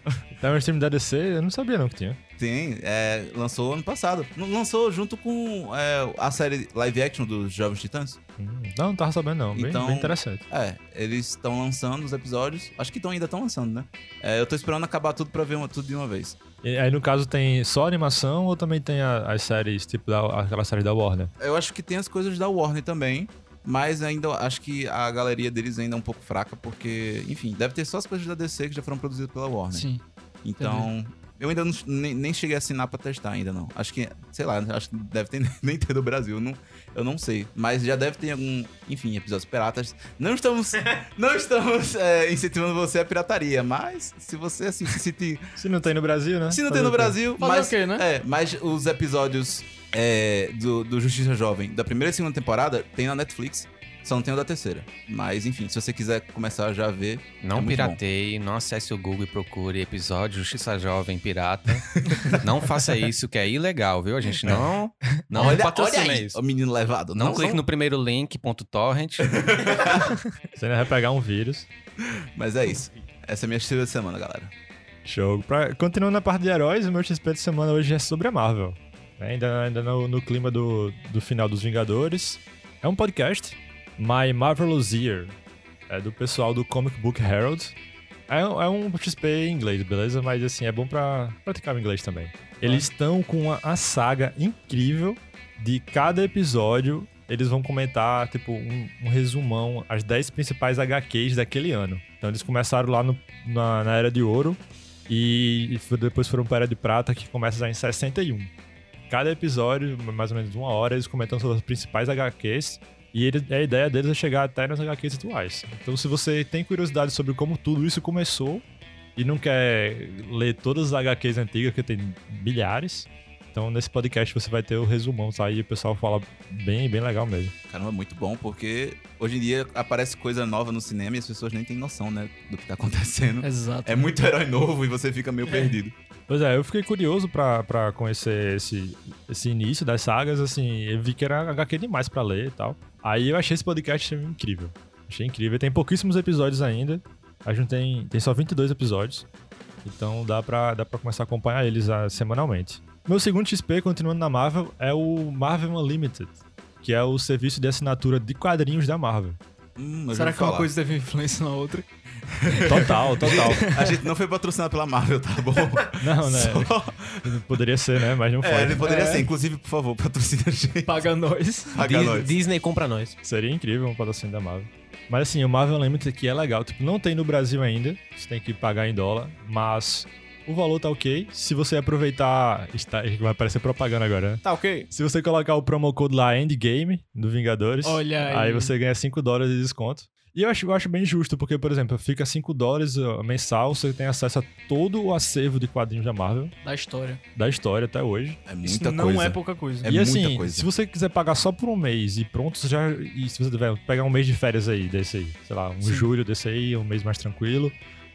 S2: *laughs*
S1: Tá um stream da DC, eu não sabia não que tinha.
S2: tem. é, lançou ano passado. Não- Lançou junto com é, a série live action dos Jovens Titãs.
S1: Hum, Não, não tava sabendo não. Bem,
S2: Então-
S1: bem interessante.
S2: É, eles estão lançando os episódios. Acho que tão, ainda estão lançando, né? É, eu tô esperando acabar tudo pra ver uma- tudo de uma vez.
S1: E aí no caso tem só animação ou também tem a- as séries, tipo da, aquela série da Warner?
S2: Eu acho que tem as coisas da Warner também. Mas ainda acho que a galeria deles ainda é um pouco fraca, porque, enfim, deve ter só as coisas da DC que já foram produzidas pela Warner.
S3: Sim.
S2: então, eu ainda não- nem, nem cheguei a assinar pra testar ainda, não. Acho que, sei lá, acho que deve ter *laughs* nem ter do Brasil, não, eu não sei. Mas já deve ter algum, enfim, episódios piratas. Não estamos, não estamos é, incentivando você à pirataria, mas se você, assim, se sentir
S1: Se não tem no Brasil, né?
S2: se não tem
S1: Fazer
S2: no
S1: o quê?
S2: Brasil,
S3: Fazer
S2: mas,
S3: o quê, né?
S2: é, mas os episódios é, do, do Justiça Jovem da primeira e segunda temporada tem na Netflix, só não tem o da terceira. Mas enfim, se você quiser começar já a ver,
S5: Não
S2: É muito
S5: pirateie, não acesse o Google e procure episódio Justiça Jovem *laughs* Pirata. não faça isso, que é ilegal, viu? A gente não, não
S2: olha,
S5: patrocina
S2: olha aí,
S5: isso.
S2: o menino levado.
S5: Não, É clique no primeiro link, ponto *laughs* torrent.
S1: Você ainda vai pegar um vírus.
S2: Mas é isso. Essa é a minha estreia da semana, galera.
S1: Show. Pra- continuando na parte de heróis, o meu XP de semana hoje é sobre a Marvel. Né, Ainda, ainda no, no clima do, do final dos Vingadores. É um podcast, My Marvelous Year. É do pessoal do Comic Book Herald. É, um- é um XP em inglês, beleza? Mas assim, é bom pra praticar o inglês também. Eles estão com uma, a saga incrível de cada episódio. Eles vão comentar, tipo, um, um resumão, as 10 principais HQs daquele ano. Então eles começaram lá no- na, na Era de Ouro e, e f- depois foram pra Era de Prata, que começa já em 61. Cada episódio, mais ou menos uma hora, eles comentam sobre as principais HQs e ele- a ideia deles é chegar até nas HQs atuais. Então, se você tem curiosidade sobre como tudo isso começou e não quer ler todas as HQs antigas, que tem milhares, então nesse podcast você vai ter o resumão, tá? E o pessoal fala bem, bem legal mesmo.
S2: Caramba, muito bom, porque hoje em dia aparece coisa nova no cinema e as pessoas nem têm noção, né, do que tá acontecendo.
S3: Exato.
S2: É muito herói novo e você fica meio perdido.
S1: Pois é, eu fiquei curioso pra, pra conhecer esse, esse início das sagas, assim, eu vi que era HQ demais pra ler e tal. Aí eu achei esse podcast incrível. Achei incrível. Tem pouquíssimos episódios ainda. A gente tem, tem só 22 episódios. Então dá pra, dá pra começar a acompanhar eles ah, semanalmente. Meu segundo XP, continuando na Marvel, é o Marvel Unlimited, que é o serviço de assinatura de quadrinhos da Marvel.
S2: Hum, eu já
S3: Será
S2: ouvi
S3: que é uma
S2: falar.
S3: coisa teve influência na outra?
S1: Total,
S2: *laughs*
S1: total.
S2: A gente não foi patrocinado pela Marvel, tá bom?
S1: Não, né?
S2: Só-
S1: Poderia ser, né? Mas não foi.
S2: É, ele poderia ser. Inclusive, por favor, *laughs* patrocina a gente.
S3: Paga nós.
S2: Paga
S4: Dis-
S2: nós.
S4: Disney compra nós.
S1: Seria incrível um patrocínio da Marvel. Mas assim, o Marvel Unlimited aqui é legal. Tipo, não tem no Brasil ainda. Você tem que pagar em dólar. Mas o valor tá ok. Se você aproveitar. Está, vai aparecer propaganda agora, né?
S4: Tá, ok.
S1: Se você colocar o promo code lá, Endgame, do Vingadores.
S3: Olha aí.
S1: você ganha 5 dólares de desconto. E eu acho, eu acho bem justo, porque, por exemplo, fica 5 dólares ó, mensal. Você tem acesso a todo o acervo de quadrinhos da Marvel,
S3: Da história.
S1: da história até hoje.
S2: É
S3: Isso
S2: muita
S3: não
S2: coisa.
S3: é pouca coisa.
S2: É
S1: e
S2: muita
S1: assim,
S2: coisa.
S1: se você quiser pagar só por um mês e pronto, você já. E se você tiver, pegar um mês de férias aí, desse aí, sei lá, um
S3: Sim.
S1: julho desse aí, um mês mais tranquilo.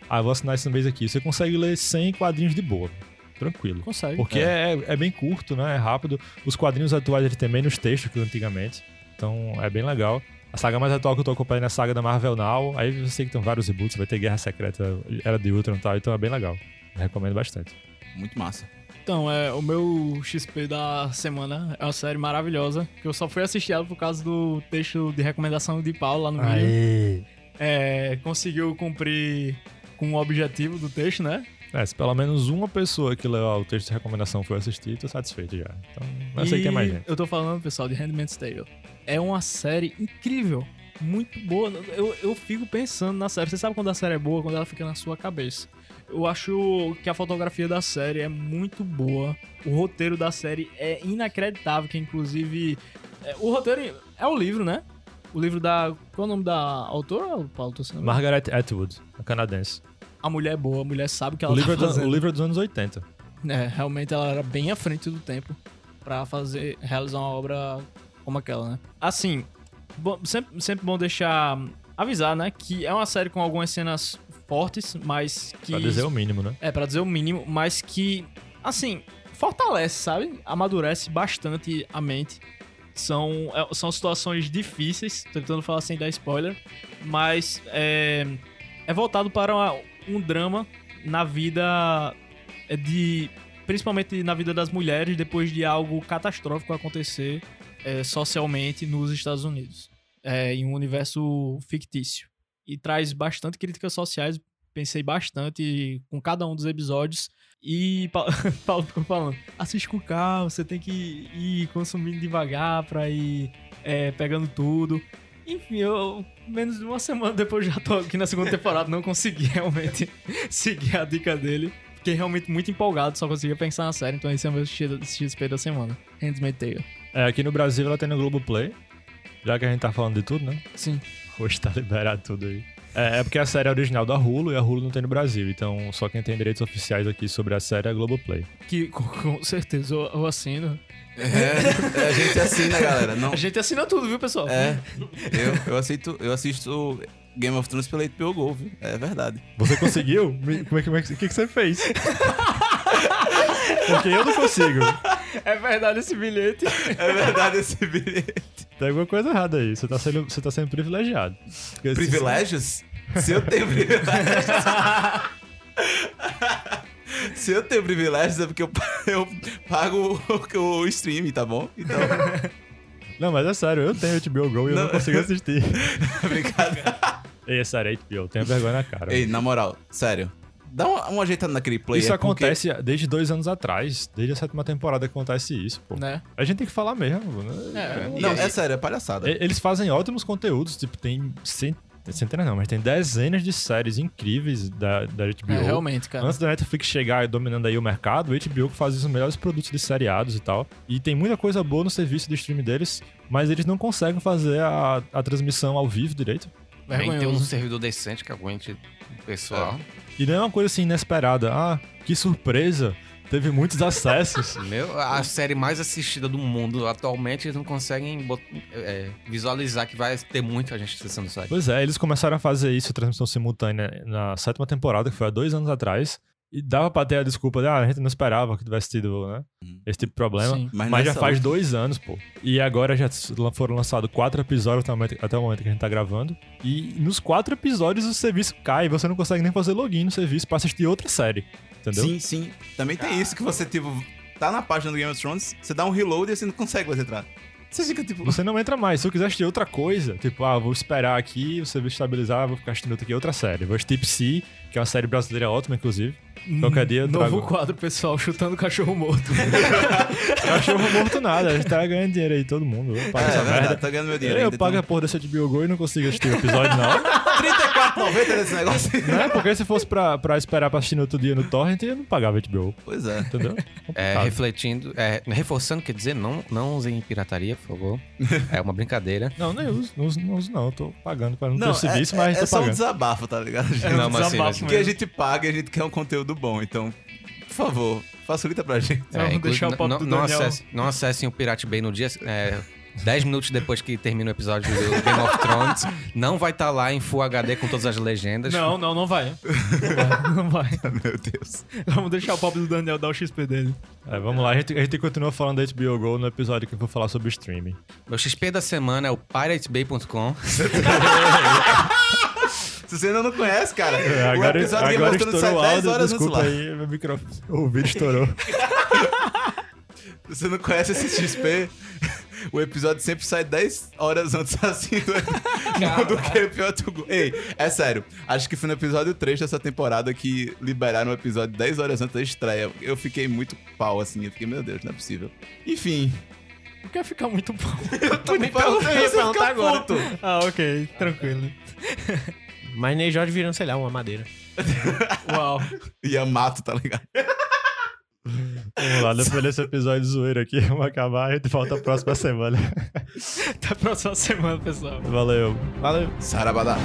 S1: Ah, eu vou assinar esse mês aqui. Você consegue ler 100 quadrinhos de boa. Tranquilo.
S3: Consegue.
S1: Porque é, é bem curto, né? É rápido. Os quadrinhos atuais ele tem menos texto que antigamente. Então é bem legal. A saga mais atual que eu tô acompanhando é a saga da Marvel Now. Aí eu sei que tem vários reboots, vai ter Guerra Secreta, Era de Ultron e tal. Então é bem legal. Recomendo bastante.
S2: Muito massa.
S3: Então, é, o meu XP da semana é uma série maravilhosa, que eu só fui assistir ela por causa do texto de recomendação de Paulo lá no vídeo. É, conseguiu cumprir com o objetivo do texto, né?
S1: É, se pelo menos uma pessoa que leu o texto de recomendação foi assistir, tô satisfeito já. Então, não sei
S3: E
S1: quem é mais gente.
S3: Eu tô falando, pessoal, de Handmaid's Tale. É uma série incrível, muito boa. Eu, eu fico pensando na série. Você sabe quando a série é boa? Quando ela fica na sua cabeça. Eu acho que a fotografia da série é muito boa. O roteiro da série é inacreditável, que inclusive. é, o roteiro é o livro, né? O livro da. Qual é o nome da autora, Paulo? Tô sendo-
S1: Margaret Atwood, a canadense.
S3: A mulher é boa, a mulher sabe o que ela
S1: O livro, é
S3: tá
S1: do-
S3: fazendo.
S1: o livro é dos anos 80.
S3: É, realmente ela era bem à frente do tempo pra fazer realizar uma obra como aquela, né? Assim, bom- sempre, sempre bom deixar avisar, né, que é uma série com algumas cenas fortes, mas que
S1: Pra dizer o mínimo, né?
S3: é, pra dizer o mínimo, mas que, assim, fortalece, sabe? Amadurece bastante a mente. São, é, são situações difíceis, tô tentando falar sem dar spoiler, mas é, é voltado para uma- um drama na vida é, de. Principalmente na vida das mulheres, depois de algo catastrófico acontecer é, socialmente nos Estados Unidos, é, em um universo fictício. E traz bastante críticas sociais pensei bastante com cada um dos episódios. E Pa- *laughs* Paulo ficou falando: assiste com calma, você tem que ir consumindo devagar pra ir é, pegando tudo. Enfim, eu menos de uma semana depois já tô aqui na segunda temporada, não consegui *laughs* realmente seguir a dica dele. Fiquei realmente muito empolgado, só conseguia pensar na série, então esse é o meu X- XP da semana. Handmaid's Tale.
S1: É, aqui no Brasil ela tem no Globoplay. Já que a gente tá falando de tudo, né? *laughs*
S3: Sim.
S1: Hoje tá liberado tudo aí. É, é porque a série é original da Hulu e a Hulu não tem no Brasil. Então só quem tem direitos oficiais aqui sobre a série é a Globoplay.
S3: Que *laughs* com, com certeza eu, eu assino.
S2: É, a gente assina, galera. Não,
S3: *laughs* A gente assina tudo, viu, pessoal?
S2: é. Eu, eu, aceito, eu assisto Game of Thrones pela HBO Go, viu? É verdade.
S1: Você conseguiu? Me- como é que, como é que- o que, que você fez? *laughs* porque eu não consigo.
S3: É verdade esse bilhete.
S2: É verdade esse bilhete.
S1: Tem alguma coisa errada aí. Você tá sendo, você tá sendo privilegiado. Porque se-
S2: *laughs* Privilégios? Se eu tenho privilégios. *laughs* Se eu tenho privilégios é porque eu, pa- *laughs* eu pago o, o stream, tá bom? Então, *laughs*
S1: Não, mas é sério, eu tenho HBO Go e eu não
S2: Não. *laughs*
S1: consigo assistir.
S2: obrigado.
S1: Ei, é sério, é HBO. Tenha vergonha na cara.
S2: Ei, na moral, sério. Dá uma, uma ajeitada naquele player.
S1: isso
S2: porque-
S1: acontece desde dois anos atrás. Desde a sétima temporada acontece isso, pô.
S3: Né?
S1: A gente tem que falar mesmo. Né?
S3: É,
S2: Não, é sério, é palhaçada.
S1: E- Eles fazem ótimos conteúdos. Tipo, tem cen- centenas não, mas tem dezenas de séries incríveis da, da HBO.
S3: é, realmente, cara.
S1: Antes da Netflix chegar dominando aí o mercado, o HBO que faz os melhores produtos de seriados e tal. E tem muita coisa boa no serviço de streaming deles, mas eles não conseguem fazer a, a transmissão ao vivo direito.
S5: Tem ter um
S3: Vergonhoso.
S5: servidor decente que aguente o pessoal.
S1: E não é uma coisa assim inesperada. Ah, que surpresa! Teve muitos acessos.
S5: É. Meu, a série mais assistida do mundo atualmente, eles não conseguem bot- é, visualizar que vai ter muita gente acessando o site.
S1: pois é, eles começaram a fazer isso, transmissão simultânea, na sétima temporada, que foi há dois anos atrás. E dava pra ter a desculpa de, ah, a gente não esperava que tivesse tido, né? Esse tipo de problema.
S3: Sim.
S1: Mas, já
S2: nessa
S1: faz dois anos, pô. E agora já s- lan- foram lançados quatro episódios até o, momento, até o momento que a gente tá gravando. E nos quatro episódios o serviço cai, você não consegue nem fazer login no serviço pra assistir outra série. Entendeu?
S2: Sim, sim. Também tem isso que você, tipo, tá na página do Game of Thrones, você dá um reload e você não consegue mais entrar. Você fica, tipo,
S1: Você não entra mais. Se eu quiser assistir outra coisa, tipo, ah, vou esperar aqui, o serviço estabilizar, vou ficar assistindo outra, aqui, outra série. Vou assistir Psy, que é uma série brasileira ótima, inclusive.
S2: Hum,
S1: Qualquer dia eu
S3: Novo
S1: trago.
S3: quadro, pessoal, chutando cachorro morto.
S1: Cachorro morto nada, a gente tá ganhando dinheiro aí, todo mundo. Eu pago
S2: é,
S1: essa
S2: verdade,
S1: merda.
S2: tá ganhando meu dinheiro.
S1: Eu
S2: ainda,
S1: pago a porra desse de Biogô e não consigo assistir o episódio, não.
S2: então, *laughs* 34,90
S1: *laughs*
S2: nesse negócio.
S1: Né? Porque se fosse pra, pra esperar pra assistir no outro dia no Torrent, eu não pagava HBO,
S2: Pois é.
S1: entendeu?
S5: É,
S1: Complicado.
S5: refletindo, é, reforçando, quer dizer, não, não usem pirataria, por *laughs* favor. É uma brincadeira.
S1: Não,
S3: é
S1: nem uso, não uso, não uso não. Eu tô pagando pra não, ter
S2: Não,
S1: o serviço,
S2: é,
S1: mas
S2: é,
S1: tô
S2: é só um
S1: pagando. É
S2: desabafo, tá ligado? gente?
S5: Não, mas sim,
S3: É um desabafo
S5: mas-
S2: Porque a gente paga e a gente quer um conteúdo bom, então, por favor, facilita tá pra gente. *laughs*
S3: Não, vou
S5: É, inclusive,
S3: deixar o papo
S5: não,
S3: do
S5: não
S3: Daniel.
S5: acesse- não acessem o Pirate Bay no dia. É, 10 minutos depois que termina o episódio do Game of Thrones, não vai estar lá em Full HD com todas as legendas.
S3: Não, não, não *laughs* vai. É, Não vai.
S2: Meu Deus.
S3: Vamos deixar o papo do Daniel dar o XP dele.
S1: É, vamos lá, a gente, a gente continua falando da HBO Go no episódio que eu vou falar sobre streaming.
S5: Meu XP da semana é o piratebay.com.
S2: Se você ainda não conhece, cara,
S1: É, agora
S2: *laughs* o episódio Game
S1: agora
S2: of Thrones
S1: estourou
S2: sai
S1: o
S2: 10
S1: áudio,
S2: horas no
S1: desculpa
S2: celular.
S1: aí, meu microfone, o ouvido
S2: *laughs*
S1: estourou.
S2: Se você não conhece esse XP, o episódio sempre sai 10 horas antes *laughs* assim do, do que o pior do Go- Ei, é sério. Acho que foi no episódio 3 dessa temporada que liberaram o episódio 10 horas antes da estreia. Eu fiquei muito pau, assim. Eu fiquei, meu Deus, não é possível. Enfim.
S3: Não quer ficar muito bom.
S2: Eu também
S3: perguntei, ia perguntar agora. Ah, ok. Tranquilo.
S4: Mas Ney e Jorge viram, sei lá, uma madeira.
S3: Uau.
S2: E a mato, tá ligado?
S1: Vamos lá, depois desse episódio zoeiro aqui, *laughs* vamos acabar, a gente volta a próxima semana. *laughs*
S3: Até a próxima semana, pessoal.
S1: Valeu.
S4: Valeu.
S2: Sarabadá.